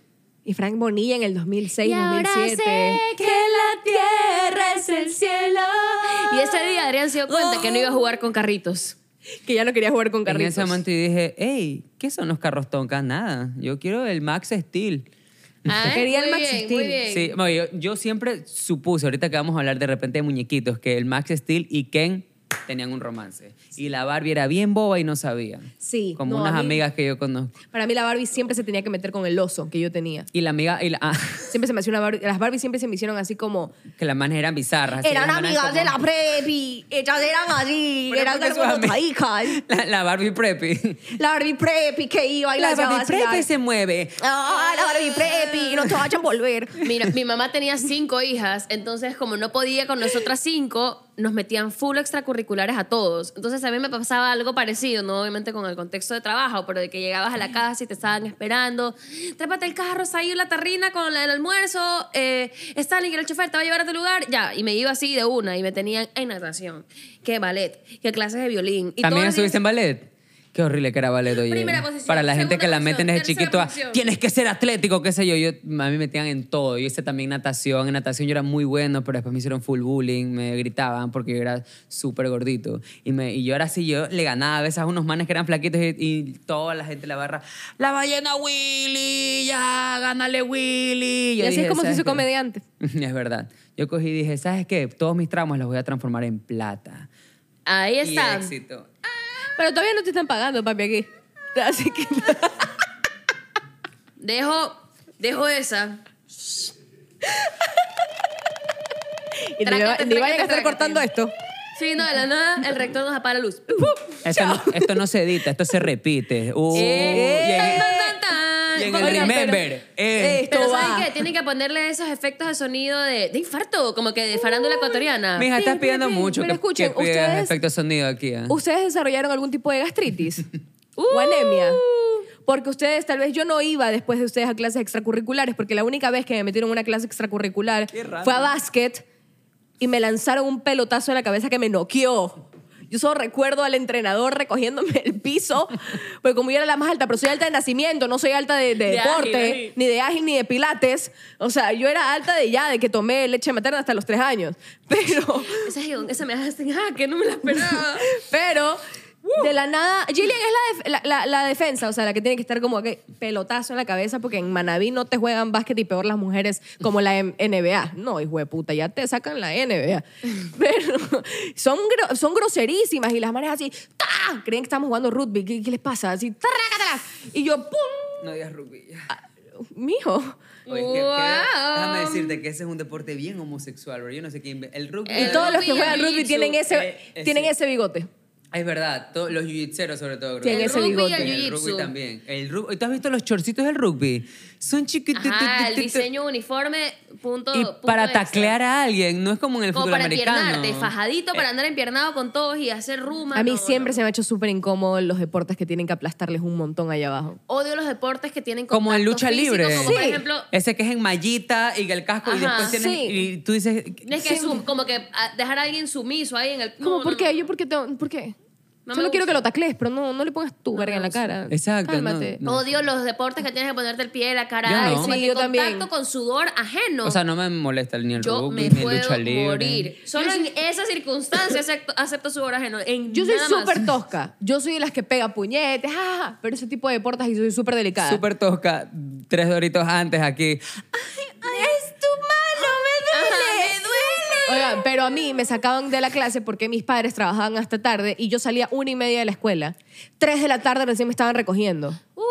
Speaker 8: Y Frank Bonilla en el 2006,
Speaker 4: Y ahora
Speaker 8: 2007.
Speaker 4: sé
Speaker 8: que la tierra es el cielo. Ah.
Speaker 4: Y ese día Adrián se dio cuenta que no iba a jugar con carritos.
Speaker 8: Que ya no quería jugar con carritos.
Speaker 3: En ese momento y dije, hey, ¿qué son los carros toncas? Nada, yo quiero el Max Steel.
Speaker 4: Ah,
Speaker 8: *laughs* Quería el
Speaker 4: muy
Speaker 8: Max
Speaker 4: bien,
Speaker 8: Steel.
Speaker 4: Muy bien.
Speaker 3: Sí, bueno, yo, yo siempre supuse, ahorita que vamos a hablar de repente de muñequitos, que el Max Steel y Ken tenían un romance. Y la Barbie era bien boba y no sabía.
Speaker 8: Sí,
Speaker 3: Como
Speaker 8: no, a
Speaker 3: unas
Speaker 8: mí-
Speaker 3: amigas que yo conozco.
Speaker 8: Para mí la Barbie siempre se tenía que meter con el oso que yo tenía.
Speaker 3: Y la amiga, y la- ah, *laughs*
Speaker 8: Siempre se me hacía una Barbie. Las Barbie siempre se me hicieron así como.
Speaker 3: que las manes eran bizarras. así,
Speaker 7: Eran
Speaker 3: las manes
Speaker 7: amigas de
Speaker 3: como-
Speaker 7: la
Speaker 3: *laughs*
Speaker 7: prepi. Ellas eran así.
Speaker 3: Pero
Speaker 7: eran
Speaker 3: porque sus
Speaker 7: hermosas
Speaker 3: ami-
Speaker 7: hijas.
Speaker 3: *laughs* La, la Barbie preppy.
Speaker 7: La Barbie prepi que iba y la,
Speaker 3: La
Speaker 7: llevaba
Speaker 3: Barbie
Speaker 7: a cenar.
Speaker 3: preppy se mueve.
Speaker 7: Ah, la Barbie prepi. No te vayan
Speaker 3: *laughs*
Speaker 7: a volver.
Speaker 4: Mira, mi mamá tenía cinco hijas, entonces como no podía con nosotras cinco, nos metían full extracurriculares a todos. Entonces a mí me pasaba algo parecido, no obviamente con el contexto de trabajo, pero de que llegabas a la casa y te estaban esperando, trépate el carro, salió la tarrina con la- el almuerzo, eh, Stanley, que era el chofer, te va a llevar a tu lugar, ya. Y me iba así de una y me tenían en natación, que ballet, que clases de violín.
Speaker 3: ¿También
Speaker 4: Y todos los
Speaker 3: estuviste en
Speaker 4: días-
Speaker 3: ballet? Qué horrible que era ballet, oye.
Speaker 4: Primera posición,
Speaker 3: Para la gente
Speaker 4: segunda
Speaker 3: que la
Speaker 4: posición,
Speaker 3: meten desde
Speaker 4: tercera
Speaker 3: chiquito a,
Speaker 4: posición.
Speaker 3: tienes que ser atlético, qué sé yo. yo. A mí me metían en todo. Yo hice también natación. En natación yo era muy bueno, pero después me hicieron full bullying. Me gritaban porque yo era súper gordito. Y, me, y yo era así, yo le ganaba a veces a unos manes que eran flaquitos y, y toda la gente en la barra, la ballena Willy, ya, gánale Willy.
Speaker 8: Y,
Speaker 3: Yo
Speaker 8: así
Speaker 3: dije,
Speaker 8: es como si
Speaker 3: "¿Sabes
Speaker 8: soy
Speaker 3: qué?".
Speaker 8: comediante.
Speaker 3: *laughs* Es verdad. Yo cogí y dije, ¿sabes qué? Todos mis tramos los voy a transformar en plata.
Speaker 4: Ahí
Speaker 3: Y
Speaker 4: está.
Speaker 3: éxito.
Speaker 8: Pero todavía no te están pagando, papi, aquí. Así que.
Speaker 4: Dejo, dejo esa.
Speaker 8: y
Speaker 4: Traca,
Speaker 8: ni va-
Speaker 4: traca,
Speaker 8: ni vayan
Speaker 4: traca,
Speaker 8: a estar
Speaker 4: traca,
Speaker 8: cortando
Speaker 4: sí.
Speaker 8: esto.
Speaker 4: Sí, no, de la nada el rector nos apaga la luz.
Speaker 3: Esto no, esto no se edita, esto se repite. Uh,
Speaker 4: Eh,
Speaker 3: y en el-
Speaker 4: tan, tan, tan.
Speaker 3: y en,
Speaker 4: Oigan,
Speaker 3: el Remember. eh,
Speaker 8: Esto
Speaker 4: Pero
Speaker 8: va.
Speaker 4: ¿saben qué? Tienen que ponerle esos efectos de sonido de, de infarto, como que de farándula ecuatoriana.
Speaker 3: mija, estás
Speaker 8: pi, pi,
Speaker 3: pidiendo
Speaker 8: pi.
Speaker 3: mucho
Speaker 8: Pero
Speaker 3: que,
Speaker 8: escuchen,
Speaker 3: que pidas
Speaker 8: ustedes-
Speaker 3: efecto sonido aquí. ¿eh?
Speaker 8: ¿Ustedes desarrollaron algún tipo de gastritis? *laughs* ¿O
Speaker 4: Uh.
Speaker 8: anemia? Porque ustedes, tal vez yo no iba después de ustedes a clases extracurriculares, porque la única vez que me metieron a una clase extracurricular fue a básquet y me lanzaron un pelotazo en la cabeza que me noqueó. Yo solo recuerdo al entrenador recogiéndome el piso, *laughs* porque como yo era la más alta, pero soy alta de nacimiento, no soy alta de, de
Speaker 4: De
Speaker 8: deporte,
Speaker 4: ágil, ahí.
Speaker 8: ni de ágil, ni de pilates. O sea, yo era alta de ya, de que tomé leche materna hasta los tres años. *laughs* Pero...
Speaker 4: Esa, esa me hace, *laughs* ah, que no me la esperaba.
Speaker 8: Pero de la nada, Gillian es la, def- la, la- la defensa, o sea, la que tiene que estar como que pelotazo en la cabeza porque en Manaví no te juegan básquet y peor las mujeres como la M- NBA. No, hijo de puta, ya te sacan la
Speaker 4: *laughs*
Speaker 8: NBA. Pero son, gro- son groserísimas y las manes así, ¡tá! creen que estamos jugando rugby, ¿qué, qué les pasa? Así, ¡tarracatara! Y yo, ¡pum! Ah,
Speaker 3: No digas rubilla.
Speaker 4: Ah,
Speaker 8: Mijo.
Speaker 3: Oye, que- que-
Speaker 4: Wow.
Speaker 3: déjame
Speaker 4: um,
Speaker 3: decirte que ese es un deporte bien homosexual, bro. Yo no sé quién. ve- El rugby.
Speaker 8: Y
Speaker 4: El
Speaker 8: todos los
Speaker 4: rugby
Speaker 8: que
Speaker 4: y el
Speaker 8: juegan rugby
Speaker 4: jiu-jitsu,
Speaker 8: tienen ese,
Speaker 3: eh, eh,
Speaker 8: tienen
Speaker 3: sí.
Speaker 8: ese bigote.
Speaker 3: Es verdad, todos los yuyitseros sobre todo, creo.
Speaker 8: Tienen
Speaker 4: El
Speaker 8: ese
Speaker 4: rugby
Speaker 8: bigote.
Speaker 4: y
Speaker 3: el
Speaker 4: el
Speaker 3: rugby
Speaker 4: jiu-jitsu.
Speaker 3: también. El rugby, ¿Tú has visto los chorcitos del rugby? Son chiquititos.
Speaker 4: *laughs* Ajá, el diseño uniforme, punto.
Speaker 3: Y
Speaker 4: punto
Speaker 3: para
Speaker 4: extra.
Speaker 3: taclear a alguien, no es como en el
Speaker 4: Como
Speaker 3: fútbol
Speaker 4: para
Speaker 3: americano.
Speaker 4: empiernarte, fajadito para andar empiernado con todos y hacer ruma.
Speaker 8: A mí
Speaker 4: No,
Speaker 8: siempre
Speaker 4: no.
Speaker 8: se me ha hecho súper incómodo los deportes que tienen que aplastarles un montón allá abajo.
Speaker 4: Odio los deportes que tienen
Speaker 3: Como en
Speaker 4: contacto
Speaker 3: lucha
Speaker 4: físico,
Speaker 3: libre.
Speaker 4: Como por
Speaker 8: Sí.
Speaker 4: ejemplo,
Speaker 3: Eh, Ese que es en mallita y el casco y
Speaker 4: Ajá,
Speaker 3: después tienes.
Speaker 8: sí.
Speaker 3: Y tú dices.
Speaker 4: tienes que sum- como que ah, dejar a alguien sumiso ahí en el. no,
Speaker 8: Como,
Speaker 4: no,
Speaker 8: ¿por
Speaker 4: no.
Speaker 8: qué? Yo, ¿por qué? tengo- ¿Por qué?
Speaker 4: No me
Speaker 8: Solo quiero
Speaker 4: gusta.
Speaker 8: que lo taclees, pero no, no le pongas tu verga en la cara.
Speaker 3: Exacto, no,
Speaker 8: Cálmate.
Speaker 3: no.
Speaker 4: Odio los deportes que tienes que ponerte el pie de la
Speaker 3: Yo
Speaker 4: cara.
Speaker 3: no.
Speaker 4: y como
Speaker 8: Sí,
Speaker 4: que
Speaker 8: yo
Speaker 4: contacto
Speaker 8: también.
Speaker 4: con sudor ajeno.
Speaker 3: O sea, no me molesta ni el
Speaker 4: yo
Speaker 3: rugby,
Speaker 4: me
Speaker 3: ni
Speaker 4: puedo
Speaker 3: lucha libre.
Speaker 4: morir. Solo en esas circunstancias acepto, acepto sudor ajeno. En
Speaker 8: Yo soy
Speaker 4: nada más.
Speaker 8: súper tosca. Yo soy de las que pega puñetes, ja, ja, ja. pero ese tipo de deportes y soy súper delicada.
Speaker 3: Súper tosca, tres doritos antes aquí.
Speaker 8: ¡Es tu mano! ¡Me
Speaker 4: Ajá, me duele.
Speaker 8: Oigan, pero a mí me sacaban de la clase porque mis padres trabajaban hasta tarde y yo salía una y media de la escuela. Tres de la tarde recién me estaban recogiendo.
Speaker 4: Uh,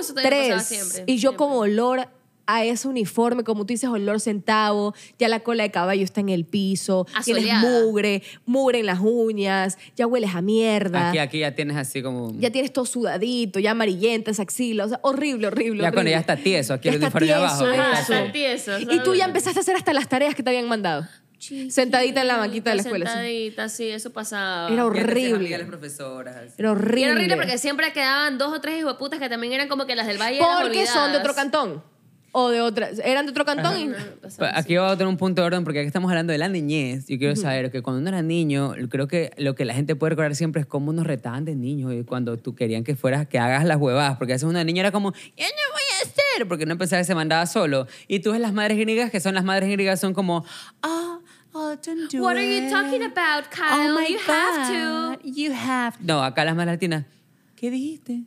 Speaker 4: eso también pasaba
Speaker 8: Tres.
Speaker 4: siempre.
Speaker 8: Y yo
Speaker 4: Siempre.
Speaker 8: con olor a ese uniforme, como tú dices, olor centavo, ya la cola de caballo está en el piso, tienes
Speaker 4: Asoleada.
Speaker 8: mugre, mugre en las uñas, ya hueles a mierda,
Speaker 3: Aquí, aquí ya tienes así como.
Speaker 8: ya tienes todo sudadito, ya amarillentas, axilas, o sea, horrible, horrible.
Speaker 3: Ya cuando
Speaker 8: horrible.
Speaker 3: ya está tieso, aquí
Speaker 8: Ya
Speaker 3: el
Speaker 8: está
Speaker 3: uniforme abajo,
Speaker 8: tieso,
Speaker 3: ya
Speaker 4: Ajá,
Speaker 8: eso.
Speaker 4: está tieso,
Speaker 8: Y tú
Speaker 4: ¿sabes?
Speaker 8: ya empezaste a hacer hasta las tareas que te habían mandado. Sentadita en la banquita de la escuela. sí.
Speaker 4: Sentadita, sí, eso pasaba.
Speaker 8: Era
Speaker 3: Ya te hacías amiga de las
Speaker 8: horrible.
Speaker 3: profesoras. así.
Speaker 8: Era
Speaker 4: Y
Speaker 8: horrible.
Speaker 4: era horrible porque siempre quedaban dos o tres hijueputas que también eran como que las del Valle. eran
Speaker 8: Porque son de otro
Speaker 4: olvidadas.
Speaker 8: cantón. O de otra. Eran de otro cantón y.
Speaker 3: Pa- Aquí va a tener un punto de orden porque aquí estamos hablando de la niñez. Yo quiero saber que cuando uno era niño, creo que lo que la gente puede recordar siempre es cómo nos retaban de niños y cuando tú querían que fueras, que hagas las huevadas. Porque a veces una niña era como, yo no voy a hacer, porque no empezaba, se mandaba solo. Y tú ves las madres griegas, que son las madres griegas, son como, ah, oh, don't do
Speaker 4: What are you
Speaker 3: it.
Speaker 4: talking about, Kyle?
Speaker 3: Oh my
Speaker 4: You have to.
Speaker 3: God, You have No, acá las más latinas, ¿qué dijiste?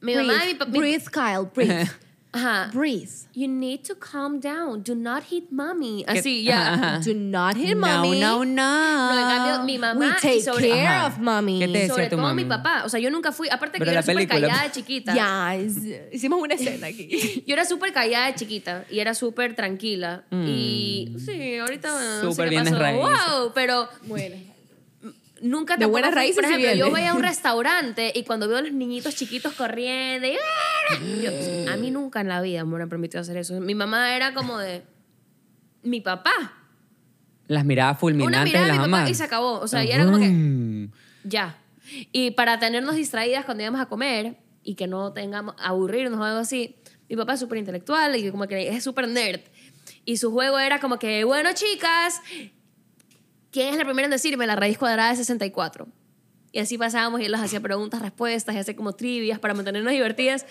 Speaker 4: Mi mamá y mi papá.
Speaker 3: *laughs*
Speaker 7: Breathe, Kyle, breathe.
Speaker 4: Ajá.
Speaker 8: *laughs* Breathe.
Speaker 4: You need to calm down. Do not hit mommy.
Speaker 3: ajá,
Speaker 4: Así, ya.
Speaker 3: ajá.
Speaker 8: Do not hit
Speaker 3: No,
Speaker 8: mommy.
Speaker 3: no, no.
Speaker 4: No, en cambio, mi mamá
Speaker 8: We
Speaker 4: y
Speaker 8: take
Speaker 4: sobre-
Speaker 8: care
Speaker 3: Ajá.
Speaker 8: of mommy.
Speaker 3: ¿Qué te-
Speaker 4: Sobre
Speaker 3: Decía tu
Speaker 4: todo mi
Speaker 3: mami.
Speaker 4: papá. O sea, yo nunca fui. Aparte que
Speaker 3: Pero
Speaker 4: yo
Speaker 3: la
Speaker 4: era súper
Speaker 3: película.
Speaker 4: callada de chiquita.
Speaker 8: Ya, es- *laughs* hicimos una escena aquí.
Speaker 4: Yo era súper callada de chiquita y era súper tranquila. Y sí, ahorita bueno, no sé
Speaker 3: Mm. Súper
Speaker 4: qué
Speaker 3: bienes
Speaker 4: pasó.
Speaker 3: raíces.
Speaker 4: Wow, pero nunca
Speaker 8: De
Speaker 4: tampoco
Speaker 8: buenas
Speaker 4: fui-
Speaker 8: raíces
Speaker 4: Por
Speaker 8: sí
Speaker 4: ejemplo, yo
Speaker 8: viene.
Speaker 4: *laughs* voy a un restaurante y cuando veo a los niñitos chiquitos corriendo, y, ¡ah! Yo- a mí nunca en la vida me han permitido hacer eso. Mi mamá era como de mi papá.
Speaker 3: Las miradas fulminantes
Speaker 4: Una mirada
Speaker 3: de
Speaker 4: de
Speaker 3: las
Speaker 4: mi papá
Speaker 3: mamás.
Speaker 4: y se acabó. O sea, y era como que-
Speaker 3: Vroom.
Speaker 4: Ya. Y para tenernos distraídas cuando íbamos a comer y que no tengamos aburrirnos o algo así, mi papá es súper intelectual y como que es súper nerd. Y su juego era como que, bueno, chicas, ¿quién es la primera en decirme la raíz cuadrada de 64? Y así pasábamos y él nos hacía preguntas, respuestas y hacía como trivias para mantenernos divertidas.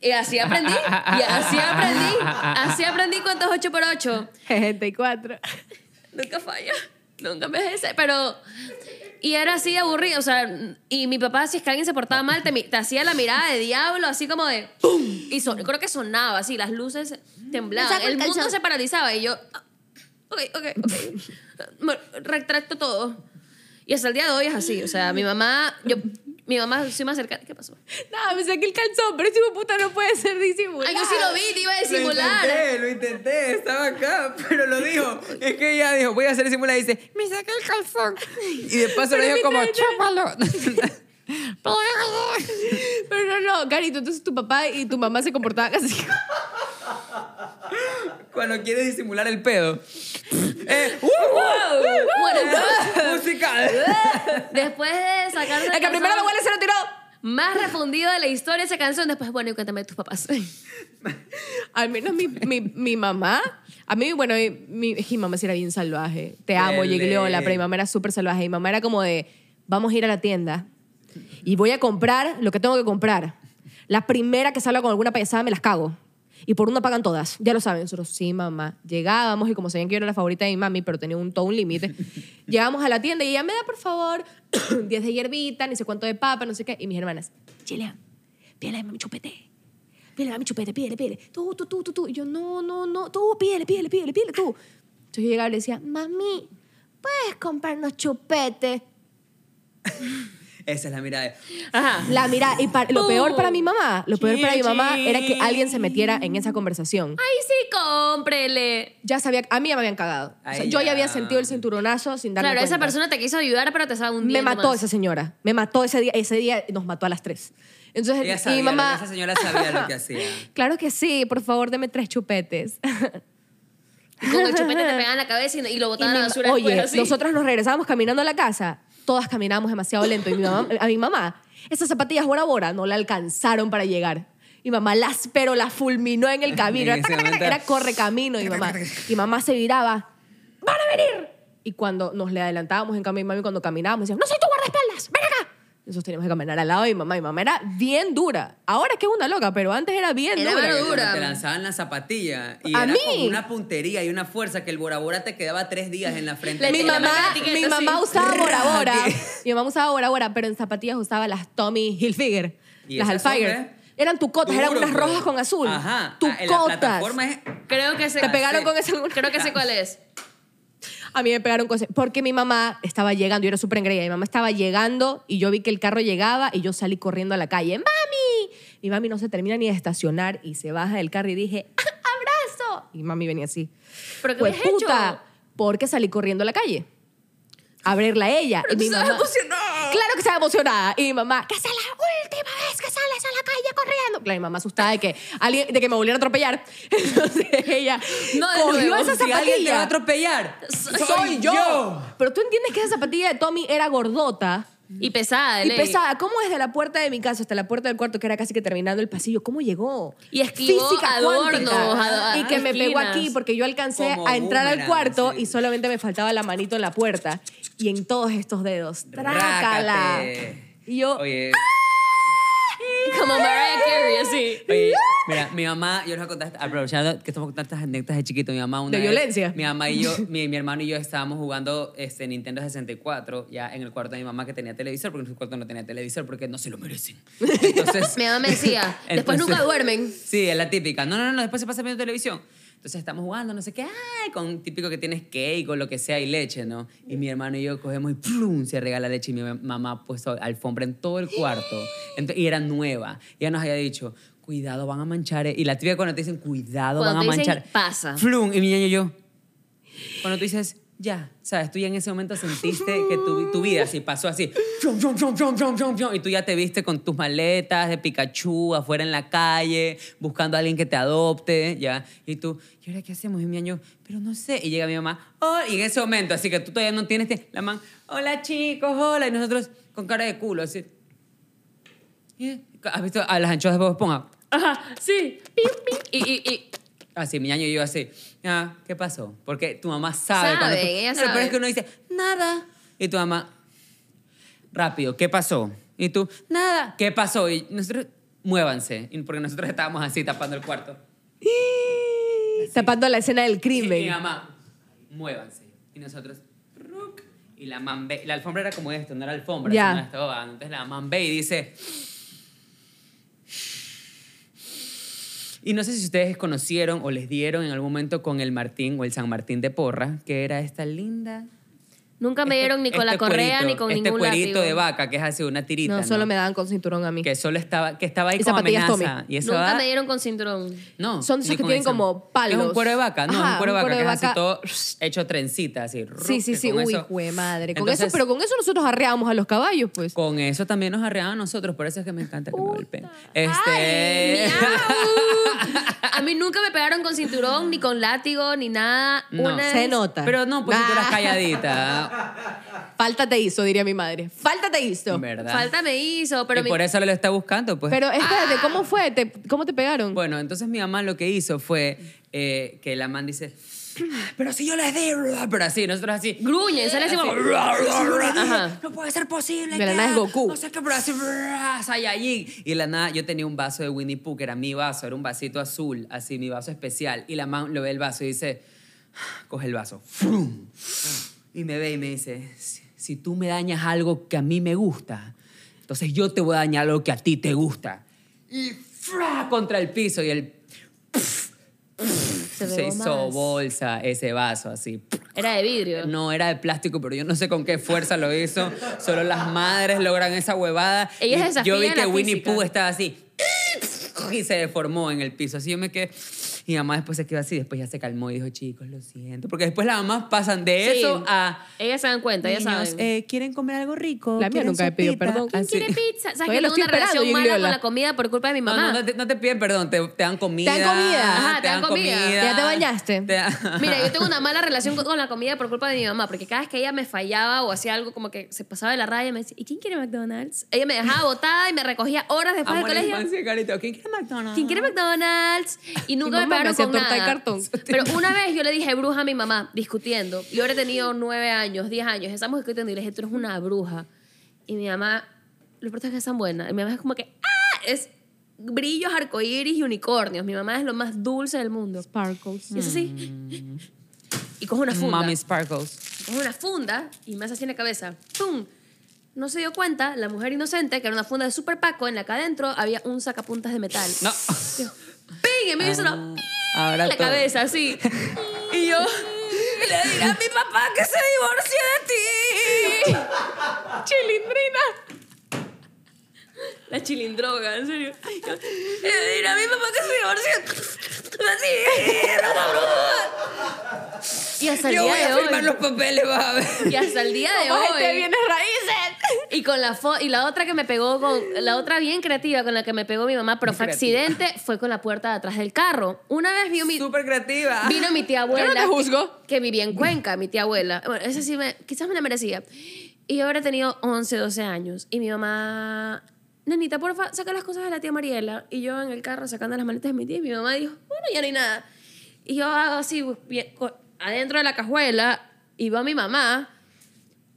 Speaker 4: Y así aprendí, y así aprendí, así aprendí cuánto es 8 por 8.
Speaker 8: 74.
Speaker 4: Nunca falla. Nunca me dejé Pero. Y era así aburrido. O sea, y mi papá, si es que alguien se portaba mal, te, mi- te hacía la mirada de diablo, así como de. ¡Pum! Y son- creo que sonaba así, las luces
Speaker 7: Me
Speaker 4: temblaban.
Speaker 7: saco el
Speaker 4: El mundo
Speaker 7: calzón.
Speaker 4: se paralizaba y yo. ah, Ok, ok, ok. Bueno, Retracto todo. Y hasta el día de hoy es así. O sea, mi mamá. Yo, mi mamá, soy más cercana. ¿Qué pasó?
Speaker 8: *laughs* No, me saqué el calzón, pero ese hijo de puta no puede ser disimulado.
Speaker 4: Ay, yo sí lo vi, te iba a
Speaker 3: Lo
Speaker 4: disimular.
Speaker 3: intenté, lo intenté, estaba acá, pero lo dijo. Es que ella dijo, voy a hacer simulada y dice, me saqué el calzón. Y después se lo
Speaker 8: Pero
Speaker 3: dijo
Speaker 8: me
Speaker 3: como,
Speaker 8: trae-
Speaker 3: chúpalo.
Speaker 8: *laughs* Pero no, no, Carito, entonces tu papá y tu mamá se comportaban así.
Speaker 3: *laughs* Cuando quieres disimular el pedo.
Speaker 8: *laughs*
Speaker 3: Eh,
Speaker 4: Bueno,
Speaker 3: *laughs*
Speaker 8: Uh.
Speaker 3: musical.
Speaker 4: después de sacar.
Speaker 8: La que primero lo huele se lo tiró.
Speaker 4: más refundido de la historia esa canción. Después, bueno, y cuéntame de tus papás.
Speaker 8: Al menos mi, mi, mi mamá. A mí, bueno, mi, es que mi mamá sí era bien salvaje. Te amo,
Speaker 3: Dele.
Speaker 8: Yegliola, pero mi mamá era súper salvaje. Mi mamá era como de, vamos a ir a la tienda y voy a comprar lo que tengo que comprar. La primera que salga con alguna payasada me las cago. Y por una pagan todas. Ya lo saben. Nosotros, sí, mamá. Llegábamos y como sabían que yo era la favorita de mi mami, pero tenía un, todo un límite, llegábamos a la tienda y ella me da, por favor, *clears throat* 10 de hierbita, ni sé cuánto de papa, no sé qué. Y mis hermanas, Chilean, pídele a mi chupete. Pídele a mi chupete, pídele, pídele. Tú, tú, tú, tú, tú. Y yo, no, no, no. Tú, pídele, pídele, pídele, pídele, tú. Entonces yo llegaba y le decía,
Speaker 7: Mami, ¿puedes comprarnos chupete?
Speaker 3: Esa es la mirada.
Speaker 4: Ajá.
Speaker 8: La mira, y pa- lo peor para mi mamá, lo peor para mi mamá
Speaker 3: Chichi.
Speaker 8: era que alguien se metiera en esa conversación.
Speaker 4: Ay, sí, cómprele.
Speaker 8: Ya sabía, a mí ya me habían cagado. O sea,
Speaker 3: Ay,
Speaker 8: yo ya
Speaker 3: ya.
Speaker 8: había sentido el cinturonazo sin darme
Speaker 4: Claro, esa
Speaker 8: cuenta.
Speaker 4: persona te quiso ayudar, pero te estaba hundiendo.
Speaker 8: me mató
Speaker 4: más.
Speaker 8: esa señora, me mató ese día, ese día nos mató a las tres. Entonces,
Speaker 3: Ella
Speaker 8: y
Speaker 3: sabía,
Speaker 8: mi mamá,
Speaker 3: esa señora sabía lo que
Speaker 8: *laughs*
Speaker 3: hacía.
Speaker 8: claro que sí, por favor, deme tres chupetes. *laughs*
Speaker 4: Y Con el chupete te pegaban la cabeza y, y lo
Speaker 8: Y
Speaker 4: botaban a
Speaker 8: mi
Speaker 4: la
Speaker 8: ma-
Speaker 4: basura.
Speaker 8: Oye,
Speaker 4: después, así.
Speaker 8: nosotras nos regresábamos caminando a la casa, todas caminábamos demasiado lento. Y mi mamá, a mi mamá, esas zapatillas Bora Bora no la alcanzaron para llegar. Mi mamá las, pero las fulminó en el camino.
Speaker 3: En ese momento-
Speaker 8: Era corre camino, mi mamá. Y mamá se viraba, ¡van a venir! Y cuando nos le adelantábamos en cambio, mi mami, cuando caminábamos, decíamos, ¡no soy tu guardaespaldas! ¡Ven acá! Nosotros teníamos que caminar al lado de mi mamá. Mi mamá era bien dura. Ahora es que es una loca, pero antes era bien
Speaker 4: Era
Speaker 8: dura.
Speaker 4: mano
Speaker 3: Cuando
Speaker 4: dura.
Speaker 3: Te lanzaban la zapatilla y
Speaker 8: A
Speaker 3: era
Speaker 8: mí.
Speaker 3: como una puntería y una fuerza que el Bora Bora te quedaba tres días en la frente.
Speaker 4: Le
Speaker 8: mi
Speaker 4: tenía
Speaker 8: mamá,
Speaker 4: la etiqueta
Speaker 8: mi
Speaker 4: así.
Speaker 8: mamá usaba Bora Bora.
Speaker 3: Aquí.
Speaker 8: mi mamá usaba Bora Bora, pero en zapatillas usaba las Tommy Hilfiger,
Speaker 3: ¿Y
Speaker 8: las
Speaker 3: esas son
Speaker 8: Alfire.
Speaker 3: qué?
Speaker 8: Eran tucotas, eran
Speaker 3: Duro,
Speaker 8: unas
Speaker 3: bro.
Speaker 8: rojas con azul.
Speaker 3: Ajá. Ah, en La
Speaker 8: Tucotas.
Speaker 3: plataforma es
Speaker 4: Creo que sé.
Speaker 8: Te pegaron
Speaker 3: sí.
Speaker 8: con ese alguna-
Speaker 4: Creo que sé cuál es.
Speaker 8: A mí me pegaron con ese- Porque mi mamá estaba llegando, yo era súper engreída. Mi mamá estaba llegando y yo vi que el carro llegaba y yo salí corriendo a la calle. ¡Mami! Mi mami no se termina ni de estacionar y se baja del carro y dije, ¡Ah, ¡abrazo! Y mami venía así.
Speaker 4: ¿Pero qué
Speaker 8: Pues,
Speaker 4: habías hecho?
Speaker 8: puta, porque salí corriendo a la calle. A abrirla a ella. y
Speaker 4: *laughs* Pero tú
Speaker 8: mi
Speaker 4: estabas
Speaker 8: mamá,
Speaker 3: pues,
Speaker 4: emocionada.
Speaker 8: Claro que estaba emocionada. Y mi mamá, que sea la última vez que sales a la calle corriendo. Claro, mi mamá asustada de que, alguien, de que me volviera a atropellar. *laughs* Entonces ella
Speaker 4: No, de
Speaker 8: cogió
Speaker 4: nuevo.
Speaker 8: esa
Speaker 3: Si alguien te va a
Speaker 8: zapatilla.
Speaker 3: atropellar,
Speaker 4: Soy
Speaker 3: soy yo.
Speaker 8: Pero tú entiendes que esa zapatilla de Tommy era gordota
Speaker 4: Y pesada, de
Speaker 8: y
Speaker 4: ley. *laughs*
Speaker 8: pesada. ¿Cómo desde la puerta de mi casa hasta la puerta del cuarto, que era casi que terminando el pasillo, cómo llegó?
Speaker 4: Y esquivó adornos,
Speaker 8: cuántica.
Speaker 4: ad-
Speaker 8: y que me pegó
Speaker 4: esquinas.
Speaker 8: aquí porque yo alcancé
Speaker 3: Como
Speaker 8: a entrar al
Speaker 3: boomerang,
Speaker 8: cuarto
Speaker 3: sí.
Speaker 8: y solamente me faltaba la manito en la puerta. Y en todos estos dedos. ¡Trácala!
Speaker 3: Rácate.
Speaker 8: Y yo...
Speaker 3: Oye,
Speaker 4: Como Mariah Carey, así.
Speaker 3: oye, Mira, mi mamá, yo les voy a contar, aprovechando que estamos contando estas anécdotas de chiquito, mi mamá una
Speaker 8: ¿De
Speaker 3: vez-
Speaker 8: violencia?
Speaker 3: Mi mamá
Speaker 8: *laughs*
Speaker 3: y yo, mi, mi hermano y yo estábamos jugando este, Nintendo 64 ya en el cuarto de mi mamá que tenía televisor, porque en su cuarto no tenía televisor, porque no se lo merecen.
Speaker 8: *laughs*
Speaker 3: Entonces,
Speaker 4: Mi mamá me decía, "Después nunca duermen".
Speaker 3: Sí, es la típica. No, no, no, después se pasa viendo televisión. Entonces estamos jugando, no sé qué, ay, con típico que tienes cake o lo que sea y leche, ¿no? Y mi hermano y yo cogemos y plum, se regala leche y mi mamá ha puesto alfombra en todo el cuarto. Ento- y era nueva. Y ella nos había dicho, cuidado, van a manchar. eh". Y la típica cuando te dicen, cuidado,
Speaker 4: Cuando
Speaker 3: van a
Speaker 4: te dicen,
Speaker 3: manchar.
Speaker 4: "Pasa".
Speaker 3: Plum. Y mi niño y yo, cuando tú dices, ya, sabes, tú ya en ese momento sentiste que tu, tu vida así pasó así, fium, fium, fium, fium, fium, fium, fium, y tú ya te viste con tus maletas de Pikachu afuera en la calle, buscando a alguien que te adopte, ya, y tú, ¿y ahora qué hacemos? Y mi año, pero no sé, y llega mi mamá, oh, y en ese momento, así que tú todavía no tienes, tie- la mamá, hola chicos, hola, y nosotros con cara de culo, así, ¿eh? ¿has visto a las anchoas de Bob Esponja?
Speaker 4: Ajá, sí. Pim, pim. Y, y, y.
Speaker 3: Así, mi año y yo así, ah, ¿qué pasó? Porque tu mamá sabe.
Speaker 4: Saben,
Speaker 3: cuando tú-
Speaker 4: ella
Speaker 3: No, lo peor
Speaker 4: sabe.
Speaker 3: es que uno dice, nada. Y tu mamá, rápido, ¿qué pasó? Y tú, nada, ¿qué pasó? Y nosotros, muévanse. Y Porque nosotros estábamos así tapando el cuarto.
Speaker 8: Tapando la escena del
Speaker 3: Y mi
Speaker 8: crimen.
Speaker 3: mamá, muévanse. Y nosotros, "Ruc". y la mambe, la alfombra era como esto, no era alfombra,
Speaker 8: Ya.
Speaker 3: sino esta bobada. Entonces la mambe y dice. Y no sé si ustedes conocieron o les dieron en algún momento con el Martín o el San Martín de Porra, que era esta linda.
Speaker 4: Nunca me
Speaker 3: este-
Speaker 4: dieron ni con la
Speaker 3: este
Speaker 4: correa
Speaker 3: cuerito,
Speaker 4: ni con
Speaker 3: este
Speaker 4: ningún
Speaker 3: cuerito
Speaker 4: látigo.
Speaker 3: de vaca, que es así una tirita.
Speaker 8: No, solo me daban con cinturón a mí.
Speaker 3: Que solo estaba, que estaba ahí
Speaker 8: Y ah?
Speaker 3: como
Speaker 8: zapatillas Tommy.
Speaker 3: amenaza. Y eso
Speaker 4: Nunca
Speaker 3: va-
Speaker 4: me dieron con cinturón.
Speaker 3: no.
Speaker 8: Son esos
Speaker 3: ni
Speaker 8: que
Speaker 3: con
Speaker 8: tienen
Speaker 3: esa.
Speaker 8: como
Speaker 3: Es un
Speaker 8: palos.
Speaker 3: cuero de vaca, no,
Speaker 8: Ajá,
Speaker 3: es un cuero de vaca,
Speaker 8: un cuero de
Speaker 3: que es así
Speaker 8: vaca.
Speaker 3: todo hecho trencita, así.
Speaker 8: Sí, sí,
Speaker 3: que
Speaker 8: sí.
Speaker 3: con
Speaker 8: Uy,
Speaker 3: eso-
Speaker 8: jue madre. Con
Speaker 3: Entonces,
Speaker 8: eso, pero con eso nosotros arreamos a los caballos, pues.
Speaker 3: Con eso también nos arreaban nosotros, por eso es que me encanta que me golpeen. Este. *laughs*
Speaker 4: Ay, miau. A mí nunca me pegaron con cinturón, ni con látigo, ni nada.
Speaker 3: No.
Speaker 4: Una
Speaker 8: Se
Speaker 4: vez-
Speaker 8: nota.
Speaker 3: Pero no, pues si tú eras
Speaker 8: Ah. *laughs*
Speaker 3: calladita,
Speaker 8: Falta te hizo, diría mi madre. Falta te hizo.
Speaker 3: ¿verdad?
Speaker 4: Falta me hizo, pero
Speaker 3: y
Speaker 4: mi-
Speaker 3: por eso lo está buscando, pues.
Speaker 8: Pero espérate, ¿cómo fue? ¿Te- ¿Cómo te pegaron?
Speaker 3: Bueno, entonces mi mamá lo que hizo fue eh, que la man dice, "Ah, pero si yo les di, pero así, nosotros así.
Speaker 4: gruñen, sale así como... Ajá.
Speaker 3: No puede ser posible.
Speaker 8: De la
Speaker 3: que-
Speaker 8: nada es Goku.
Speaker 3: No sé qué, pero así. Saiyajin. Y de la nada, yo tenía un vaso de Winnie Pooh, que era mi vaso, era un vasito azul, así, mi vaso especial. Y la man lo ve el vaso y dice, coge el vaso. ¡Frum! Y me ve y me dice, si, si tú me dañas algo que a mí me gusta, entonces yo te voy a dañar lo que a ti te gusta. Y ¡fra! contra el piso y el
Speaker 4: Se
Speaker 3: se
Speaker 4: pegó
Speaker 3: hizo
Speaker 4: más.
Speaker 3: bolsa ese vaso así.
Speaker 4: Era de vidrio.
Speaker 3: No, era de plástico, pero yo no sé con qué fuerza lo hizo. Solo las madres logran esa huevada. Y
Speaker 4: Ellas
Speaker 3: Yo
Speaker 4: desafían
Speaker 3: vi que
Speaker 4: la
Speaker 3: Winnie
Speaker 4: física.
Speaker 3: Pooh estaba así. Y se deformó en el piso. Así yo me quedé. Y mamá después se quedó así. Después ya se calmó y dijo, chicos, lo siento. Porque después las mamás pasan de
Speaker 4: Sí.
Speaker 3: eso a.
Speaker 4: Ellas se dan cuenta, ellas
Speaker 3: "Niños,
Speaker 4: saben.
Speaker 3: eh, ¿quieren comer algo rico?
Speaker 8: La mía
Speaker 3: ¿Quieren
Speaker 8: nunca me pidió
Speaker 3: sopita?" Ah,
Speaker 8: perdón. ¿Quién
Speaker 3: Así.
Speaker 4: ¿Quiere pizza? ¿Sabes
Speaker 8: Todavía
Speaker 4: que
Speaker 8: lo
Speaker 4: yo
Speaker 8: estoy
Speaker 4: tuve una
Speaker 8: esperando,
Speaker 4: relación
Speaker 8: yo,
Speaker 4: mala con
Speaker 8: Gliola.
Speaker 4: la comida por culpa de mi
Speaker 3: No,
Speaker 4: mamá?
Speaker 3: no, no te, no te piden perdón, te, te dan comida.
Speaker 8: comida.
Speaker 4: Ajá, te dan comida.
Speaker 8: Ya te bañaste.
Speaker 3: te dan-
Speaker 4: Mira,
Speaker 3: *laughs*
Speaker 4: yo tengo una mala relación con, con la comida por culpa de mi mamá, porque cada vez que ella me fallaba o hacía algo como que se pasaba de la raya, me decía, ¿y quién quiere McDonald's? Ella me dejaba botada y me recogía horas después
Speaker 3: Amor,
Speaker 4: del colegio.
Speaker 3: infancia, carito. ¿Quién quiere McDonald's?
Speaker 4: ¿Quién quiere McDonald's?
Speaker 8: Mi
Speaker 4: Y nunca me
Speaker 8: mamá me
Speaker 4: pagaron
Speaker 8: hacía
Speaker 4: con
Speaker 8: torta de
Speaker 4: nada.
Speaker 8: cartón.
Speaker 4: Pero una vez yo le dije bruja a mi mamá, discutiendo. Yo habré tenido nueve años, diez años. Estamos discutiendo y le dije, tú eres una bruja. Y mi mamá, lo peor es que es tan buena. Y mi mamá es como que, ¡ah! Es brillos, arcoíris y unicornios. Mi mamá es lo más dulce del mundo.
Speaker 8: Sparkles.
Speaker 4: Y es así.
Speaker 8: Mm.
Speaker 4: Y cojo una funda.
Speaker 3: Mommy Sparkles.
Speaker 4: Cojo una funda y me hace así en la cabeza. ¡Pum! No se dio cuenta, la mujer inocente, que era una funda de super paco, en la que adentro había un sacapuntas de metal.
Speaker 3: No. Ah,
Speaker 4: ¡Ping! Y me hizo una ¡ping!
Speaker 3: Ahora
Speaker 4: en la
Speaker 3: todo. *laughs*
Speaker 4: cabeza, así. Y yo le diré a mi papá que se divorcie de ti. Chilindrina. La chilindroga, en serio. Yo, Le diré a mi papá que se divorcie. Así, era una bruja. Y hasta el
Speaker 3: Yo
Speaker 4: día
Speaker 3: voy a
Speaker 4: de
Speaker 3: firmar
Speaker 4: hoy.
Speaker 3: los papeles, vas a ver.
Speaker 4: Y hasta el día de
Speaker 8: Ay, te
Speaker 4: hoy.
Speaker 8: vienes raíces!
Speaker 4: Y con la fo- y la otra que me pegó con la otra bien creativa con la que me pegó mi mamá, pero fue
Speaker 3: Creativa.
Speaker 4: accidente, fue con la puerta de atrás del carro. Una
Speaker 3: *laughs*
Speaker 4: vez vio mi
Speaker 3: Súper creativa.
Speaker 4: vino mi tía abuela.
Speaker 8: Yo no te
Speaker 4: que-
Speaker 8: juzgo.
Speaker 4: Que, vivía en Cuenca, mi tía abuela. Bueno, esa sí me, quizás me la merecía. Y yo habré tenido 11, 12 años. Y mi mamá, nenita, porfa, saca las cosas de la tía Mariela. Y yo en el carro sacando las maletas de mi tía. Y mi mamá dijo, bueno, ya no hay nada. Y yo hago así, pues, bien- co- adentro de la cajuela. Y va mi mamá.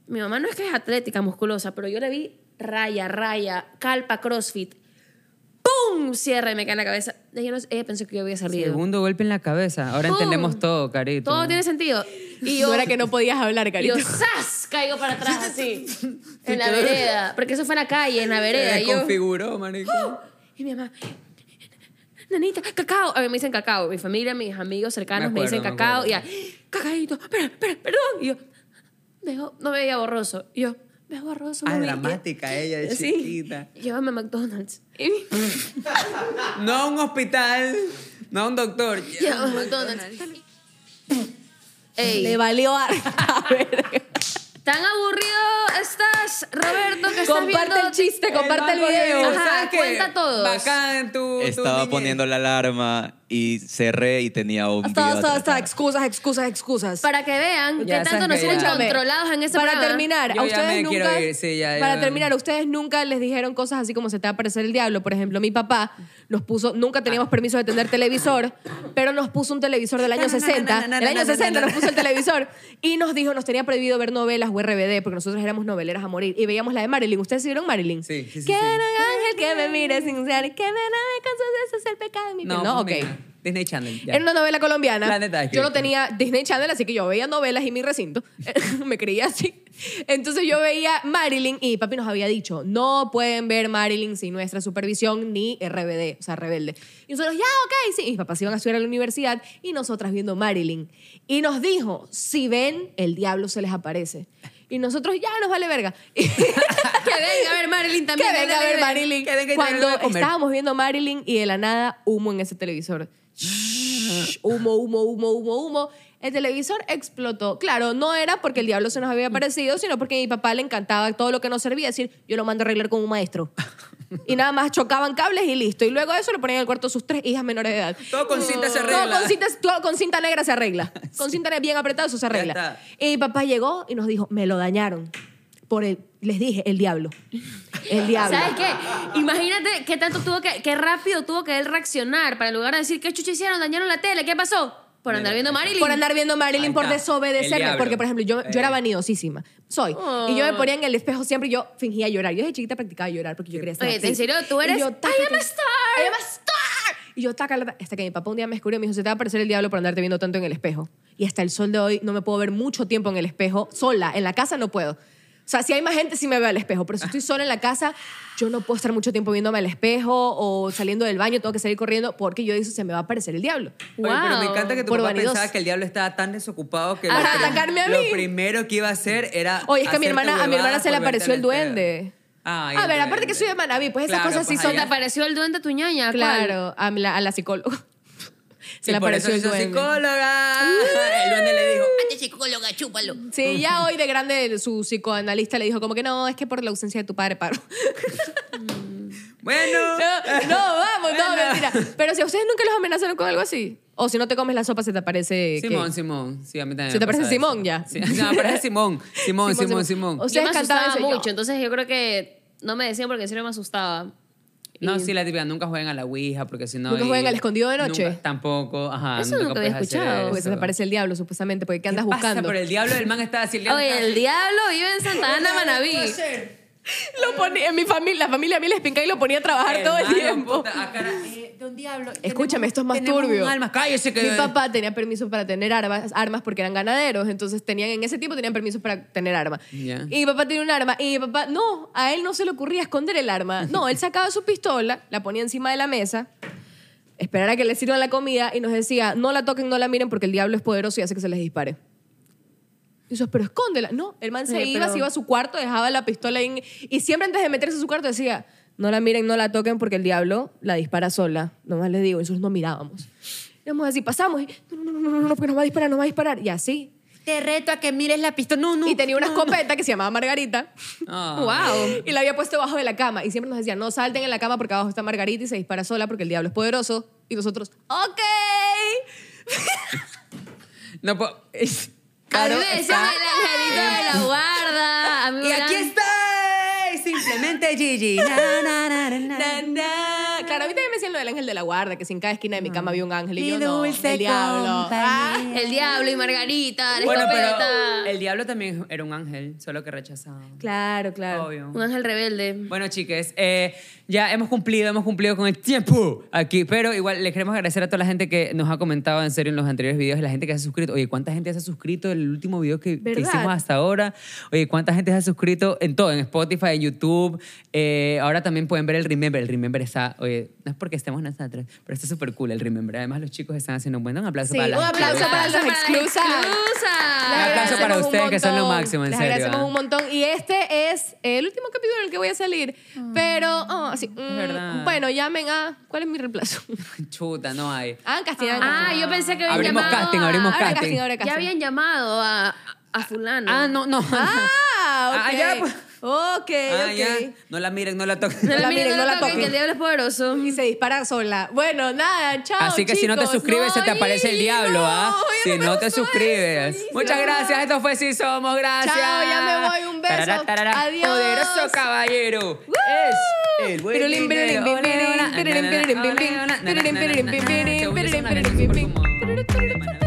Speaker 4: Mi mamá no es que es atlética, musculosa, pero yo le vi raya, raya, calpa, crossfit. ¡Pum! ¡pum! Cierra y me cae en la cabeza. Ella, no- ella pensó que yo había salido.
Speaker 3: Segundo golpe en la cabeza. Ahora
Speaker 4: ¡Pum!
Speaker 3: entendemos todo, carito.
Speaker 4: Todo tiene sentido. Y yo,
Speaker 8: No era que no podías hablar,
Speaker 4: y
Speaker 8: carito.
Speaker 4: yo ¡zas! Caigo
Speaker 8: *laughs*
Speaker 4: para atrás
Speaker 3: *laughs*
Speaker 4: así. En la vereda. Porque eso fue en la calle, en la
Speaker 3: Se
Speaker 4: vereda. Y yo,
Speaker 3: desconfiguró,
Speaker 4: *gasps*
Speaker 3: marico. Ah,
Speaker 4: Y mi mamá, nanita, cacao. A mí me dicen cacao. Mi familia, mis amigos cercanos
Speaker 3: Me
Speaker 4: me,
Speaker 3: acuerdo,
Speaker 4: dicen
Speaker 3: me
Speaker 4: cacao.
Speaker 3: acuerdo.
Speaker 4: Y ya, cacaíto, espera, espera, perdón. Y yo, veo, no me veía borroso. Y yo, veo borroso.
Speaker 3: Ah,
Speaker 4: mami.
Speaker 3: dramática ella de
Speaker 4: *laughs* Sí.
Speaker 3: chiquita.
Speaker 4: Llévame a
Speaker 3: *laughs*
Speaker 4: McDonald's. Y
Speaker 3: No a un hospital, no a un doctor.
Speaker 4: Llévame
Speaker 8: *laughs*
Speaker 4: a McDonald's. Ey,
Speaker 8: Le valió *laughs* harta verga.
Speaker 4: tan aburrido estás, Roberto, que estás viendo...
Speaker 8: Comparte el chiste, comparte el
Speaker 3: banco de-
Speaker 8: video.
Speaker 4: Ajá,
Speaker 3: ¿sabes qué?
Speaker 4: cuenta todos.
Speaker 3: Bacán, tú.
Speaker 9: Estaba poniendo la alarma y cerré y tenía un
Speaker 8: Hasta,
Speaker 9: video
Speaker 8: hasta, hasta,
Speaker 9: atrasado.
Speaker 8: excusas, excusas, excusas.
Speaker 4: Para que
Speaker 3: Ya,
Speaker 4: vean que
Speaker 3: sabes
Speaker 4: tanto nos
Speaker 3: que
Speaker 4: tienen
Speaker 3: ya.
Speaker 4: controlados en ese
Speaker 8: para
Speaker 4: programa.
Speaker 8: terminar,
Speaker 3: Yo
Speaker 8: a
Speaker 3: ya
Speaker 8: ustedes
Speaker 3: me quiero
Speaker 8: nunca
Speaker 3: ir, sí, ya, ya.
Speaker 8: para terminar, a ustedes nunca les dijeron cosas así como se te va a aparecer el diablo. Por ejemplo, mi papá nos puso, nunca teníamos permiso de tener televisor, pero nos puso un televisor del año 60. El año 60 nos puso el televisor y nos dijo, nos tenía prohibido ver novelas o RBD porque nosotros éramos noveleras a morir y veíamos la de Marilyn. ¿Ustedes sí vieron Marilyn?
Speaker 3: Sí, sí, sí, sí.
Speaker 8: Que era un ángel que me mire sin ser, que me nave cansas de hacer pecado de mi piel.
Speaker 3: No,
Speaker 8: No, ok.
Speaker 3: pues, mira, Disney Channel. ya.
Speaker 8: Era una novela colombiana.
Speaker 3: La neta, es que-
Speaker 8: yo no tenía Disney Channel, así que yo veía novelas y mi recinto. *laughs* Me creía así. Entonces yo veía Marilyn y papi nos había dicho, no pueden ver Marilyn sin nuestra supervisión ni RBD, o sea, rebelde. Y nosotros, ya, ok, sí. Y mis papás iban a estudiar a la universidad y nosotras viendo Marilyn. Y nos dijo, si ven, el diablo se les aparece. Y nosotros, ya, nos vale verga. *laughs*
Speaker 4: Que venga a ver Marilyn también.
Speaker 8: que venga a
Speaker 4: dale,
Speaker 8: ver
Speaker 4: dale.
Speaker 8: Marilyn.
Speaker 3: Que venga y
Speaker 8: Cuando
Speaker 3: traiga algo de comer.
Speaker 8: estábamos viendo Marilyn y de la nada humo en ese televisor. Shhh, humo, humo, humo, humo, humo. El televisor explotó. Claro, no era porque el diablo se nos había aparecido, sino porque a mi papá le encantaba todo lo que nos servía. Es decir, yo lo mando a arreglar con un maestro. Y nada más chocaban cables y listo. Y luego eso lo ponían en el cuarto de sus tres hijas menores de edad.
Speaker 3: Todo con cinta se
Speaker 8: Todo
Speaker 3: arregla.
Speaker 8: con cinta, todo con cinta negra
Speaker 3: *laughs*
Speaker 8: se arregla. Con cinta negra bien apretada eso se arregla.
Speaker 3: está.
Speaker 8: Y mi papá llegó y nos dijo, me lo dañaron. Por el, les dije, el diablo. El diablo.
Speaker 4: ¿Sabes qué? Imagínate qué tanto tuvo que, qué rápido tuvo que él reaccionar para en lugar de decir qué chucho hicieron, dañaron la tele, ¿qué pasó? Por andar viendo Marilyn.
Speaker 8: Por andar viendo
Speaker 3: Ahí
Speaker 8: Marilyn,
Speaker 3: está,
Speaker 8: por
Speaker 3: el
Speaker 8: desobedecerme.
Speaker 3: diablo.
Speaker 8: Porque, por ejemplo, yo, yo era
Speaker 3: Eh.
Speaker 8: vanidosísima. Soy. Y
Speaker 4: Oh.
Speaker 8: yo me ponía en el espejo siempre y yo fingía llorar. Yo desde chiquita practicaba llorar porque yo quería estar
Speaker 4: Oye,
Speaker 8: así.
Speaker 4: ¿en serio? Tú
Speaker 8: Y
Speaker 4: eres-
Speaker 8: yo,
Speaker 4: I am
Speaker 8: taca,
Speaker 4: a
Speaker 8: taca,
Speaker 4: star.
Speaker 8: I am a star. Y yo, taca, la, ta- hasta que mi papá un día me descubrió y me dijo, se te va a aparecer el diablo por andarte viendo tanto en el espejo. Y hasta el sol de hoy no me puedo ver mucho tiempo en el espejo. Sola, en la casa no puedo. O sea, si hay más gente, sí me veo al espejo. Pero si estoy sola en la casa, yo no puedo estar mucho tiempo viéndome al espejo o saliendo del baño, tengo que salir corriendo porque yo digo, se me va a aparecer el diablo.
Speaker 3: Oye, pero me
Speaker 4: Wow.
Speaker 3: encanta que tu
Speaker 8: Por
Speaker 3: papá
Speaker 8: vanidoso.
Speaker 3: pensaba que el diablo estaba tan desocupado que lo
Speaker 8: Ajá,
Speaker 3: prim-
Speaker 8: atacarme a mí.
Speaker 3: lo primero que iba a hacer era
Speaker 8: Oye, es que a mi
Speaker 3: hacerte
Speaker 8: hermana, a mi hermana
Speaker 3: huevadas
Speaker 8: se le
Speaker 3: por verte
Speaker 8: apareció
Speaker 3: al
Speaker 8: el
Speaker 3: espejo.
Speaker 8: duende.
Speaker 3: Ay,
Speaker 8: a
Speaker 3: el
Speaker 8: ver, aparte
Speaker 3: duende.
Speaker 8: que soy de Manaví, pues esas
Speaker 3: Claro,
Speaker 8: cosas sí
Speaker 3: pues
Speaker 8: son
Speaker 4: ¿Te
Speaker 3: allá.
Speaker 8: de
Speaker 4: apareció el duende tu ñaña? ¿Cuál?
Speaker 8: Claro, a la, a
Speaker 3: *laughs*
Speaker 8: la psicóloga. Se
Speaker 3: Y
Speaker 8: le
Speaker 3: por
Speaker 8: apareció
Speaker 3: eso
Speaker 8: el
Speaker 3: soy
Speaker 8: duende. *laughs*
Speaker 3: psicóloga. el duende le dijo,
Speaker 7: Este psicóloga, chúpalo.
Speaker 8: Sí,
Speaker 3: *laughs*
Speaker 8: ya hoy de grande su psicoanalista le dijo como que no, es que por la ausencia de tu padre paro. *laughs*
Speaker 3: bueno.
Speaker 8: No, no, vamos, no, mentira. Pero si a ustedes nunca los amenazaron con algo así, o si no te comes la sopa se te aparece... que-
Speaker 3: Simón, Simón. Sí, a mí también.
Speaker 8: ¿Se
Speaker 3: me
Speaker 8: te parece
Speaker 3: pasa
Speaker 8: Simón
Speaker 3: eso.
Speaker 8: ya? Oh,
Speaker 3: Sí, no, me parece
Speaker 8: *laughs*
Speaker 3: Simón. Simón, Simón, Simón.
Speaker 8: O sea,
Speaker 4: Yo me
Speaker 8: Ustedes cantaban
Speaker 4: asustaba
Speaker 8: ese yo.
Speaker 4: mucho, entonces yo creo que no me decían porque en serio me asustaba.
Speaker 3: No, sí, la típica, nunca jueguen a la Ouija porque si no.
Speaker 8: ¿Nunca
Speaker 3: y-
Speaker 8: jueguen al escondido de noche?
Speaker 3: nunca- tampoco, ajá.
Speaker 4: Eso nunca había
Speaker 3: puedes hacer
Speaker 4: escuchado.
Speaker 8: Porque Pues se te
Speaker 3: eso.
Speaker 8: aparece el diablo, supuestamente, porque ¿qué andas
Speaker 3: Pasa
Speaker 8: buscando?
Speaker 3: por el diablo, el man está así. diablo
Speaker 4: Oye,
Speaker 3: está
Speaker 4: el
Speaker 3: así.
Speaker 4: diablo vive en Santa Ana, Manaví.
Speaker 8: Lo ponía, en mi familia, la familia a mí les pinca y lo ponía a trabajar todo el
Speaker 3: Hermano,
Speaker 8: tiempo.
Speaker 3: puta, a cara- eh, de un diablo.
Speaker 8: Escúchame, esto es más
Speaker 3: tenemos
Speaker 8: turbio.
Speaker 3: un alma, cállese que.
Speaker 8: Mi papá tenía permiso para tener armas, armas porque eran ganaderos, entonces tenían en ese tiempo tenían permiso para tener armas.
Speaker 3: Ya.
Speaker 8: Y mi papá tenía un arma y mi papá, no, a él no se le ocurría esconder el arma. No, él sacaba su pistola, la ponía encima de la mesa, esperara que le sirvan la comida y nos decía, no la toquen, no la miren porque el diablo es poderoso y hace que se les dispare. Y yo, pero escóndela. No, el man se
Speaker 4: Oye,
Speaker 8: iba,
Speaker 4: pero-
Speaker 8: se iba a su cuarto, dejaba la pistola ahí en- y siempre antes de meterse a su cuarto decía, no la miren, no la toquen porque el diablo la dispara sola. Nomás les digo, nosotros no mirábamos. Íbamos así, pasamos y no, no, no, no, no, no, porque nos va a disparar, nos va a disparar. Y así.
Speaker 7: Te reto a que mires la pistola. No, no.
Speaker 8: y tenía una escopeta que se llamaba Margarita
Speaker 3: Ah.
Speaker 8: *laughs*
Speaker 4: Wow.
Speaker 8: y la había puesto abajo de la cama. Y siempre nos decía, no salten en la cama porque abajo está Margarita y se dispara sola porque el diablo es poderoso. Y nosotros, ok.
Speaker 3: No puedo.
Speaker 4: a mí me decían el angelito de la guarda. A mí me
Speaker 3: Y aquí
Speaker 4: eran-
Speaker 3: estoy, simplemente Gigi. Na, na, na, na, na.
Speaker 8: Na, na. Claro, claro, a mí también me decían lo del ángel de la guarda, que si en cada esquina de mi cama había un ángel y yo no, el diablo. Ah,
Speaker 4: El diablo y Margarita, la
Speaker 3: Bueno, pero
Speaker 4: escopeta.
Speaker 3: el diablo también era un ángel, solo que rechazado.
Speaker 8: claro, claro.
Speaker 3: Obvio.
Speaker 4: Un ángel rebelde.
Speaker 3: Bueno, chiques, eh, ya hemos cumplido, hemos cumplido con el tiempo aquí, pero igual les queremos agradecer a toda la gente que nos ha comentado en serio en los anteriores videos, la gente que se ha suscrito. Oye, ¿cuánta gente se ha suscrito en el último video que, que
Speaker 8: ¿Verdad?
Speaker 3: hicimos hasta ahora? Oye, ¿cuánta gente se ha suscrito en todo, en Spotify, en YouTube? Eh, ahora también pueden ver el Remember. El Remember está, oye, no es porque estemos nosotros, pero está súper cool el Remember. Además, los chicos están haciendo un buen un aplauso
Speaker 8: Sí,
Speaker 3: para
Speaker 8: un
Speaker 3: las-
Speaker 8: aplauso para las exclusas.
Speaker 4: exclusas.
Speaker 8: Ah, Les
Speaker 3: Un aplauso para
Speaker 8: agradecemos
Speaker 3: ustedes,
Speaker 8: un
Speaker 3: que son lo
Speaker 8: montón.
Speaker 3: máximo, en
Speaker 8: Les
Speaker 3: serio,
Speaker 8: agradecemos
Speaker 3: ¿ah?
Speaker 8: un montón. Y este es el último capítulo en el que voy a salir. Pero, oh, sí, mm,
Speaker 3: verdad.
Speaker 8: bueno, llamen a. ¿Cuál es mi reemplazo? *laughs*
Speaker 3: Chuta, no hay.
Speaker 8: Ah, en Castellano.
Speaker 4: Ah, yo pensé que habían
Speaker 3: Abrimos
Speaker 4: llamado
Speaker 3: casting,
Speaker 4: a-
Speaker 3: abrimos
Speaker 8: Ahora
Speaker 3: casting.
Speaker 8: casting, ahora casting.
Speaker 4: Ya habían llamado a, a fulano.
Speaker 3: Ah, no, no.
Speaker 8: Ah,
Speaker 3: Ah,
Speaker 8: ok.
Speaker 3: ya, pues. *laughs*
Speaker 8: Ok,
Speaker 3: Ah, ya.
Speaker 8: ok.
Speaker 3: No la miren, *laughs* no la toquen.
Speaker 4: No
Speaker 8: la
Speaker 4: la miren,
Speaker 8: miren,
Speaker 4: no
Speaker 8: no
Speaker 4: la
Speaker 8: la
Speaker 4: toquen,
Speaker 8: toquen.
Speaker 4: que el diablo es poderoso.
Speaker 8: Y se dispara sola. Bueno, nada, chao.
Speaker 3: Así que si no te
Speaker 8: chicos.
Speaker 3: suscribes, se te
Speaker 8: No,
Speaker 3: aparece el
Speaker 8: y
Speaker 3: diablo, ¿ah?
Speaker 8: no, ya
Speaker 3: Si
Speaker 8: me
Speaker 3: no te
Speaker 8: gustó
Speaker 3: suscribes.
Speaker 8: eso,
Speaker 3: Muchas
Speaker 8: ya.
Speaker 3: gracias, esto fue Si Somos, gracias.
Speaker 8: Chao, ya me voy, un beso. Adiós.
Speaker 3: Poderoso caballero. Es el buen
Speaker 8: Pirulim, pirulim,
Speaker 3: dinero.
Speaker 8: pim,
Speaker 3: Ole,
Speaker 8: pirulim,
Speaker 3: ona, na,
Speaker 8: pirulim,
Speaker 3: na,
Speaker 8: pirulim,
Speaker 3: na,
Speaker 8: pim, pim,
Speaker 3: ole, ona, na, na,
Speaker 8: pirulim,
Speaker 3: na,
Speaker 8: pirulim,
Speaker 3: na,
Speaker 8: pim,
Speaker 3: na, na. Según
Speaker 8: pirulim,
Speaker 3: yo,
Speaker 8: pirulim,
Speaker 3: suena
Speaker 8: pirulim,
Speaker 3: súper
Speaker 8: pim,
Speaker 3: como-